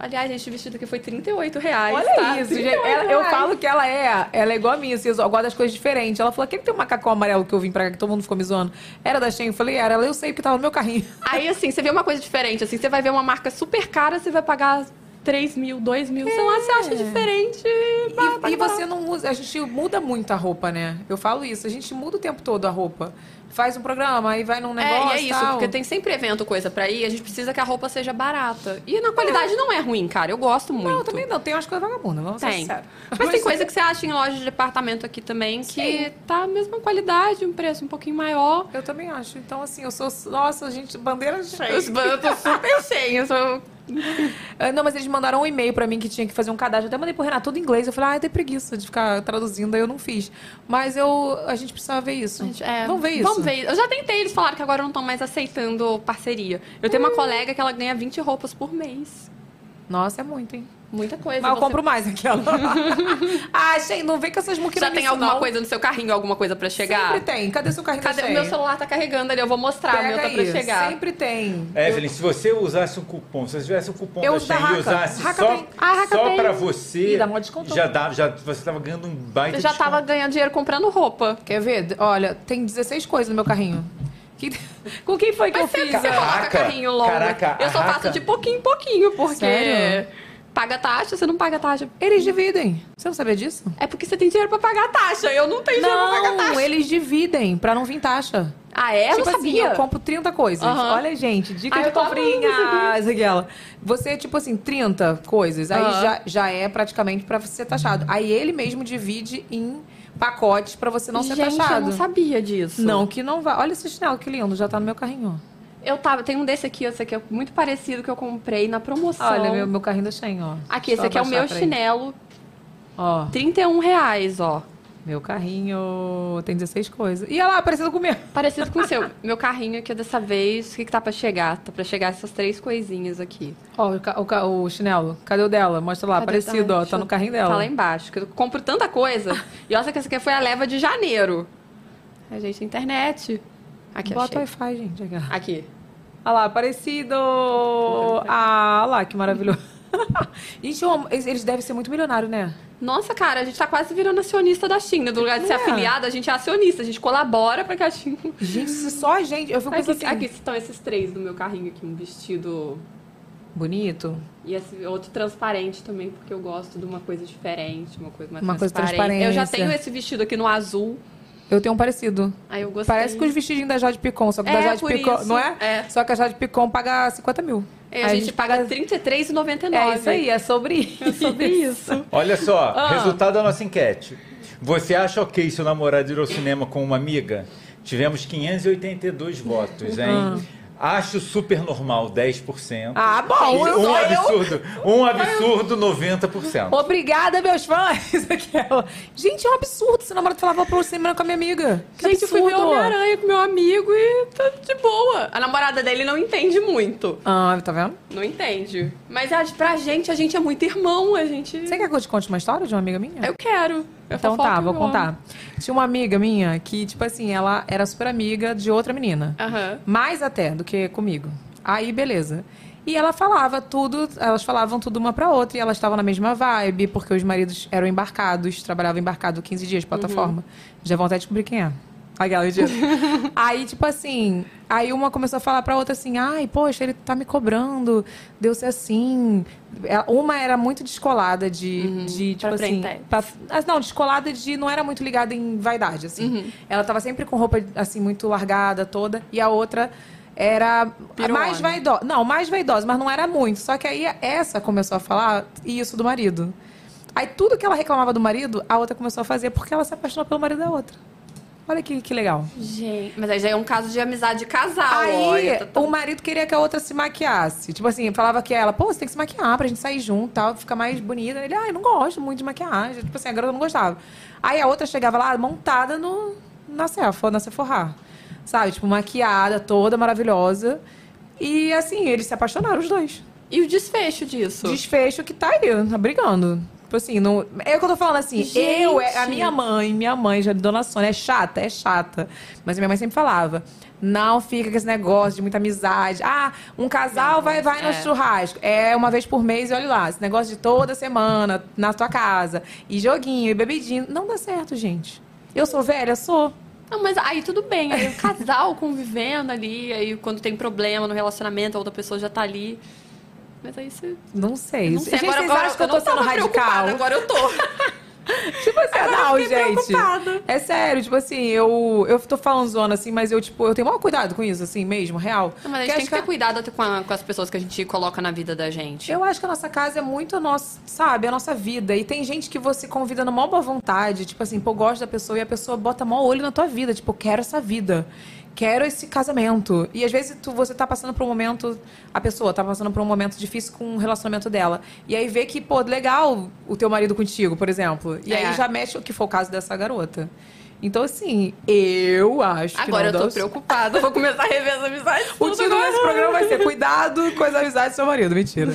Speaker 6: Aliás, gente, o vestido aqui foi 38 reais.
Speaker 1: Olha
Speaker 6: tá?
Speaker 1: isso, gente.
Speaker 6: 38
Speaker 1: Ela- eu
Speaker 6: reais.
Speaker 1: falo que ela é, ela é igual a mim, assim, eu só gosto das coisas diferentes. Ela falou, aquele que tem um macacão amarelo que eu vim pra cá, que todo mundo ficou me zoando. Era da Shein? Eu falei, era. Ela, eu sei, porque tava no meu carrinho.
Speaker 6: Aí, assim, você vê uma coisa diferente, assim, você vai ver uma marca super cara, você vai pagar 3 mil, 2 mil, sei lá, você acha diferente.
Speaker 1: É. E, e você não usa. A gente muda muito a roupa, né? Eu falo isso. A gente muda o tempo todo a roupa. Faz um programa, aí vai num negócio.
Speaker 6: é, e é isso,
Speaker 1: tal.
Speaker 6: porque tem sempre evento, coisa pra ir, a gente precisa que a roupa seja barata. E na qualidade não é ruim, cara, eu gosto muito. Não,
Speaker 1: também não, tá tem umas coisas vagabundas, vamos ser
Speaker 6: tem.
Speaker 1: sinceros.
Speaker 6: Mas, tem coisa que você acha em loja de departamento aqui também, que
Speaker 1: é- Sim.
Speaker 6: tá a mesma qualidade, um preço um pouquinho maior.
Speaker 1: Eu também acho. Então, assim, eu sou. Nossa, gente, bandeira cheia.
Speaker 6: Os bancos super cheios. eu-
Speaker 1: Ah, Não, mas eles mandaram um e-mail pra mim que tinha que fazer um cadastro. Eu até mandei pro Renato tudo em inglês. Eu falei, ah, eu tenho preguiça de ficar traduzindo, aí eu não fiz. Mas eu, a gente precisava ver isso.
Speaker 6: É,
Speaker 1: vamos ver isso.
Speaker 6: Vamos ver. Eu já tentei, eles falaram que agora não estão mais aceitando parceria. Eu
Speaker 1: Hum.
Speaker 6: tenho uma colega que ela ganha 20 roupas por mês.
Speaker 1: Nossa, é muito, hein?
Speaker 6: Muita coisa.
Speaker 1: Mas eu
Speaker 6: você-
Speaker 1: compro mais aquela. ah, gente, não vem com essas muquiranices,
Speaker 6: Já tem alguma
Speaker 1: não.
Speaker 6: coisa no seu carrinho, alguma coisa pra chegar?
Speaker 1: Sempre tem. Cadê seu carrinho
Speaker 6: Cadê?
Speaker 1: cheio?
Speaker 6: O meu celular tá carregando ali, eu vou mostrar, o meu
Speaker 1: Pega
Speaker 6: tá pra
Speaker 1: aí,
Speaker 6: chegar.
Speaker 1: Sempre tem.
Speaker 2: Evelyn, se você usasse um cupom, se você tivesse um cupom
Speaker 1: Eu
Speaker 2: da
Speaker 1: uso da
Speaker 2: Shein
Speaker 1: Raca.
Speaker 2: e usasse
Speaker 1: Raca
Speaker 2: só,
Speaker 1: tem. Ah, Raca
Speaker 2: só
Speaker 1: tem.
Speaker 2: pra você,
Speaker 1: Ih, dá mó descontão.
Speaker 2: já dava, já, você tava ganhando um baita
Speaker 6: Eu já tava ganhando dinheiro comprando roupa.
Speaker 1: Quer ver? Olha, tem 16 coisas no meu carrinho. Que- Com quem foi que
Speaker 6: Mas
Speaker 1: eu
Speaker 6: sempre
Speaker 1: fiz?
Speaker 6: que você
Speaker 1: a-
Speaker 6: coloca carrinho longo.
Speaker 1: Caraca,
Speaker 6: eu só
Speaker 1: arraca.
Speaker 6: faço de pouquinho em pouquinho, porque
Speaker 1: Sério?
Speaker 6: paga taxa, você não paga taxa.
Speaker 1: Eles dividem. Você não sabia disso?
Speaker 6: É porque você tem dinheiro pra pagar taxa. Eu não tenho dinheiro pra pagar taxa.
Speaker 1: Não, eles dividem pra não vir taxa.
Speaker 6: Ah, é? Eu
Speaker 1: Tipo
Speaker 6: não
Speaker 1: assim,
Speaker 6: sabia.
Speaker 1: eu compro 30 coisas.
Speaker 6: Aham.
Speaker 1: Olha, gente, dica
Speaker 6: Ah,
Speaker 1: de
Speaker 6: eu tava vendo
Speaker 1: comprinhas,
Speaker 6: isso aqui.
Speaker 1: aquela. Você, tipo assim, 30 coisas. Aí
Speaker 6: Aham.
Speaker 1: já, já é praticamente pra você ser taxado. Aí ele mesmo divide em pacotes pra você não ser
Speaker 6: Gente,
Speaker 1: é taxado.
Speaker 6: eu não sabia disso.
Speaker 1: Não, que não vai. Olha esse chinelo, que lindo. Já tá no meu carrinho, ó.
Speaker 6: Eu tava, tem um desse aqui, esse aqui é muito parecido que eu comprei na promoção.
Speaker 1: Olha, meu, meu carrinho da Shein, ó.
Speaker 6: Aqui, esse
Speaker 1: Só
Speaker 6: aqui é o
Speaker 1: abaixar
Speaker 6: meu
Speaker 1: pra ele.
Speaker 6: chinelo.
Speaker 1: Ó.
Speaker 6: 31 reais, ó.
Speaker 1: Meu carrinho tem 16 coisas. E olha lá, parecido com o meu.
Speaker 6: Parecido com o seu. Meu carrinho aqui é dessa vez, o que, que tá pra chegar? Tá pra chegar essas três coisinhas aqui.
Speaker 1: Ó, o ca- o, ca- o chinelo. Cadê o dela? Mostra lá,
Speaker 6: Cadê?
Speaker 1: parecido,
Speaker 6: Ah,
Speaker 1: ó.
Speaker 6: deixa
Speaker 1: Tá
Speaker 6: eu-
Speaker 1: no carrinho dela.
Speaker 6: Tá lá embaixo. Que eu compro tanta coisa. e olha que essa aqui foi a leva de janeiro. A gente, internet. Aqui,
Speaker 1: É, Bota o
Speaker 6: achei.
Speaker 1: Wi-Fi, gente. Aqui.
Speaker 6: Aqui.
Speaker 1: Olha lá, parecido. Ah, olha lá, que maravilhoso. gente, eu amo- eles, eles devem ser muito milionários, né?
Speaker 6: Nossa, cara, a gente tá quase virando acionista da China. Do lugar de ser
Speaker 1: É.
Speaker 6: afiliada, a gente é acionista. A gente colabora pra que a China...
Speaker 1: Gente, se só a gente... Eu fico
Speaker 6: Aqui,
Speaker 1: pensando assim...
Speaker 6: aqui estão esses três do meu carrinho aqui. Um vestido...
Speaker 1: Bonito.
Speaker 6: E esse outro transparente também, porque eu gosto de uma coisa diferente, uma coisa mais
Speaker 1: Uma coisa
Speaker 6: transparente.
Speaker 1: transparência.
Speaker 6: Eu já tenho esse vestido aqui no azul.
Speaker 1: Eu tenho um parecido.
Speaker 6: Aí eu gostei.
Speaker 1: Parece com os vestidinhos da Jade Picon, só que da
Speaker 6: É,
Speaker 1: Jade
Speaker 6: por
Speaker 1: Picon,
Speaker 6: isso.
Speaker 1: não é? Só que a Jade Picon paga 50 mil.
Speaker 6: É, a, gente, paga R$33,99.
Speaker 1: É isso aí, é sobre isso. É sobre isso.
Speaker 2: Olha só,
Speaker 1: Ah.
Speaker 2: resultado da nossa enquete. Você acha ok seu namorado ir ao cinema com uma amiga? Tivemos 582 votos, hein?
Speaker 1: Ah.
Speaker 12: Acho super normal 10%.
Speaker 1: Ah, bom,
Speaker 12: E
Speaker 1: eu
Speaker 12: um
Speaker 1: sou eu.
Speaker 12: absurdo, um absurdo 90%.
Speaker 1: Obrigada, meus fãs. Aquela. Gente, é um absurdo. Seu namorado falava pra você morar com a minha amiga. Que
Speaker 6: Gente, eu fui ver
Speaker 1: absurdo.
Speaker 6: Homem-Aranha com meu amigo e tá de boa. A namorada dele não entende muito.
Speaker 1: Ah, tá vendo?
Speaker 6: Não entende. Mas acho, pra gente, a gente é muito irmão, a gente...
Speaker 1: Você quer que eu te conte uma história de uma amiga minha?
Speaker 6: Eu quero. É Eu
Speaker 1: Então
Speaker 6: fofoco
Speaker 1: tá,
Speaker 6: e
Speaker 1: vou
Speaker 6: eu amo.
Speaker 1: contar. Tinha uma amiga minha que, tipo assim, ela era super amiga de outra menina. Mais até do que comigo. Aí, beleza. E ela falava tudo, elas falavam tudo uma pra outra e elas estavam na mesma vibe, porque os maridos eram embarcados, trabalhavam embarcado 15 dias,
Speaker 6: Uhum.
Speaker 1: plataforma. Já vão até descobrir quem é. Aquela mentira. aí, tipo assim, aí uma começou a falar pra outra assim, ai, poxa, ele tá me cobrando, deu ser assim. Ela- Uma era muito descolada de, de tipo
Speaker 6: Uhum. pra
Speaker 1: assim.
Speaker 6: frente. é.
Speaker 1: pra- ah, não, descolada de. não era muito ligada em vaidade, assim. Ela tava sempre com roupa, assim, muito largada toda, e a outra. Era a
Speaker 6: Piruona.
Speaker 1: mais vaidosa. Não, mais vaidosa, mas não era muito. Só que aí essa começou a falar isso do marido. Aí tudo que ela reclamava do marido, a outra começou a fazer porque ela se apaixonou pelo marido da outra. Olha que, que legal.
Speaker 6: Gente, mas aí já é um caso de amizade de casal.
Speaker 1: Aí
Speaker 6: olha, tá tão-
Speaker 1: o marido queria que a outra se maquiasse. Tipo assim, falava que ela, pô, você tem que se maquiar pra gente sair junto, tal, ficar mais bonita. Ele, ai, não gosto muito de maquiagem. Tipo assim, a garota não gostava. Aí a outra chegava lá montada no, na Sephora, na Sephora. Sabe? Tipo, maquiada, toda maravilhosa. E assim, eles se apaixonaram os dois.
Speaker 6: E o desfecho disso?
Speaker 1: Desfecho que tá aí, tá brigando. Tipo assim, não... é o que eu tô falando assim. Eu, é- a
Speaker 6: Gente.
Speaker 1: minha mãe, minha mãe, já dona Sônia, é chata, é chata. Mas minha mãe sempre falava. Não fica com esse negócio de muita amizade. Ah, um casal vai, vai no
Speaker 6: é.
Speaker 1: churrasco. É uma vez por mês e olha lá. Esse negócio de toda semana, na tua casa. E joguinho, e bebidinho. Não dá certo, gente. Eu sou velha? Sou.
Speaker 6: Não, mas aí tudo bem, aí o casal convivendo ali, aí quando tem problema no relacionamento, a outra pessoa já tá ali. Mas aí você.
Speaker 1: Não sei.
Speaker 6: Eu não sei,
Speaker 1: Gente,
Speaker 6: agora-
Speaker 1: vocês
Speaker 6: agora
Speaker 1: acham que eu
Speaker 6: eu
Speaker 1: tô
Speaker 6: não
Speaker 1: sendo
Speaker 6: tava
Speaker 1: radical?
Speaker 6: preocupada, agora eu tô.
Speaker 1: Tipo assim,
Speaker 6: Agora eu
Speaker 1: não,
Speaker 6: fiquei
Speaker 1: gente.
Speaker 6: preocupada.
Speaker 1: É sério, tipo assim, eu, eu tô falando zona assim, mas eu, tipo, eu tenho maior cuidado com isso, assim, mesmo, real.
Speaker 6: Não,
Speaker 1: Porque
Speaker 6: mas a gente tem
Speaker 1: acho
Speaker 6: que ter cuidado até com, a- com as pessoas que a gente coloca na vida da gente.
Speaker 1: Eu acho que a nossa casa é muito a nossa, sabe, a nossa vida. E tem gente que você convida na maior boa vontade, tipo assim, pô, gosto da pessoa e a pessoa bota maior olho na tua vida, tipo, quero essa vida. Quero esse casamento. E às vezes tu, você tá passando por um momento, a pessoa tá passando por um momento difícil com o relacionamento dela. E aí vê que, pô, legal o teu marido contigo, por exemplo. E
Speaker 6: É.
Speaker 1: aí já mexe o que foi o caso dessa garota. Então, assim, eu acho que.
Speaker 6: Agora
Speaker 1: não
Speaker 6: eu
Speaker 1: dá
Speaker 6: tô
Speaker 1: o-
Speaker 6: preocupada, vou começar a rever as amizades.
Speaker 1: o é
Speaker 6: tudo
Speaker 1: título
Speaker 6: agora.
Speaker 1: desse programa vai ser Cuidado com as amizades do seu marido. Mentira.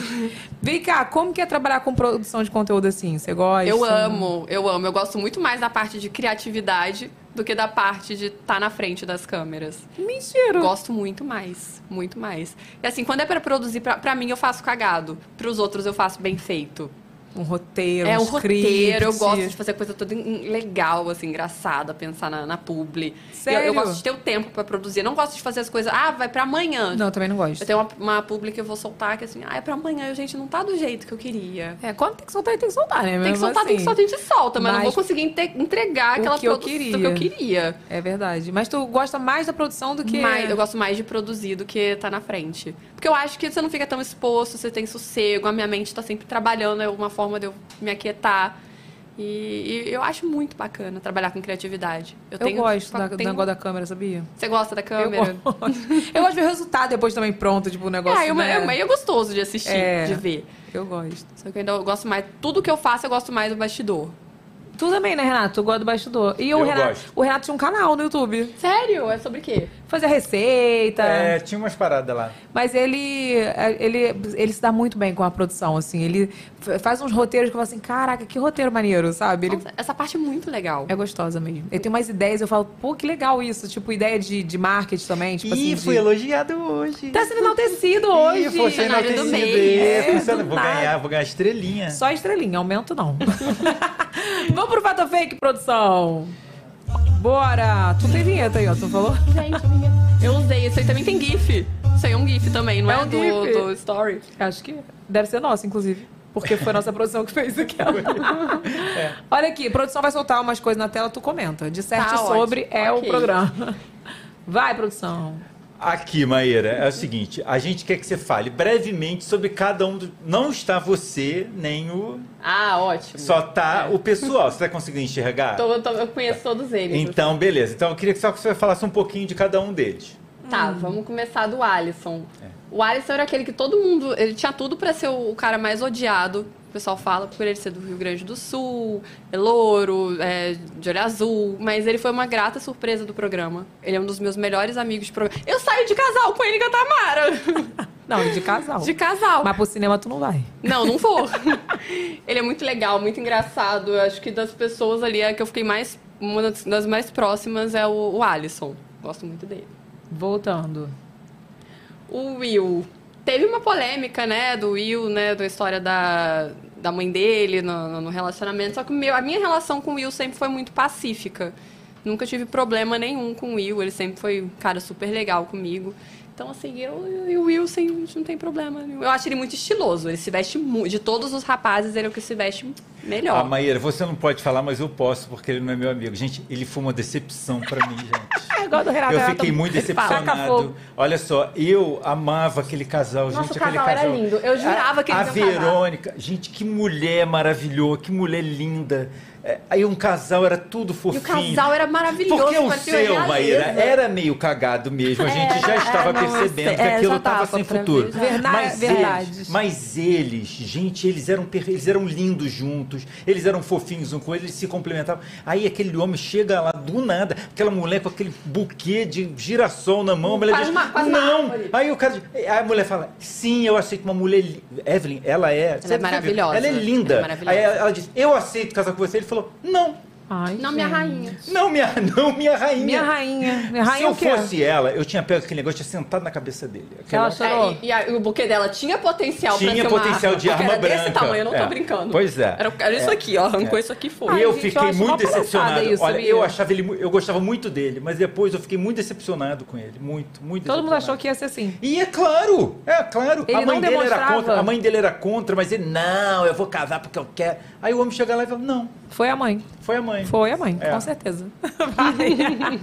Speaker 1: Vem cá, como que é trabalhar com produção de conteúdo assim? Você gosta?
Speaker 6: Eu amo, eu amo. Eu gosto muito mais da parte de criatividade do que da parte de estar na frente das câmeras.
Speaker 1: Mentira.
Speaker 6: Gosto muito mais, muito mais. E assim, quando é pra produzir, pra, pra mim eu faço cagado. Pros outros eu faço bem feito.
Speaker 1: Um roteiro,
Speaker 6: é um
Speaker 1: script.
Speaker 6: roteiro, eu gosto de fazer coisa toda em- em legal, assim, engraçada, pensar na, na publi.
Speaker 1: Sério?
Speaker 6: Eu, eu gosto de ter o tempo pra produzir. Eu não gosto de fazer as coisas, ah, vai pra amanhã.
Speaker 1: Não, eu também não gosto.
Speaker 6: Eu tenho uma, uma publi que eu vou soltar que assim, ah, é pra amanhã, Eu, gente, não tá do jeito que eu queria.
Speaker 1: É, quando tem que soltar, tem que soltar, né?
Speaker 6: Tem que
Speaker 1: Mesmo
Speaker 6: soltar, tem que
Speaker 1: assim.
Speaker 6: soltar, a gente solta, mas, não
Speaker 1: Mas
Speaker 6: vou conseguir inte- entregar
Speaker 1: o
Speaker 6: aquela
Speaker 1: que eu
Speaker 6: produção que
Speaker 1: queria.
Speaker 6: eu queria.
Speaker 1: É verdade. Mas tu gosta mais da produção do que.
Speaker 6: Mas eu gosto mais de produzir do que tá na frente. Porque eu acho que você não fica tão exposto, você tem sossego, a minha mente tá sempre trabalhando, é uma forma de eu me aquietar. E, e eu acho muito bacana trabalhar com criatividade. Eu,
Speaker 1: Eu,
Speaker 6: tenho,
Speaker 1: gosto da, do
Speaker 6: tenho-
Speaker 1: negócio da câmera, sabia?
Speaker 6: Você gosta da câmera?
Speaker 1: Eu gosto. eu gosto de ver o resultado depois também pronto, tipo, o negócio.
Speaker 6: é, eu,
Speaker 1: né?
Speaker 6: é meio gostoso de assistir,
Speaker 1: É.
Speaker 6: de ver.
Speaker 1: Eu gosto.
Speaker 6: Só que eu ainda gosto mais. Tudo que eu faço, eu gosto mais do bastidor.
Speaker 1: Tu também, né, Renato? Tu gosta do bastidor. E o
Speaker 12: Eu
Speaker 1: Renato,
Speaker 12: gosto.
Speaker 1: o Renato tinha um canal no YouTube.
Speaker 6: Sério? É sobre o quê?
Speaker 1: Fazia receita.
Speaker 12: É, tinha umas paradas lá.
Speaker 1: Mas ele, é, ele, ele se dá muito bem com a produção, assim. Ele f- faz uns roteiros que eu falo assim, caraca, que roteiro maneiro, sabe? Ele
Speaker 6: Nossa, essa parte é muito legal.
Speaker 1: é gostosa mesmo. Ele tem umas ideias, eu falo, pô, que legal isso. Tipo, ideia de, de marketing também, tipo assim.
Speaker 12: Ih,
Speaker 1: de-
Speaker 12: fui elogiado hoje.
Speaker 1: Tá sendo enaltecido hoje.
Speaker 12: Ih, foi sendo
Speaker 6: Funcionário do
Speaker 12: enaltecido.
Speaker 6: mês.
Speaker 12: É,
Speaker 1: É,
Speaker 12: funciona-
Speaker 1: do
Speaker 12: Vou
Speaker 1: nada.
Speaker 12: ganhar, vou ganhar estrelinha.
Speaker 1: Só estrelinha, aumento não. Vamos pro Fato Fake, produção. Bora! Tu tem vinheta aí, ó, tu falou?
Speaker 6: Gente, eu usei. Isso aí também tem GIF. Isso aí é um GIF também, não é,
Speaker 1: um
Speaker 6: do,
Speaker 1: GIF.
Speaker 6: do Story.
Speaker 1: Acho que deve ser nossa, inclusive. Porque foi a nossa produção que fez aquela.
Speaker 2: É.
Speaker 1: Olha aqui, a produção vai soltar umas coisas na tela, tu comenta. Disserte
Speaker 6: Tá ótimo,
Speaker 1: sobre é
Speaker 6: ok.
Speaker 1: o programa. Vai, produção.
Speaker 12: Aqui, Maíra, é o seguinte: a gente quer que você fale brevemente sobre cada um. Do... Não está você, nem o.
Speaker 6: Ah, ótimo.
Speaker 12: Só tá
Speaker 1: É.
Speaker 12: o pessoal. Você tá conseguindo enxergar?
Speaker 6: Tô- tô- eu conheço todos eles.
Speaker 12: Então, beleza. Então, eu queria que só que você falasse um pouquinho de cada um deles.
Speaker 6: Tá, vamos começar do Alisson. O Alisson era aquele que todo mundo. Ele tinha tudo pra ser o, o cara mais odiado. O pessoal fala por ele ser do Rio Grande do Sul, é louro, é de olho azul. Mas ele foi uma grata surpresa do programa. Ele é um dos meus melhores amigos de programa. Eu saio de casal com ele e com a Tamara!
Speaker 1: Não, de casal.
Speaker 6: De casal.
Speaker 1: Mas pro cinema tu não vai.
Speaker 6: Não, não vou. ele é muito legal, muito engraçado. Eu acho que das pessoas ali, a que eu fiquei mais. Uma das, das mais próximas é o, o Alisson. Gosto muito dele.
Speaker 1: Voltando.
Speaker 6: O Will. Teve uma polêmica, né, do Will, né, da história da, da mãe dele no, no- no relacionamento. Só que o meu, a minha relação com o Will sempre foi muito pacífica. Nunca tive problema nenhum com o Will. Ele sempre foi um cara super legal comigo. Então, assim, eu e o Will, assim, a gente não tem problema. nenhum. Eu acho ele muito estiloso. Ele se veste muito. De todos os rapazes, ele é o que se veste melhor.
Speaker 2: Ah, Maíra, você não pode falar, mas eu posso, porque ele não é meu amigo. Gente, ele foi uma decepção pra mim, gente.
Speaker 1: É igual do Renato.
Speaker 2: Eu
Speaker 1: Renato-
Speaker 2: fiquei muito
Speaker 1: Ele fala, "Taca fogo".
Speaker 2: decepcionado. Olha só, eu amava aquele casal,
Speaker 6: Nossa,
Speaker 2: gente.
Speaker 6: o casal
Speaker 2: aquele
Speaker 6: era
Speaker 2: casal.
Speaker 6: lindo. Eu jurava
Speaker 2: a,
Speaker 6: que eles
Speaker 2: A
Speaker 6: iam
Speaker 2: Verônica, gente, que mulher maravilhosa, que mulher linda. É, aí um casal era tudo
Speaker 6: E o
Speaker 2: fofinho.
Speaker 6: casal era maravilhoso.
Speaker 2: Porque o
Speaker 6: parecia uma
Speaker 2: seu,
Speaker 6: realeza.
Speaker 2: Maíra, era meio cagado mesmo. A gente já estava
Speaker 1: não,
Speaker 2: percebendo
Speaker 1: é,
Speaker 2: que
Speaker 1: já
Speaker 2: aquilo
Speaker 1: tava
Speaker 2: estava sem
Speaker 1: pra mim,
Speaker 2: futuro.
Speaker 1: já. Verna- verdades.
Speaker 2: Eles, mas eles, gente, eles eram perfe- eles eram lindos juntos, eles eram fofinhos um com o outro, eles se complementavam. Aí aquele homem chega lá do nada, aquela mulher com aquele buquê de girassol na mão, a mulher
Speaker 6: Faz
Speaker 2: diz,
Speaker 6: uma- faz uma
Speaker 2: não!
Speaker 6: árvore.
Speaker 2: Aí o cara, diz- aí a mulher fala, sim, eu aceito uma mulher, li- Evelyn, ela é, você viu?
Speaker 6: maravilhosa.
Speaker 2: ela é linda.
Speaker 6: Ela é maravilhosa.
Speaker 2: Aí ela diz, eu aceito casar com você. Ele falou, não,
Speaker 6: Não, minha rainha.
Speaker 2: não minha, não minha rainha.
Speaker 1: Minha rainha. Minha É rainha o
Speaker 2: Se
Speaker 1: quê?
Speaker 2: eu fosse ela, eu tinha pego aquele negócio e tinha sentado na cabeça dele. Aquela-
Speaker 1: Ela chorou.
Speaker 6: É, e, e a- e o buquê dela tinha potencial pra
Speaker 2: Tinha
Speaker 6: ser uma
Speaker 2: potencial
Speaker 6: arma,
Speaker 2: de
Speaker 6: porque
Speaker 2: arma
Speaker 6: era
Speaker 2: branca.
Speaker 6: desse tamanho, eu não
Speaker 2: É.
Speaker 6: tô brincando.
Speaker 2: Pois é.
Speaker 6: Era, era isso
Speaker 2: É.
Speaker 6: aqui, ó, arrancou
Speaker 2: É.
Speaker 6: isso aqui e foi.
Speaker 2: E eu fiquei
Speaker 1: acho uma
Speaker 2: muito
Speaker 1: palhaçada
Speaker 2: decepcionado.
Speaker 1: isso,
Speaker 2: Olha,
Speaker 1: sabia?
Speaker 2: eu achava ele, mu- eu gostava muito dele, mas depois eu fiquei muito decepcionado com ele, muito, muito.
Speaker 1: Todo mundo achou que ia ser assim.
Speaker 2: E é claro, é claro.
Speaker 1: Ele
Speaker 2: a mãe
Speaker 1: não
Speaker 2: dele era
Speaker 1: demonstrava.
Speaker 2: contra, a mãe dele era contra, mas ele não, eu vou casar porque eu quero. Aí o homem chega lá e fala: "Não,
Speaker 1: Foi a mãe.
Speaker 2: foi a mãe".
Speaker 1: Foi a mãe,
Speaker 2: É.
Speaker 1: com certeza.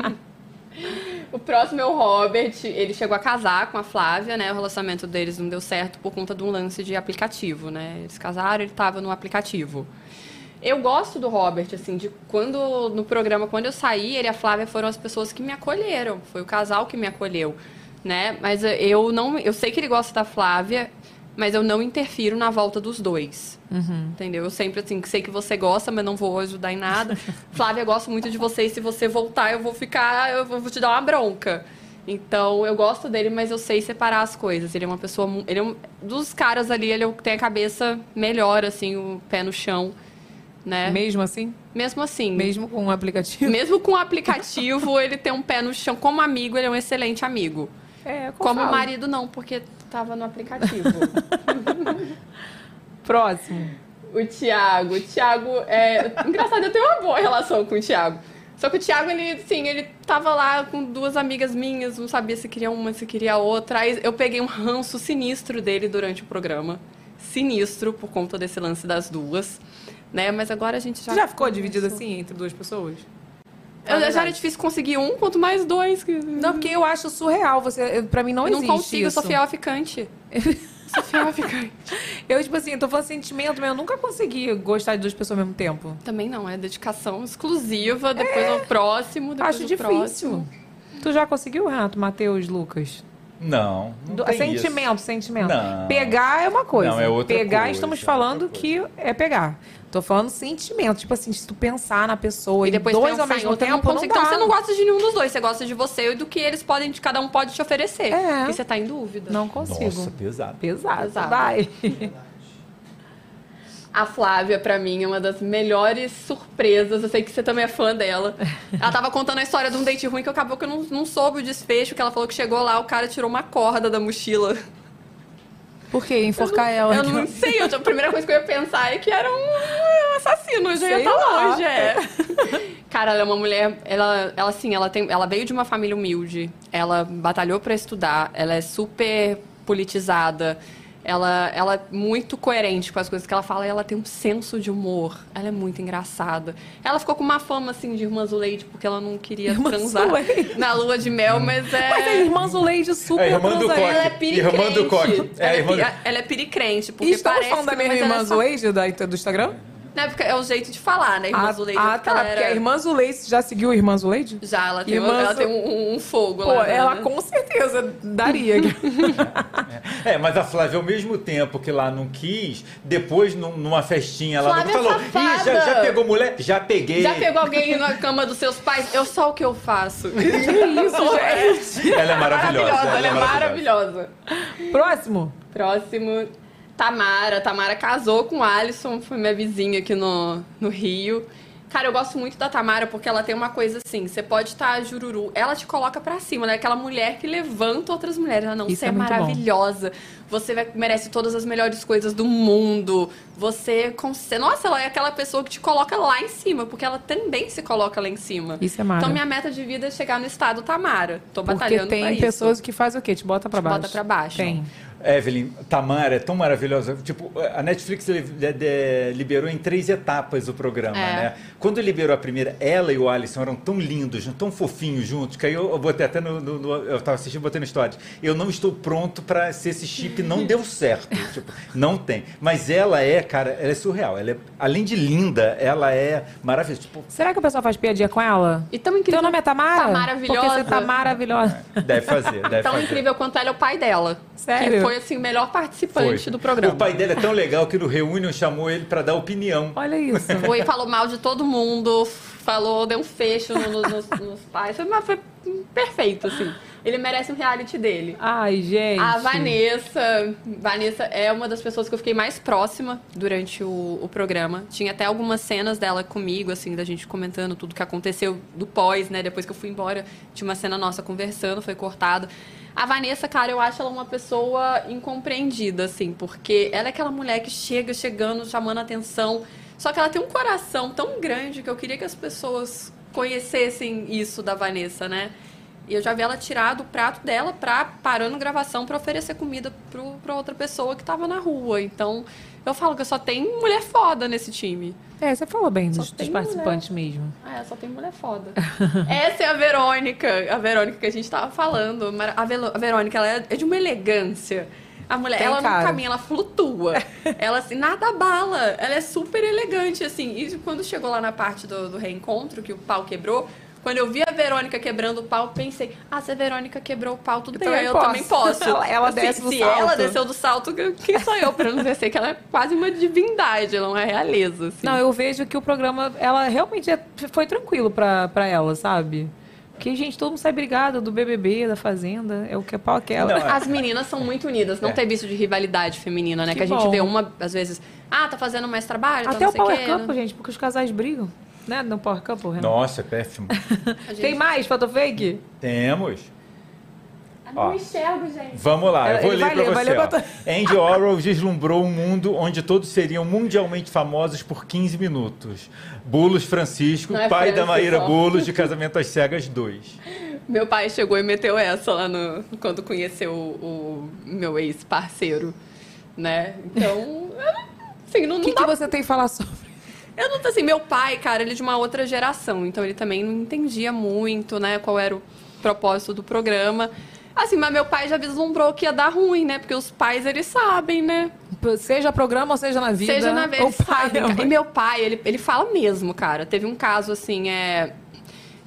Speaker 6: O próximo é o Robert. Ele chegou a casar com a Flávia, né? O relacionamento deles não deu certo por conta de um lance de aplicativo, né? Eles casaram, ele tava no aplicativo. Eu gosto do Robert, assim, de quando no programa, quando eu saí, ele e a Flávia foram as pessoas que me acolheram. Foi o casal que me acolheu, né? Mas eh, eu não, eu sei que ele gosta da Flávia, mas eu não interfiro na volta dos dois. Entendeu? Eu sempre, assim, sei que você gosta, mas não vou ajudar em nada. Flávia, eu gosto muito de você e se você voltar, eu vou ficar, eu vou te dar uma bronca. Então, eu gosto dele, mas eu sei separar as coisas. Ele é uma pessoa. mu- Ele é um, dos caras ali, ele é o que tem a cabeça melhor, assim, o pé no chão, né?
Speaker 1: Mesmo assim?
Speaker 6: Mesmo assim.
Speaker 1: Mesmo com o aplicativo?
Speaker 6: Mesmo com o aplicativo, ele tem um pé no chão. Como amigo, ele é um excelente amigo.
Speaker 1: É,
Speaker 6: Como
Speaker 1: fala.
Speaker 6: marido, não, porque tava no aplicativo.
Speaker 1: Próximo.
Speaker 6: O Thiago, o Thiago é. Engraçado, eu tenho uma boa relação com o Thiago. Só que o Thiago, ele, assim, ele tava lá com duas amigas minhas, não sabia se queria uma, se queria outra. Aí eu peguei um ranço sinistro dele durante o programa. Sinistro, por conta desse lance das duas. Né? Mas agora a gente já.
Speaker 1: Você já ficou dividido assim entre duas pessoas?
Speaker 6: Eu, já era difícil conseguir um, quanto mais dois. que-
Speaker 1: Não, porque eu acho surreal. Você, eu- pra mim não
Speaker 6: Eu não
Speaker 1: existe
Speaker 6: consigo, eu
Speaker 1: isso.
Speaker 6: sou fiel a ficante. sou fiel a ficante.
Speaker 1: Eu, tipo assim, eu tô falando sentimento, mas eu nunca consegui gostar de duas pessoas ao mesmo tempo.
Speaker 6: Também não, é dedicação exclusiva, depois ao próximo, depois
Speaker 1: É. acho
Speaker 6: ao
Speaker 1: difícil.
Speaker 6: próximo.
Speaker 1: Tu já conseguiu, Renato, Matheus, Lucas?
Speaker 2: Não, não
Speaker 1: Do-
Speaker 2: tem
Speaker 1: sentimento, sentimento.
Speaker 2: Não.
Speaker 1: Pegar é uma coisa.
Speaker 2: Não, é outra
Speaker 1: pegar,
Speaker 2: coisa,
Speaker 1: estamos
Speaker 2: é
Speaker 1: falando que é pegar. Tô falando sentimento. Tipo assim, se tu pensar na pessoa
Speaker 6: E depois
Speaker 1: dois
Speaker 6: pensar
Speaker 1: ao
Speaker 6: em
Speaker 1: mesmo
Speaker 6: outra, não
Speaker 1: tempo, não,
Speaker 6: consigo. Então
Speaker 1: dá.
Speaker 6: você não gosta de nenhum dos dois, você gosta de você e do que eles podem, de cada um pode te oferecer.
Speaker 1: É.
Speaker 6: E você tá em dúvida.
Speaker 1: Não
Speaker 2: isso.
Speaker 1: consigo.
Speaker 2: Nossa, pesado.
Speaker 1: Pesado,
Speaker 6: Pesado.
Speaker 1: vai.
Speaker 6: A Flávia, pra mim, é uma das melhores surpresas. Eu sei que você também é fã dela. Ela tava contando a história de um date ruim que acabou que eu não, não soube o desfecho, que ela falou que chegou lá, o cara tirou uma corda da mochila.
Speaker 1: Por quê? Enforcar ela.
Speaker 6: Eu não sei, eu- a primeira coisa que eu ia pensar é que era um assassino, eu já ia
Speaker 1: Sei
Speaker 6: estar
Speaker 1: lá.
Speaker 6: longe, é. Cara, ela é uma mulher, ela, ela assim, ela tem, ela veio de uma família humilde, ela batalhou pra estudar, ela é super politizada, ela, ela é muito coerente com as coisas que ela fala e ela tem um senso de humor, ela é muito engraçada. Ela ficou com uma fama, assim, de irmã Zuleide, porque ela não queria
Speaker 1: Irmã
Speaker 6: transar
Speaker 1: Zuleide.
Speaker 6: na lua de mel, mas é...
Speaker 1: Mas a irmã Zuleide super
Speaker 2: É, irmã do
Speaker 1: transa-
Speaker 2: Coque.
Speaker 6: Ela é piricrente.
Speaker 2: Irmã do Coque. É,
Speaker 6: Ela, é
Speaker 2: irmã do-
Speaker 6: pi- ela é piricrente, porque
Speaker 1: E estamos
Speaker 6: parece
Speaker 1: falando da
Speaker 6: que não,
Speaker 1: minha
Speaker 6: mas ela
Speaker 1: irmã
Speaker 6: é só-
Speaker 1: Zuleide da- do Instagram?
Speaker 6: Na época é o jeito de falar, né? Irmã
Speaker 1: ah,
Speaker 6: Zuleide.
Speaker 1: Ah, tá.
Speaker 6: ela
Speaker 1: Porque a irmã Zuleide já seguiu a irmã Zuleide?
Speaker 6: Já, ela tem,
Speaker 1: Irmã
Speaker 6: um, ela
Speaker 1: Zu-
Speaker 6: tem um, um fogo
Speaker 1: Pô,
Speaker 6: lá. né?
Speaker 1: ela com certeza daria.
Speaker 2: É, mas a Flávia, ao mesmo tempo que lá não quis, depois num- numa festinha ela não
Speaker 6: Flávia
Speaker 2: falou. Ih, já, já
Speaker 6: safada."
Speaker 2: pegou mulher? Já peguei.
Speaker 6: Já pegou alguém na cama dos seus pais? Eu só o que eu faço. Que
Speaker 1: isso, gente?
Speaker 2: Ela é maravilhosa.
Speaker 6: Maravilhosa, ela é maravilhosa.
Speaker 1: Próximo?
Speaker 6: Próximo. Tamara. Tamara casou com o Alisson, foi minha vizinha aqui no, no Rio. Cara, eu gosto muito da Tamara porque ela tem uma coisa assim, você pode estar jururu, ela te coloca pra cima, né? Aquela mulher que levanta outras mulheres. Ela não,
Speaker 1: Isso
Speaker 6: você
Speaker 1: é
Speaker 6: é,
Speaker 1: muito bom.
Speaker 6: maravilhosa. Você vai- merece todas as melhores coisas do mundo. Você, cons- nossa, ela é aquela pessoa que te coloca lá em cima, porque ela também se coloca lá em cima.
Speaker 1: Isso é mara.
Speaker 6: Então minha meta de vida é chegar no estado Tamara. Tô
Speaker 1: Porque
Speaker 6: batalhando pra
Speaker 1: tem
Speaker 6: isso.
Speaker 1: pessoas que fazem o quê? Te bota pra
Speaker 6: Te
Speaker 1: baixo.
Speaker 6: bota pra baixo.
Speaker 1: Tem.
Speaker 2: Evelyn, Tamara é tão maravilhosa. Tipo, a Netflix li- de- de- liberou em três etapas o programa,
Speaker 6: É.
Speaker 2: né? Quando liberou a primeira, ela e o Alisson eram tão lindos, tão fofinhos juntos, que aí eu, eu botei até no, no- no- Eu tava assistindo, botei no stories. Eu não estou pronto pra se esse chip não deu certo. tipo, não tem. Mas ela é, cara, ela é surreal. Ela é, além de linda, ela é maravilhosa. Tipo,
Speaker 1: Será que o pessoal faz piadinha com ela?
Speaker 6: E tão incrível.
Speaker 1: Teu nome é Tamara?
Speaker 6: Tá maravilhosa.
Speaker 1: Porque você tá maravilhosa.
Speaker 2: deve fazer, deve
Speaker 6: Tão
Speaker 2: fazer.
Speaker 6: incrível quanto ela é o pai dela.
Speaker 1: Sério?
Speaker 6: Que foi, assim, o melhor participante
Speaker 2: Foi.
Speaker 6: do programa.
Speaker 2: O pai dela é tão legal que no Reunion chamou ele pra dar opinião.
Speaker 1: Olha isso.
Speaker 6: Foi, falou mal de todo mundo, falou, deu um fecho no- no- nos, nos pais. Foi, mas foi perfeito, assim. Ele merece um reality dele.
Speaker 1: Ai, gente.
Speaker 6: A Vanessa. Vanessa é uma das pessoas que eu fiquei mais próxima durante o, o programa. Tinha até algumas cenas dela comigo, assim, da gente comentando tudo que aconteceu do pós, né? Depois que eu fui embora, tinha uma cena nossa conversando, foi cortada. A Vanessa, cara, eu acho ela uma pessoa incompreendida, assim, porque ela é aquela mulher que chega chegando, chamando atenção. Só que ela tem um coração tão grande que eu queria que as pessoas conhecessem isso da Vanessa, né? E eu já vi ela tirar do prato dela pra parando gravação pra oferecer comida pro, pra outra pessoa que tava na rua. Então, eu falo que só tem mulher foda nesse time.
Speaker 1: É, você falou bem dos, dos
Speaker 6: tem
Speaker 1: participantes mesmo.
Speaker 6: Ah, só tem mulher foda. Essa é a Verônica, a Verônica que a gente tava falando. Mara- A, Velo- a Verônica, ela é é de uma elegância. A mulher,
Speaker 1: Tem
Speaker 6: ela
Speaker 1: cara.
Speaker 6: não caminha, ela flutua. ela, assim, nada bala. Ela é super elegante, assim. E quando chegou lá na parte do, do reencontro, que o pau quebrou, quando eu vi a Verônica quebrando o pau, pensei, ah, se a Verônica quebrou o pau, tudo
Speaker 1: Eu
Speaker 6: bem,
Speaker 1: também
Speaker 6: eu
Speaker 1: posso."
Speaker 6: também posso.
Speaker 1: Ela- ela
Speaker 6: Assim,
Speaker 1: desce do
Speaker 6: se
Speaker 1: salto.
Speaker 6: ela desceu do salto, quem sou eu pra não descer? Que ela é quase uma divindade, ela é uma realeza, assim.
Speaker 1: Não, eu vejo que o programa, ela realmente é- foi tranquilo pra, pra ela, sabe? Porque, gente, todo mundo sai brigado do BBB, da Fazenda, é o que é pau aquela.
Speaker 6: As meninas são muito unidas, não
Speaker 1: É.
Speaker 6: teve isso de rivalidade feminina, né?
Speaker 1: Que
Speaker 6: Que, a gente
Speaker 1: bom.
Speaker 6: vê uma, às vezes, ah, tá fazendo mais trabalho, tá
Speaker 1: Até
Speaker 6: não
Speaker 1: o
Speaker 6: sei
Speaker 1: Power
Speaker 6: quê,
Speaker 1: Couple,
Speaker 6: né?
Speaker 1: gente, porque os casais brigam, né? No Power Couple, Renan.
Speaker 2: Nossa, é péssimo.
Speaker 1: Tem mais, foto fake?
Speaker 2: Temos.
Speaker 6: Ah,
Speaker 2: Ó,
Speaker 1: enxergo, gente.
Speaker 2: vamos lá, eu
Speaker 1: Ele
Speaker 2: vou
Speaker 1: vai
Speaker 2: ler
Speaker 1: ler,
Speaker 2: pra
Speaker 1: vai
Speaker 2: você.
Speaker 1: ler
Speaker 2: ó.
Speaker 1: pra
Speaker 2: Andy Orwell deslumbrou um mundo onde todos seriam mundialmente famosos por 15 minutos. Bulos Francisco,
Speaker 6: Não é
Speaker 2: pai da
Speaker 6: Francis,
Speaker 2: Maíra
Speaker 6: ó.
Speaker 2: Bulos, de Casamento às Cegas 2.
Speaker 6: Meu pai chegou e meteu essa lá no, quando conheceu o, o meu ex-parceiro, né? Então, assim, não,
Speaker 1: O
Speaker 6: não
Speaker 1: que,
Speaker 6: dá
Speaker 1: que você tem a falar sobre?
Speaker 6: Eu não tô assim, meu pai, cara, ele é de uma outra geração, então ele também não entendia muito, né, qual era o propósito do programa. Assim, mas meu pai já vislumbrou que ia dar ruim, né? Porque os pais, eles sabem, né?
Speaker 1: Seja programa ou seja na vida.
Speaker 6: Seja na vez,
Speaker 1: ou pai, é um
Speaker 6: sabe?
Speaker 1: ou
Speaker 6: cara? E meu pai, né, ele, ele fala mesmo, cara. Teve um caso, assim, é...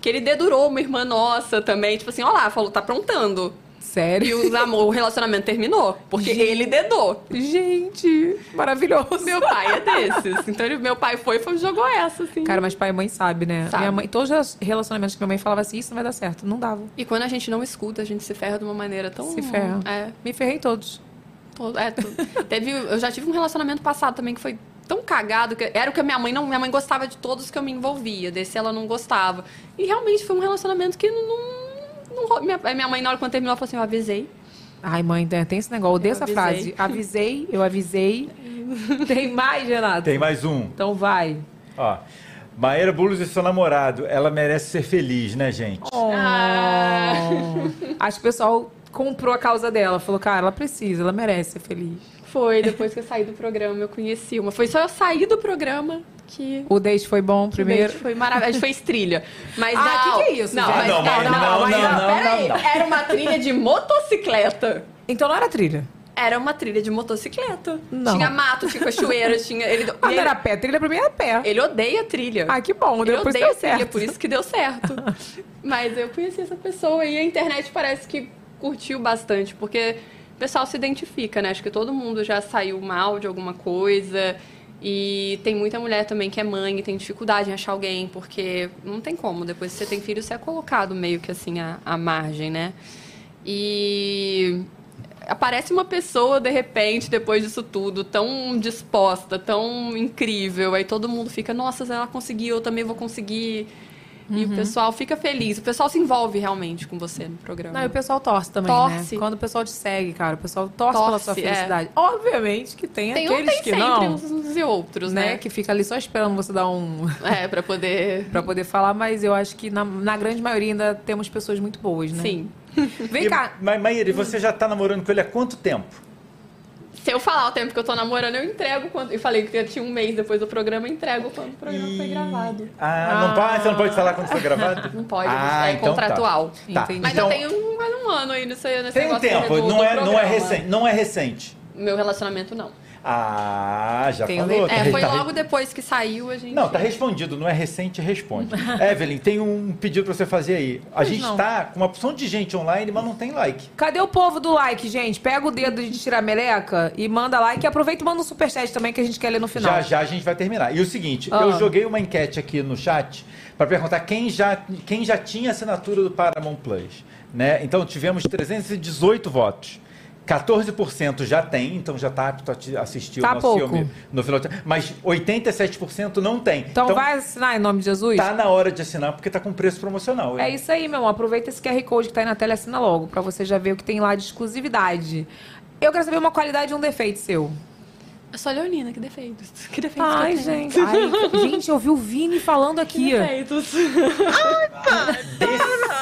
Speaker 6: Que ele dedurou uma irmã nossa também. Tipo assim, ó lá, falou, tá aprontando.
Speaker 1: Sério?
Speaker 6: E os amor, o relacionamento terminou. Porque ele dedou.
Speaker 1: Gente, maravilhoso.
Speaker 6: Meu pai é desses. Então, ele- meu pai foi e foi- jogou essa, assim.
Speaker 1: Cara, mas pai e mãe sabe, né?
Speaker 6: Sabe.
Speaker 1: Minha mãe, todos os relacionamentos que minha mãe falava assim, isso não vai dar certo. Não dava.
Speaker 6: E quando a gente não escuta, a gente se ferra de uma maneira tão...
Speaker 1: Se ferra.
Speaker 6: É.
Speaker 1: Me ferrei todos.
Speaker 6: Todo- é, tu- teve, eu já tive um relacionamento passado também que foi tão cagado que era o que a minha mãe não, minha mãe gostava de todos que eu me envolvia, desse ela não gostava. E realmente foi um relacionamento que não, não, não ro- minha, aí minha mãe na hora quando terminou ela falou assim, eu avisei.
Speaker 1: Ai, mãe, tem tem esse negócio. Eu odeio
Speaker 6: Eu
Speaker 1: essa frase.
Speaker 6: avisei.
Speaker 1: Avisei, eu avisei. tem mais, Renato?
Speaker 2: Tem mais um.
Speaker 1: Então vai.
Speaker 2: Ó, Maíra Bulos e seu namorado, ela merece ser feliz, né, gente?
Speaker 1: Oh.
Speaker 6: Ah.
Speaker 1: Acho que o pessoal comprou a causa dela. Falou, cara, ela precisa, ela merece ser feliz.
Speaker 6: Foi depois que eu saí do programa, eu conheci uma. Foi só eu sair do programa que
Speaker 1: O date foi bom
Speaker 6: que o
Speaker 1: primeiro.
Speaker 6: date foi maravilhoso, a gente fez trilha. Mas
Speaker 1: Ah,
Speaker 6: não,
Speaker 1: que que é isso,
Speaker 6: Não,
Speaker 1: gente?
Speaker 6: mas,
Speaker 1: Não,
Speaker 6: não,
Speaker 1: mas
Speaker 6: não,
Speaker 1: não,
Speaker 6: mas
Speaker 1: não,
Speaker 6: não,
Speaker 1: não,
Speaker 6: peraí.
Speaker 1: não.
Speaker 6: Era uma trilha de motocicleta.
Speaker 1: Então não era trilha.
Speaker 6: Era uma trilha de motocicleta.
Speaker 1: Não.
Speaker 6: Tinha mato, tinha cachoeira, tinha. Ele,
Speaker 1: Quando
Speaker 6: ele-
Speaker 1: era pé, trilha pra mim era pé.
Speaker 6: Ele odeia trilha.
Speaker 1: Ah, que bom,
Speaker 6: Ele
Speaker 1: depois
Speaker 6: odeia
Speaker 1: deu
Speaker 6: trilha,
Speaker 1: certo.
Speaker 6: por isso que deu certo. Mas eu conheci essa pessoa e a internet parece que curtiu bastante, porque o pessoal se identifica, né? Acho que todo mundo já saiu mal de alguma coisa. E tem muita mulher também que é mãe e tem dificuldade em achar alguém, porque não tem como. Depois que você tem filho, você é colocado meio que assim à, à margem, né? E aparece uma pessoa de repente depois disso tudo tão disposta tão incrível aí todo mundo fica nossa se ela conseguiu eu também vou conseguir e o
Speaker 1: Uhum.
Speaker 6: pessoal fica feliz o pessoal se envolve realmente com você no programa
Speaker 1: Não, e o pessoal torce também,
Speaker 6: Torce.
Speaker 1: né? Quando o pessoal te segue, cara, o pessoal torce,
Speaker 6: Torce,
Speaker 1: pela sua
Speaker 6: é.
Speaker 1: felicidade. Obviamente que tem,
Speaker 6: Tem um-
Speaker 1: aqueles
Speaker 6: tem
Speaker 1: que
Speaker 6: sempre
Speaker 1: não.
Speaker 6: uns e outros, né?
Speaker 1: Que fica ali só esperando você dar um...
Speaker 6: É, pra poder...
Speaker 1: pra poder falar, mas eu acho que na, na grande maioria ainda temos pessoas muito boas, né?
Speaker 6: Sim.
Speaker 1: Vem
Speaker 2: E,
Speaker 1: cá.
Speaker 2: Ma- Maíra, e você já está namorando com ele há quanto tempo?
Speaker 6: se eu falar o tempo que eu tô namorando eu entrego quando eu falei que eu tinha um mês depois do programa eu entrego quando o programa foi gravado
Speaker 2: Ah, não pode, você não pode falar quando foi gravado?
Speaker 6: não pode
Speaker 2: Ah,
Speaker 6: é
Speaker 2: então tá.
Speaker 6: contratual
Speaker 2: Tá.
Speaker 6: mas
Speaker 2: Então,
Speaker 6: eu tenho mais um ano aí nesse, nesse
Speaker 2: tem um
Speaker 6: negócio
Speaker 2: tempo,
Speaker 6: do-
Speaker 2: não
Speaker 6: do
Speaker 2: é, não é
Speaker 6: programa.
Speaker 2: recente. Não é recente.
Speaker 6: Meu relacionamento não.
Speaker 2: Ah, já
Speaker 6: Tem-
Speaker 2: falou. tá
Speaker 6: é,
Speaker 2: re-
Speaker 6: foi
Speaker 2: tá re-
Speaker 6: logo depois que saiu a gente.
Speaker 2: Não, tá respondido, não é recente, responde. Evelyn, tem um pedido pra você fazer aí. A
Speaker 1: Pois
Speaker 2: gente
Speaker 1: não.
Speaker 2: tá com uma opção de gente online, mas não tem like.
Speaker 1: Cadê o povo do like, gente? Pega o dedo de tirar a meleca e manda like. E aproveita e manda um superchat também que a gente quer ler no final.
Speaker 2: Já já a gente vai terminar. E o seguinte,
Speaker 1: Ah.
Speaker 2: eu joguei uma enquete aqui no chat pra perguntar quem já, quem já tinha assinatura do Paramount Plus, né? Então tivemos 318 votos. 14% já tem, então já tá apto a te- assistir
Speaker 1: Tá
Speaker 2: o nosso
Speaker 1: pouco.
Speaker 2: filme no final. de- Mas 87% não tem.
Speaker 1: Então, vai assinar em nome de Jesus?
Speaker 2: Tá na hora de assinar porque tá com preço promocional.
Speaker 1: É isso aí, meu amor. Aproveita esse QR Code que tá aí na tela e assina logo, pra você já ver o que tem lá de exclusividade. Eu quero saber uma qualidade e um defeito seu.
Speaker 6: Eu sou a É Leonina, que defeitos. Que defeitos
Speaker 1: Ai,
Speaker 6: que eu tenho. é
Speaker 1: gente. Ai, que- gente, eu vi o Vini falando aqui.
Speaker 6: Que defeitos.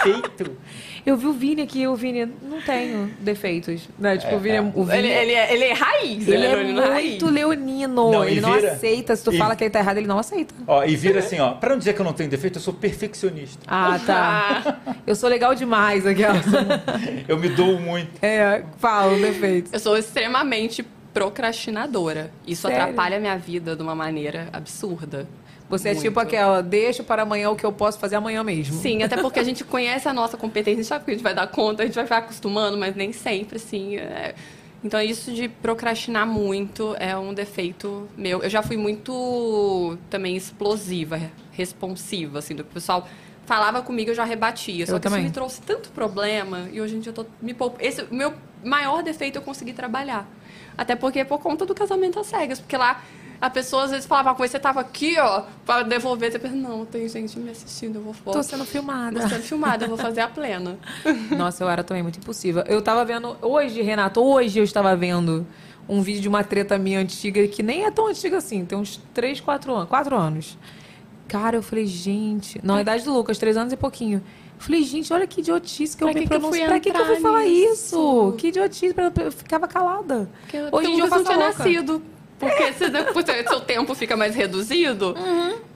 Speaker 2: Defeito.
Speaker 1: Eu vi o Vini aqui, o Vini não tenho defeitos. Né? Tipo, o Vini, é- o Vini
Speaker 6: Ele, ele, é, ele é raiz,
Speaker 1: Ele é
Speaker 6: leonino raiz.
Speaker 1: muito leonino.
Speaker 2: Não, e
Speaker 1: ele não
Speaker 2: vira-
Speaker 1: aceita. Se tu
Speaker 2: e-
Speaker 1: fala que ele tá errado, ele não aceita.
Speaker 2: Ó, e vira assim, ó. Pra não dizer que eu não tenho defeito, eu sou perfeccionista.
Speaker 1: Ah, tá. Eu sou legal demais, aquela.
Speaker 2: Eu me dou muito.
Speaker 1: É, fala, um defeito.
Speaker 6: Eu sou extremamente procrastinadora. Isso
Speaker 1: Sério?
Speaker 6: atrapalha a minha vida de uma maneira absurda.
Speaker 1: Você é
Speaker 6: Muito.
Speaker 1: tipo aquela, deixa para amanhã o que eu posso fazer amanhã mesmo.
Speaker 6: Sim, até porque a gente conhece a nossa competência, a gente sabe que a gente vai dar conta, a gente vai ficar acostumando, mas nem sempre, assim. é. Então, isso de procrastinar muito é um defeito meu. Eu já fui muito também explosiva, responsiva, assim, do que o pessoal falava comigo, eu já rebatia. Só
Speaker 1: Eu
Speaker 6: que
Speaker 1: também.
Speaker 6: isso me trouxe tanto problema e hoje em dia eu tô me poup... Esse é o meu maior defeito eu consegui trabalhar. Até porque é por conta do casamento às cegas, porque lá. A pessoa às vezes falava uma coisa, você tava aqui, ó, pra devolver. Você pensa, não, tem gente me assistindo, eu vou fora.
Speaker 1: Tô sendo filmada.
Speaker 6: Tô sendo Ah, filmada, eu vou fazer a plena.
Speaker 1: Nossa, eu era também muito impossível. Eu tava vendo hoje, Renato, hoje eu estava vendo um vídeo de uma treta minha antiga, que nem é tão antiga assim, tem uns 3, 4 anos, 4 anos. Cara, eu falei, gente, não, a idade do Lucas, 3 anos e pouquinho. Eu Falei, gente, olha que idiotice que eu
Speaker 6: Pra
Speaker 1: me
Speaker 6: que que eu fui
Speaker 1: pronunciei. Pra que, que eu fui
Speaker 6: entrar
Speaker 1: falar
Speaker 6: nisso?
Speaker 1: isso? Que idiotice, pra- eu ficava calada.
Speaker 6: Porque
Speaker 1: Hoje em dia eu
Speaker 6: Lucas
Speaker 1: faço
Speaker 6: não tinha
Speaker 1: a louca.
Speaker 6: nascido. Porque se, por ser- seu tempo fica mais reduzido,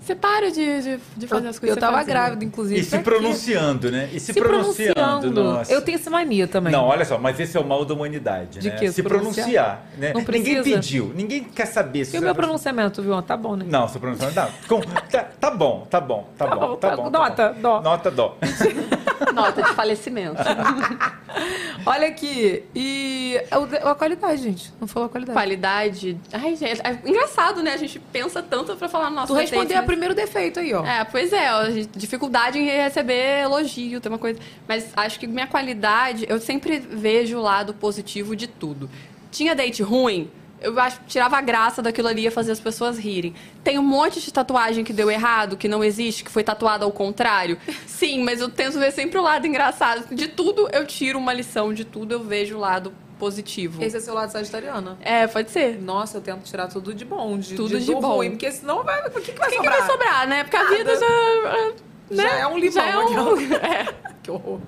Speaker 6: você para de, de, de fazer as
Speaker 1: Eu
Speaker 6: coisas. que você
Speaker 1: tava
Speaker 6: fazia.
Speaker 1: grávida, inclusive.
Speaker 2: E se
Speaker 1: pra quê?
Speaker 2: pronunciando, né? E se, pronunciando, nossa.
Speaker 1: Eu tenho essa mania também.
Speaker 2: Não, olha só, mas esse é o mal da humanidade,
Speaker 1: De
Speaker 2: né?
Speaker 1: quê?
Speaker 2: Se
Speaker 1: Pronunciar?
Speaker 2: pronunciar, né?
Speaker 1: Não
Speaker 2: ninguém
Speaker 1: precisa?
Speaker 2: pediu, ninguém quer saber se
Speaker 1: E o
Speaker 2: você
Speaker 1: meu
Speaker 2: vai-
Speaker 1: pronunciamento, viu? Tá bom, né?
Speaker 2: Não, seu pronunciamento não. Com- Tá, tá bom, tá bom, tá,
Speaker 1: Tá
Speaker 2: bom, tá
Speaker 1: bom,
Speaker 2: bom.
Speaker 1: tá-
Speaker 2: tá bom.
Speaker 1: dó.
Speaker 2: Nota dó.
Speaker 6: Nota de falecimento.
Speaker 1: Olha aqui, e é o de- a qualidade, gente. Não falou a qualidade.
Speaker 6: Qualidade. Ai, gente, é engraçado, né? A gente pensa tanto pra falar, nossa,
Speaker 1: Tu respondeu
Speaker 6: a
Speaker 1: a primeiro defeito aí, ó.
Speaker 6: É, pois é, ó, dificuldade em receber elogio, tem uma coisa. Mas acho que minha qualidade, eu sempre vejo o lado positivo de tudo. Tinha date ruim, eu acho, tirava a graça daquilo ali ia fazer as pessoas rirem. Tem um monte de tatuagem que deu errado, que não existe, que foi tatuada ao contrário. Sim, mas eu tento ver sempre o lado engraçado. De tudo eu tiro uma lição, de tudo eu vejo o lado positivo.
Speaker 1: Esse é seu lado sagitariano.
Speaker 6: É, pode ser.
Speaker 1: Nossa, eu tento tirar tudo de bom, de
Speaker 6: Tudo de
Speaker 1: do
Speaker 6: bom.
Speaker 1: ruim, porque senão vai, o que, que vai
Speaker 6: O que, que
Speaker 1: sobrar?
Speaker 6: vai sobrar, né? Porque a vida
Speaker 1: Nada.
Speaker 6: já. né?
Speaker 1: Já é um limão.
Speaker 6: Já é um-
Speaker 1: aqui, ó. que horror.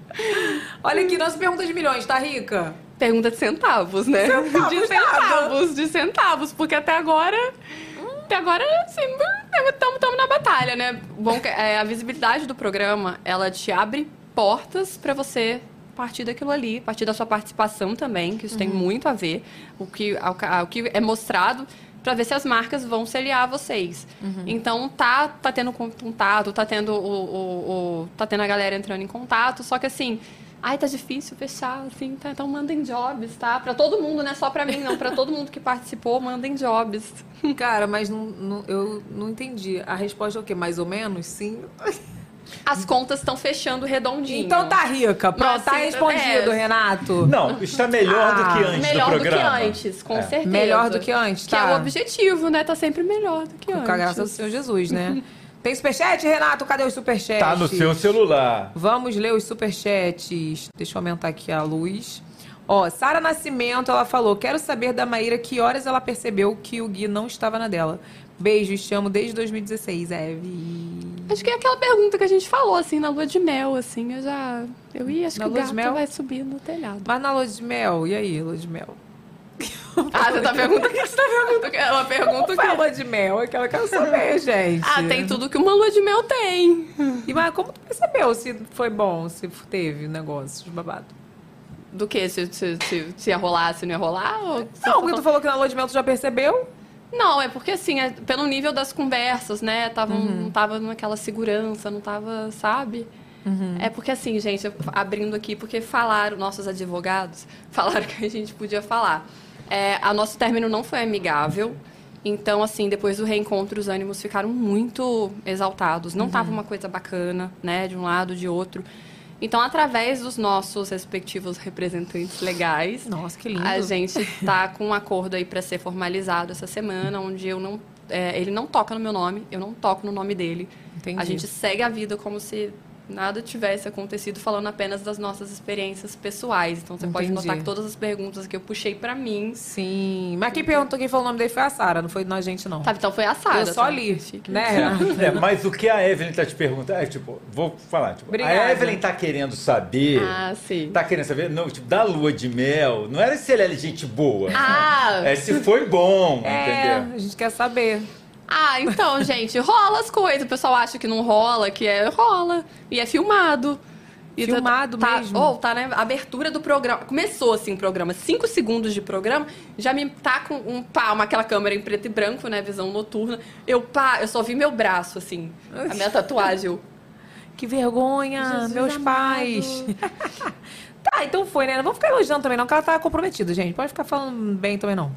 Speaker 1: Olha aqui, nossa pergunta de milhões, tá rica?
Speaker 6: Pergunta de centavos, né?
Speaker 1: Centavos,
Speaker 6: de centavos, de centavos, porque até agora. Até agora, assim, estamos na batalha, né? Bom, que- é, a visibilidade do programa, ela te abre portas pra você partir daquilo ali, a partir da sua participação também, que isso tem muito a ver, o que, ao ca- o que é mostrado para ver se as marcas vão se aliar a vocês.
Speaker 21: Uhum.
Speaker 6: Então tá, tá tendo contato, tá tendo o, o- o- tá tendo a galera entrando em contato, só que assim, ai tá difícil fechar, assim, tá, então mandem jobs, tá? Para todo mundo, não é só para mim não, para todo mundo que participou, mandem jobs.
Speaker 1: Cara, mas não, não- eu não entendi. A resposta é o quê? Mais ou menos? Sim.
Speaker 6: As contas estão fechando redondinho.
Speaker 1: Então tá rica. Pronto,
Speaker 6: Mas,
Speaker 1: tá
Speaker 6: assim,
Speaker 1: respondido,
Speaker 6: é.
Speaker 1: Renato.
Speaker 2: Não, está melhor do
Speaker 1: Ah,
Speaker 2: que antes
Speaker 6: melhor
Speaker 2: do programa.
Speaker 6: do que antes, com
Speaker 2: É.
Speaker 6: certeza.
Speaker 1: Melhor do que antes,
Speaker 6: Que
Speaker 1: tá.
Speaker 6: é o objetivo, né? Tá sempre melhor do que antes.
Speaker 1: Com a graça do Senhor Jesus, né? Tem superchat, Renato? Cadê os superchats?
Speaker 2: Tá no seu celular.
Speaker 1: Vamos ler os superchats. Deixa eu aumentar aqui a luz. Ó, Sara Nascimento, ela falou: Quero saber da Maíra que horas ela percebeu que o Gui não estava na dela. Beijo, chamo desde 2016, Eve.
Speaker 6: Acho que é aquela pergunta que a gente falou, assim, na lua de mel, assim, eu já... Eu ia, acho
Speaker 1: Na
Speaker 6: que o
Speaker 1: lua de
Speaker 6: gato
Speaker 1: mel?
Speaker 6: vai subir no telhado.
Speaker 1: Mas na lua de mel, e aí, lua de mel?
Speaker 6: Ah, você tá perguntando o que você tá perguntando. É uma pergunta
Speaker 1: que... é lua de mel? É Aquela que eu saber, gente.
Speaker 6: Ah, tem tudo que uma lua de mel tem.
Speaker 1: E, mas como tu percebeu se foi bom, se teve um negócio de babado?
Speaker 6: Do que? Se, se, se, se ia rolar, se não ia rolar? Ou...
Speaker 1: Não, porque tu falou que na lua de mel tu já percebeu.
Speaker 6: Não, é porque assim, é pelo nível das conversas, né? Tava, um-
Speaker 1: Uhum.
Speaker 6: Não tava naquela segurança, não tava, sabe? É porque assim, gente, eu- abrindo aqui, porque falaram, nossos advogados falaram que a gente podia falar. É, a nosso término não foi amigável. Então, assim, depois do reencontro, os ânimos ficaram muito exaltados. Não estava uma coisa bacana, né? De um lado, de outro. Então, através dos nossos respectivos representantes legais,
Speaker 1: Nossa, que lindo.
Speaker 6: a gente tá com um acordo aí para ser formalizado essa semana, onde eu não, é, ele não toca no meu nome, eu não toco no nome dele.
Speaker 1: Entendi.
Speaker 6: A gente segue a vida como se nada tivesse acontecido, falando apenas das nossas experiências pessoais. Então você pode
Speaker 1: Entendi.
Speaker 6: notar que todas as perguntas que eu puxei para mim.
Speaker 1: Sim. Mas quem perguntou quem falou o nome dele foi a Sara, não foi na gente, não.
Speaker 6: Tá, então foi a Sara.
Speaker 1: Eu só
Speaker 6: tá?
Speaker 1: li,
Speaker 6: Chique.
Speaker 1: né?
Speaker 2: É, mas o que a Evelyn tá te perguntando, é tipo, vou falar, tipo,
Speaker 1: Obrigada.
Speaker 2: a Evelyn tá querendo saber,
Speaker 6: Ah, sim.
Speaker 2: tá querendo saber, não, tipo, da lua de mel, não era se ele era gente boa,
Speaker 6: Ah!
Speaker 2: é se foi bom,
Speaker 1: É,
Speaker 2: entendeu?
Speaker 1: a gente quer saber.
Speaker 6: Ah, então, gente, rola as coisas. O pessoal acha que não rola, que é rola. E é filmado. E tá-
Speaker 1: Filmado
Speaker 6: tá,
Speaker 1: mesmo?
Speaker 6: Ou tá, né? Abertura do programa. Começou assim o programa, cinco segundos de programa, já me tá com um pá, uma, aquela câmera em preto e branco, né? Visão noturna. Eu pá, eu só vi meu braço, assim. A minha tatuagem. eu-
Speaker 1: Que vergonha,
Speaker 6: Jesus
Speaker 1: meus
Speaker 6: amado.
Speaker 1: pais. tá, então foi, né? Não vamos ficar elogiando também, não, que ela tá comprometida, gente. Pode ficar falando bem também, não.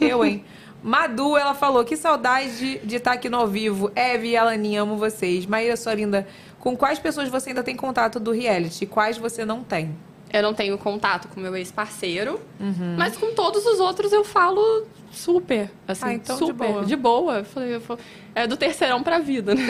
Speaker 1: Eu, hein? Madu, ela falou, que saudade de- de estar aqui no ao vivo. Eve e Alaninha, amo vocês. Maíra, sua linda, com quais pessoas você ainda tem contato do reality? Quais você não tem?
Speaker 6: Eu não tenho contato com meu ex-parceiro,
Speaker 1: Uhum.
Speaker 6: mas com todos os outros eu falo super. Assim,
Speaker 1: Ah, então de
Speaker 6: super.
Speaker 1: boa.
Speaker 6: De boa. Eu falei, eu falei, é do terceirão pra vida, né?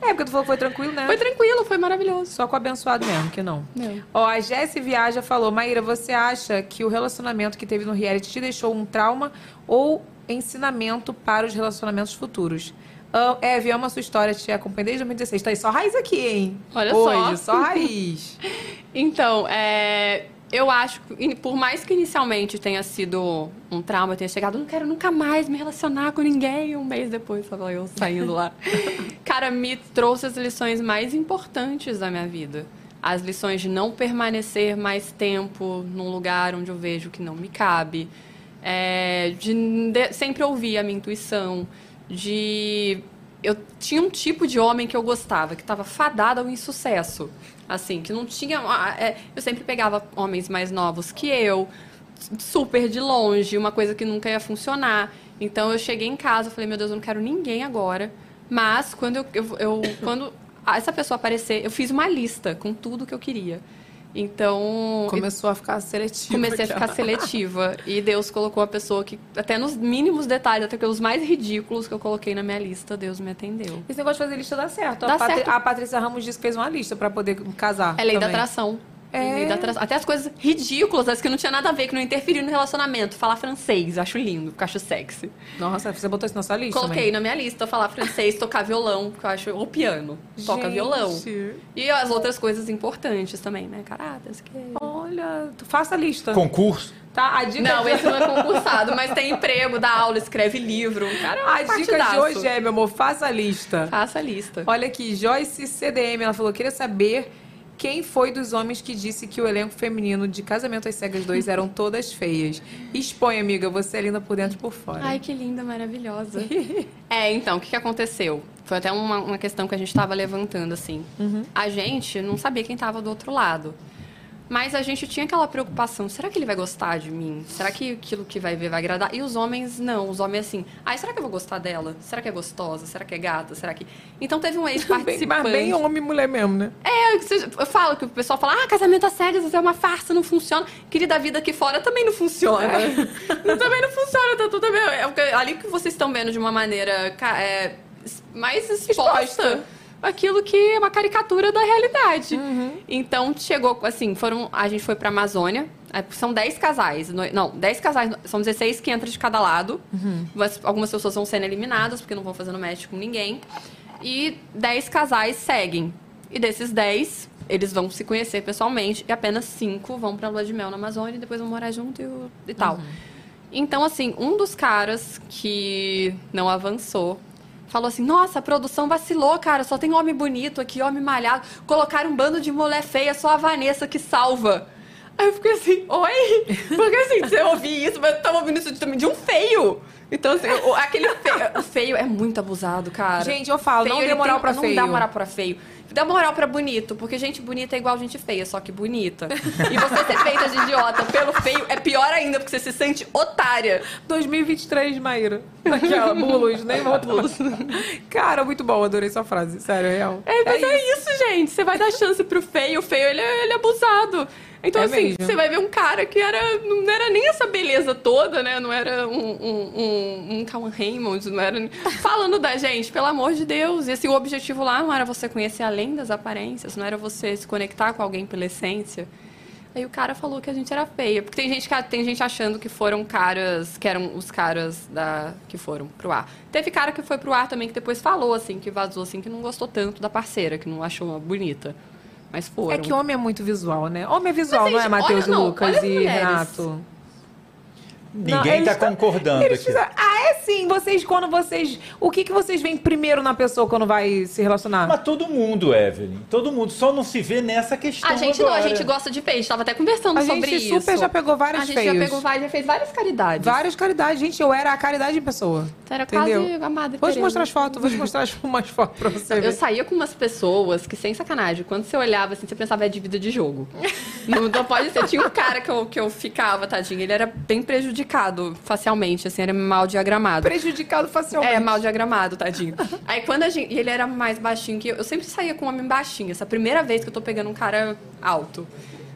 Speaker 1: É, porque tu falou que foi tranquilo, né?
Speaker 6: Foi tranquilo, foi maravilhoso.
Speaker 1: Só com o abençoado mesmo, que não.
Speaker 6: Não.
Speaker 1: Ó, a Jessi Viaja falou, Maíra, você acha que o relacionamento que teve no reality te deixou um trauma ou ensinamento para os relacionamentos futuros? Ah, Eve, amo a sua história, te acompanho desde 2016. Tá aí só raiz aqui, hein?
Speaker 6: Olha
Speaker 1: Hoje,
Speaker 6: só.
Speaker 1: só raiz.
Speaker 6: Então, é, eu acho que, in- por mais que inicialmente tenha sido um trauma, eu tenha chegado, não quero nunca mais me relacionar com ninguém, um mês depois estava eu saindo lá. Cara, me trouxe as lições mais importantes da minha vida. As lições de não permanecer mais tempo num lugar onde eu vejo que não me cabe, é, de, de sempre ouvir a minha intuição, de eu tinha um tipo de homem que eu gostava, que estava fadado ao insucesso. Assim, que não tinha. ah, é, Eu sempre pegava homens mais novos que eu, s- super de longe, uma coisa que nunca ia funcionar. Então eu cheguei em casa, eu falei, meu Deus, eu não quero ninguém agora. Mas quando eu, eu- eu- quando essa pessoa aparecer, eu fiz uma lista com tudo que eu queria. Então.
Speaker 1: Começou a ficar seletiva.
Speaker 6: Comecei a ficar seletiva. E Deus colocou a pessoa que, até nos mínimos detalhes, até pelos mais ridículos que eu coloquei na minha lista, Deus me atendeu.
Speaker 1: Esse negócio de fazer lista dá certo. a,
Speaker 6: Dá
Speaker 1: Patri-
Speaker 6: certo.
Speaker 1: a Patrícia Ramos disse que fez uma lista pra poder casar.
Speaker 6: É lei da
Speaker 1: também.
Speaker 6: atração.
Speaker 1: É.
Speaker 6: Lei da atração. Até as coisas ridículas, as que não tinha nada a ver, que não interferiram no relacionamento. Falar francês, eu acho lindo, porque eu acho sexy.
Speaker 1: Nossa, você botou isso na sua lista?
Speaker 6: Coloquei
Speaker 1: né?
Speaker 6: na minha lista falar francês, tocar violão, que eu acho. Ou piano. Toca
Speaker 1: Gente.
Speaker 6: violão. E as outras coisas importantes também, né? Caratas. Que...
Speaker 1: Olha, tu faça a lista.
Speaker 2: Concurso.
Speaker 1: Tá, a dica
Speaker 6: Não,
Speaker 1: de-
Speaker 6: esse não é concursado, mas tem emprego, dá aula, escreve livro. Cara, é um
Speaker 1: A dica de
Speaker 6: partidaço.
Speaker 1: hoje é, meu amor, faça a lista.
Speaker 6: Faça a lista.
Speaker 1: Olha aqui, Joyce CDM, ela falou: queria saber Quem foi dos homens que disse que o elenco feminino de Casamento às Cegas 2 eram todas feias? Expõe, amiga, você é linda por dentro e por fora.
Speaker 6: Ai, que linda, maravilhosa. é, então, o que, que aconteceu? Foi até uma, uma questão que a gente estava levantando, assim.
Speaker 1: Uhum.
Speaker 6: A gente não sabia quem estava do outro lado. Mas a gente tinha aquela preocupação, será que ele vai gostar de mim? Será que aquilo que vai ver vai agradar? E os homens, não. Os homens, assim, ai, será que eu vou gostar dela? Será que é gostosa? Será que é gata? Será que... Então teve um
Speaker 1: Bem,
Speaker 6: ex-participante...
Speaker 1: mas bem homem e mulher mesmo, né?
Speaker 6: É, eu- vocês- eu falo que o pessoal fala, ah, casamento às cegas, isso é uma farsa, não funciona. Querida, a vida aqui fora também não funciona. também não funciona, tá tudo bem. É porque ali que vocês estão vendo de uma maneira ca- é, es- mais exposta, aquilo que é uma caricatura da realidade. Então, chegou, assim, foram, a gente foi pra Amazônia, é, são 10 casais, no- não, 10 casais, no- são 16 que entram de cada lado. Mas algumas pessoas vão sendo eliminadas, porque não vão fazendo match com ninguém. E 10 casais seguem. E desses 10, eles vão se conhecer pessoalmente. E apenas 5 vão pra lua de mel na Amazônia e depois vão morar junto e, o- e tal. Então, assim, um dos caras que não avançou falou assim: Nossa, a produção vacilou, cara. Só tem homem bonito aqui, homem malhado. Colocaram um bando de mulher feia, só a Vanessa que salva. Aí eu fiquei assim, oi? Porque assim, você ouvi isso, mas eu tava ouvindo isso de, de um feio. Então, assim, o- aquele feio, o feio é muito abusado, cara.
Speaker 1: Gente, eu falo, não
Speaker 6: ele
Speaker 1: dê moral pra
Speaker 6: não
Speaker 1: feio.
Speaker 6: dá moral pra feio. Dá moral pra bonito, porque gente bonita é igual gente feia, só que bonita. E você ser feita de idiota pelo feio é pior ainda, porque você se sente otária.
Speaker 1: 2023, Maíra. Aqui, ó, bulos, nem volta. Cara, muito bom, adorei sua frase. Sério, é real.
Speaker 22: É, mas é, isso. gente. Você vai dar chance pro feio. O feio, ele é, ele é abusado. Então,
Speaker 1: É
Speaker 22: assim,
Speaker 1: mesmo.
Speaker 22: você vai ver um cara que era, não era nem essa beleza toda, né? Não era um, um, um, um Calum Raymond, não era... Falando da gente, pelo amor de Deus. E, assim, o objetivo lá não era você conhecer além das aparências, não era você se conectar com alguém pela essência. Aí o cara falou que a gente era feia. Porque tem gente, que, tem gente achando que foram caras, que eram os caras da, que foram pro ar. Teve cara que foi pro ar também, que depois falou, assim, que vazou, assim, que não gostou tanto da parceira, que não achou ela bonita. Mas foram.
Speaker 1: É que homem é muito visual, né? Homem é visual,
Speaker 22: Mas,
Speaker 1: não é
Speaker 22: gente,
Speaker 1: Matheus
Speaker 22: olha,
Speaker 1: e
Speaker 22: não, olha
Speaker 1: Lucas
Speaker 22: as
Speaker 1: e
Speaker 22: mulheres.
Speaker 1: Renato? Não,
Speaker 2: Ninguém
Speaker 1: eles
Speaker 2: está
Speaker 1: tão-
Speaker 2: concordando
Speaker 1: Eles
Speaker 2: aqui.
Speaker 1: fizeram- Ah, é sim. Vocês, quando vocês. O que, que vocês veem primeiro na pessoa quando vai se relacionar?
Speaker 2: Mas todo mundo, Evelyn. Todo mundo. Só não se vê nessa questão
Speaker 6: A gente não,
Speaker 2: agora.
Speaker 6: a gente gosta de peixe. Tava até conversando
Speaker 1: Então, A
Speaker 6: sobre
Speaker 1: gente
Speaker 6: isso.
Speaker 1: super já pegou vários
Speaker 6: A gente já
Speaker 1: feios.
Speaker 6: pegou vários, já fez várias caridades. Então,
Speaker 1: Várias caridades. Gente, eu era a caridade em pessoa.
Speaker 6: Era
Speaker 1: entendeu?
Speaker 6: É quase a madre
Speaker 1: Vou te
Speaker 6: Teresa.
Speaker 1: mostrar as fotos, vou te mostrar as- umas fotos pra você.
Speaker 6: Eu
Speaker 1: ver.
Speaker 6: saía com umas pessoas que, sem sacanagem, quando você olhava assim, você pensava, é dívida de jogo. não, não pode ser. Tinha um cara que eu, que eu ficava, tadinho, ele era bem prejudicado facialmente, assim, era mal diagramado.
Speaker 1: Prejudicado facialmente.
Speaker 6: É, mal diagramado, tadinho. Aí quando a gente. E ele era mais baixinho que eu. Eu sempre saía com um homem baixinho. Essa é a primeira vez que eu tô pegando um cara alto.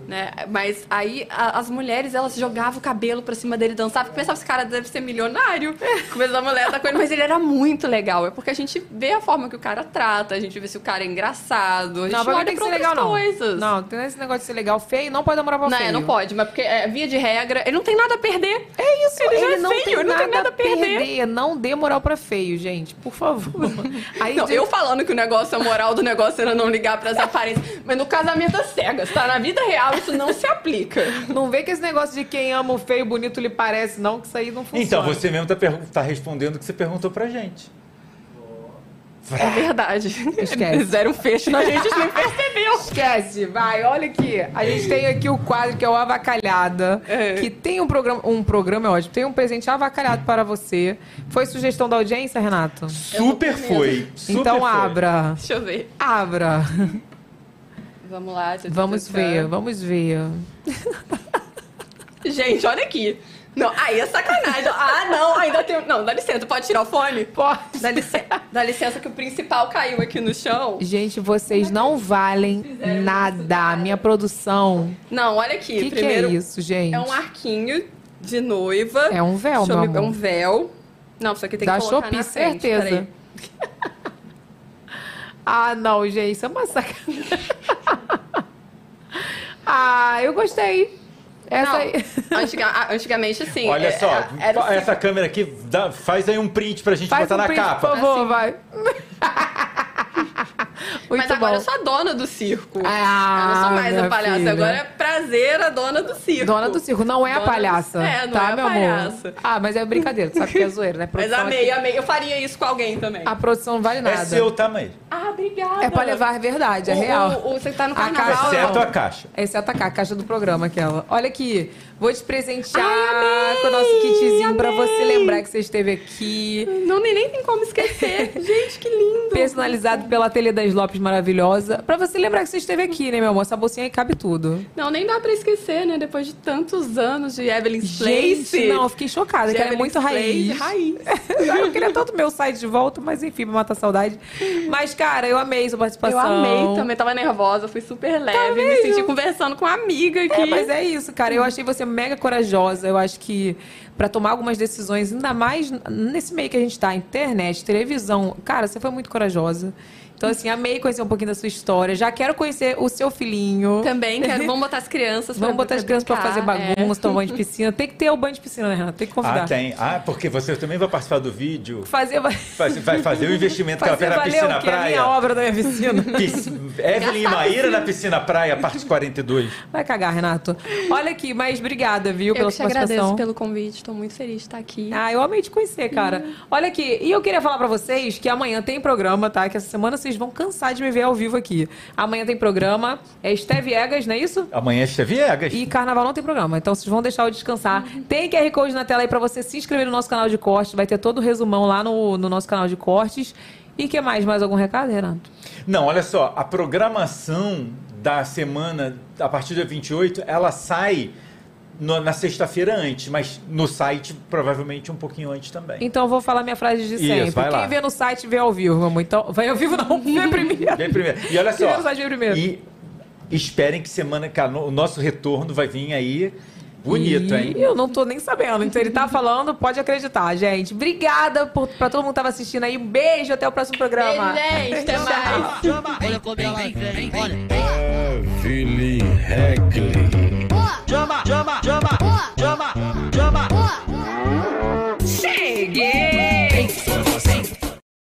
Speaker 6: Né? Mas aí a- as mulheres elas jogavam o cabelo pra cima dele dançavam. porque pensava esse cara deve ser milionário. Começou a mulher da coisa, mas ele era muito legal. É porque a gente vê a forma que o cara trata, a gente vê se o cara é engraçado, a gente
Speaker 1: Não, pra mim
Speaker 6: olha
Speaker 1: tem que
Speaker 6: pra
Speaker 1: ser
Speaker 6: outras
Speaker 1: legal, não.
Speaker 6: coisas.
Speaker 1: Não, tem esse negócio de ser legal feio, não pode namorar pra
Speaker 6: Não, é,
Speaker 1: feio.
Speaker 6: não pode, mas porque é, via de regra, ele não tem nada a perder.
Speaker 1: É isso,
Speaker 6: ele,
Speaker 1: ele,
Speaker 6: já é
Speaker 1: não,
Speaker 6: feio,
Speaker 1: tem
Speaker 6: ele não tem nada a perder.
Speaker 1: Não dê moral pra feio, gente. Por favor. Aí
Speaker 6: Não,
Speaker 1: de-
Speaker 6: eu falando que o negócio, a moral do negócio era não ligar pras aparências. Mas no casamento às cegas, tá? Na vida real, isso não se aplica.
Speaker 1: Não vê que esse negócio de quem ama o feio bonito lhe parece, não, que isso aí não funciona.
Speaker 2: Então, você mesmo tá, pergun- tá respondendo o que você perguntou pra gente.
Speaker 6: É verdade.
Speaker 1: Esquece.
Speaker 6: Eles deram um fecho na gente, a gente nem percebeu.
Speaker 1: Esquece, vai, olha aqui. A gente tem aqui o quadro que é o Avacalhada,
Speaker 6: É.
Speaker 1: que tem um programa, um programa é ótimo, tem um presente avacalhado para você. Foi sugestão da audiência, Renato?
Speaker 2: Super foi. Super
Speaker 1: então
Speaker 2: foi.
Speaker 1: abra.
Speaker 6: Deixa eu ver.
Speaker 1: Abra.
Speaker 6: Vamos lá. deixa eu
Speaker 1: Vamos
Speaker 6: tentar.
Speaker 1: ver, vamos ver.
Speaker 6: Gente, olha aqui. Não, aí é sacanagem. Ah, não, ainda tem... Não, dá licença, pode tirar o fone?
Speaker 1: Pode.
Speaker 6: Dá licença, dá licença que o principal caiu aqui no chão.
Speaker 1: Gente, vocês não valem nada. Minha produção.
Speaker 6: Não, olha aqui.
Speaker 1: Que que é
Speaker 6: Primeiro,
Speaker 1: isso, gente?
Speaker 6: É um arquinho de noiva.
Speaker 1: É um véu,
Speaker 6: Deixa eu
Speaker 1: meu
Speaker 6: me- É
Speaker 1: amor.
Speaker 6: um véu. Não, isso aqui tem
Speaker 1: Da
Speaker 6: que colocar
Speaker 1: Shopee,
Speaker 6: na frente,
Speaker 1: certeza.
Speaker 6: peraí.
Speaker 1: Ah, não, gente, isso é uma sacanagem. ah, eu gostei. Essa
Speaker 6: Não,
Speaker 1: aí.
Speaker 6: antiga- a- antigamente, assim...
Speaker 2: Olha
Speaker 6: é-
Speaker 2: só,
Speaker 6: é- era
Speaker 2: fa-
Speaker 6: assim,
Speaker 2: essa câmera aqui, dá- faz aí um print pra gente
Speaker 1: Faz
Speaker 6: Assim.
Speaker 1: um
Speaker 2: botar na
Speaker 1: print,
Speaker 2: capa.
Speaker 1: por favor, vai.
Speaker 6: Mas
Speaker 1: Muito
Speaker 6: agora
Speaker 1: bom.
Speaker 6: eu sou a dona do circo.
Speaker 1: Ah,
Speaker 6: eu não sou mais a
Speaker 1: minha
Speaker 6: palhaça.
Speaker 1: filha.
Speaker 6: Agora é prazer a dona do circo.
Speaker 1: Dona do circo, não é a
Speaker 6: Dona do-
Speaker 1: palhaça.
Speaker 6: É, não
Speaker 1: tá,
Speaker 6: é a
Speaker 1: meu amor?
Speaker 6: palhaça.
Speaker 1: Ah, mas é brincadeira, tu sabe que é zoeira, né?
Speaker 6: Mas
Speaker 1: Produção
Speaker 6: amei,
Speaker 1: aqui-
Speaker 6: amei. Eu faria isso com alguém também.
Speaker 1: A produção não vale nada.
Speaker 2: É seu tamanho.
Speaker 6: Ah, obrigada.
Speaker 1: Ah, É pra levar a verdade, é
Speaker 6: O-
Speaker 1: real.
Speaker 6: o- o- você tá no
Speaker 1: A
Speaker 6: carnaval,
Speaker 1: caixa-
Speaker 2: Exceto É a caixa.
Speaker 1: Exceto é a ca- a caixa do programa, aquela. Olha aqui, vou te presentear com o nosso kitzinho pra você lembrar que você esteve aqui.
Speaker 6: Não, nem, nem tem como esquecer. Gente, que lindo.
Speaker 1: Personalizado pela Ateliê das Lopes, maravilhosa. Pra você lembrar que você esteve aqui, né, meu amor? Essa bolsinha aí cabe tudo.
Speaker 6: Não, nem dá pra esquecer, né? Depois de tantos anos de Evelyn's
Speaker 1: Gente,
Speaker 6: Place.
Speaker 1: não, eu fiquei chocada, que ela é
Speaker 6: Evelyn's
Speaker 1: muito raiz.
Speaker 6: Place, raiz.
Speaker 1: eu queria tanto meu site de volta, mas enfim, pra matar a saudade. Mas, cara, eu amei sua participação.
Speaker 6: Eu amei também, tava nervosa, fui super leve, me
Speaker 1: Tá mesmo?
Speaker 6: senti conversando com uma amiga aqui.
Speaker 1: É, mas é isso, cara. Eu achei você mega corajosa. Eu acho que pra tomar algumas decisões, ainda mais nesse meio que a gente tá, internet, televisão, cara, você foi muito corajosa. Então, assim, amei conhecer um pouquinho da sua história. Já quero conhecer o seu filhinho.
Speaker 6: Também quero, vamos botar as crianças pra é.
Speaker 1: Vamos botar as crianças pra fazer bagunça, tomar um banho de piscina. Tem que ter o banho de piscina, né, Renata? Tem que convidar.
Speaker 2: Ah, tem. Ah, porque você também vai participar do vídeo.
Speaker 1: Fazer, va-
Speaker 2: Vai, vai fazer o investimento que
Speaker 1: fazer
Speaker 2: ela fez
Speaker 1: valer
Speaker 2: na piscina
Speaker 1: o quê? A minha
Speaker 2: praia.
Speaker 1: obra da minha piscina.
Speaker 2: Pis- Evelyn e Maíra na piscina praia, parte 42.
Speaker 1: Vai cagar, Renato. Olha aqui, mas obrigada, viu,
Speaker 6: Eu
Speaker 1: pela
Speaker 6: que te
Speaker 1: sua participação.
Speaker 6: agradeço pelo convite, tô muito feliz de estar aqui.
Speaker 1: Ah, eu amei te conhecer, cara. Olha aqui, e eu queria falar pra vocês que amanhã tem programa, tá? Que essa semana vocês vão cansar de me ver ao vivo aqui. Amanhã tem programa, é Esteve Egas, não é isso?
Speaker 2: Amanhã é Viegas.
Speaker 1: E carnaval não tem programa, então vocês vão deixar eu descansar. Tem QR Code na tela aí pra você se inscrever no nosso canal de cortes, vai ter todo o resumão lá no, no nosso canal de cortes. E que mais? Mais algum recado, Renato?
Speaker 2: Não, olha só, a programação da semana, a partir do dia 28, ela sai no- na sexta-feira antes, mas no site provavelmente um pouquinho antes também.
Speaker 1: Então eu vou falar minha frase de
Speaker 2: Isso,
Speaker 1: sempre.
Speaker 2: vai lá.
Speaker 1: Quem vê no site vê ao vivo, amor. Então, vai ao vivo não, vê primeiro.
Speaker 2: Vem primeiro. E olha
Speaker 1: Quem vê
Speaker 2: só.
Speaker 1: no site vê primeiro.
Speaker 2: E esperem que semana que a no- o nosso retorno vai vir aí bonito,
Speaker 1: E
Speaker 2: hein?
Speaker 1: Eu não tô nem sabendo. Então ele tá falando, pode acreditar, gente. Obrigada por, pra todo mundo que tava assistindo aí. Um beijo, até o próximo programa.
Speaker 6: Beijo, gente, até
Speaker 1: Tchau.
Speaker 6: mais.
Speaker 5: Olha como ela vem, olha.
Speaker 7: Evelyn Heckley.